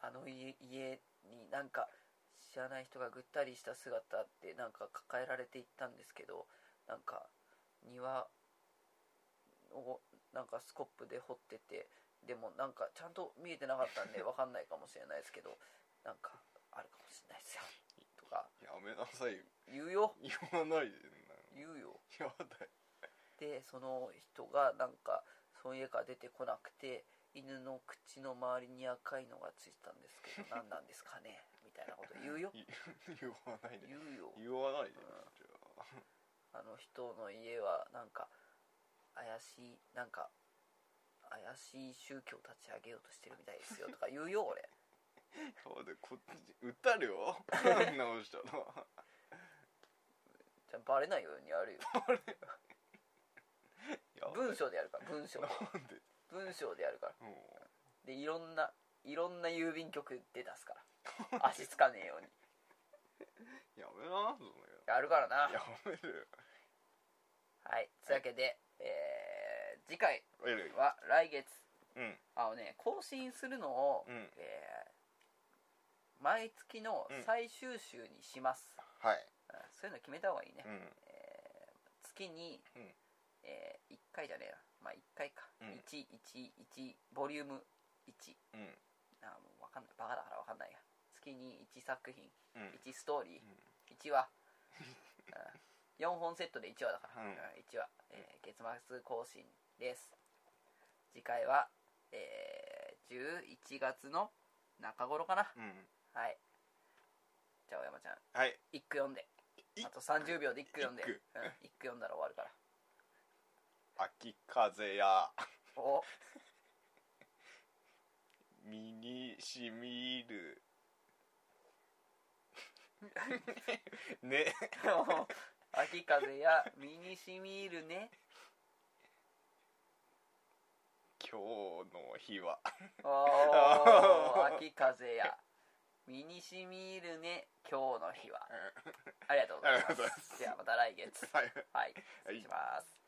Speaker 1: あの家家になんか知らない人がぐったりした姿ってなんか抱えられていったんですけどなんか庭をなんかスコップで掘っててでもなんかちゃんと見えてなかったんでわかんないかもしれないですけどなんかあるかもしれないですよとか
Speaker 2: やめなさい
Speaker 1: 言うよ
Speaker 2: 言わないでな
Speaker 1: 言うよ
Speaker 2: やだよ
Speaker 1: でその人がなんかその家から出てこなくて犬の口の周りに赤いのがついてたんですけ
Speaker 2: [laughs]
Speaker 1: ど何なんですかねみたいなこと言うよ
Speaker 2: 言言わないで
Speaker 1: 言うよ
Speaker 2: 言わないでじゃあ
Speaker 1: あの人の家はなんか怪しいなんか怪しい宗教立ち上げようとしてるみたいですよとか言うよ俺
Speaker 2: そうだよこっち歌るよ直した
Speaker 1: [laughs]
Speaker 2: の
Speaker 1: じゃあバレないようにやるよ
Speaker 2: やべ
Speaker 1: 文章でやるから文章
Speaker 2: なんで
Speaker 1: 文章でやるから
Speaker 2: も
Speaker 1: でいろんないろんな郵便局で出す
Speaker 2: [laughs]
Speaker 1: から足つかねえように
Speaker 2: うやめなそんな
Speaker 1: やるからな
Speaker 2: やめる
Speaker 1: はい、というわけで、えー次回
Speaker 2: よえるよ
Speaker 1: は来月
Speaker 2: うん
Speaker 1: あのね更新するのを、
Speaker 2: うん
Speaker 1: えー毎月の最終週にします、
Speaker 2: はい
Speaker 1: うんそういうの決めた方がいいね、
Speaker 2: うん
Speaker 1: えー月に、
Speaker 2: うん
Speaker 1: え1回じゃねえなまあ1回か、
Speaker 2: うん
Speaker 1: 111ボリューム1
Speaker 2: うん
Speaker 1: あーもう分かんないバカだから分かんないや月に1作品
Speaker 2: うん
Speaker 1: 1ストーリー、
Speaker 2: ん
Speaker 1: 1話、うん、4本セットで1話だから、
Speaker 2: うん
Speaker 1: 1話、えー月末更新です次回は、えー11月の中頃かな
Speaker 2: うん
Speaker 1: はいじゃあ大山ちゃん
Speaker 2: はい
Speaker 1: 一句読んで
Speaker 2: 一
Speaker 1: あと30秒で一句読んで
Speaker 2: 一句 [laughs]
Speaker 1: うん、一句読んだら終わるから
Speaker 2: 秋風や
Speaker 1: お
Speaker 2: [laughs] 身にしみる [laughs] ね
Speaker 1: お秋風や身にしみるね
Speaker 2: 今日の日は
Speaker 1: お
Speaker 2: [laughs]
Speaker 1: ー秋風や身にしみるね今日の日はありがとうござい
Speaker 2: ありがとうご
Speaker 1: ま
Speaker 2: ざいます
Speaker 1: すではまた来月
Speaker 2: はい
Speaker 1: はい、失礼します。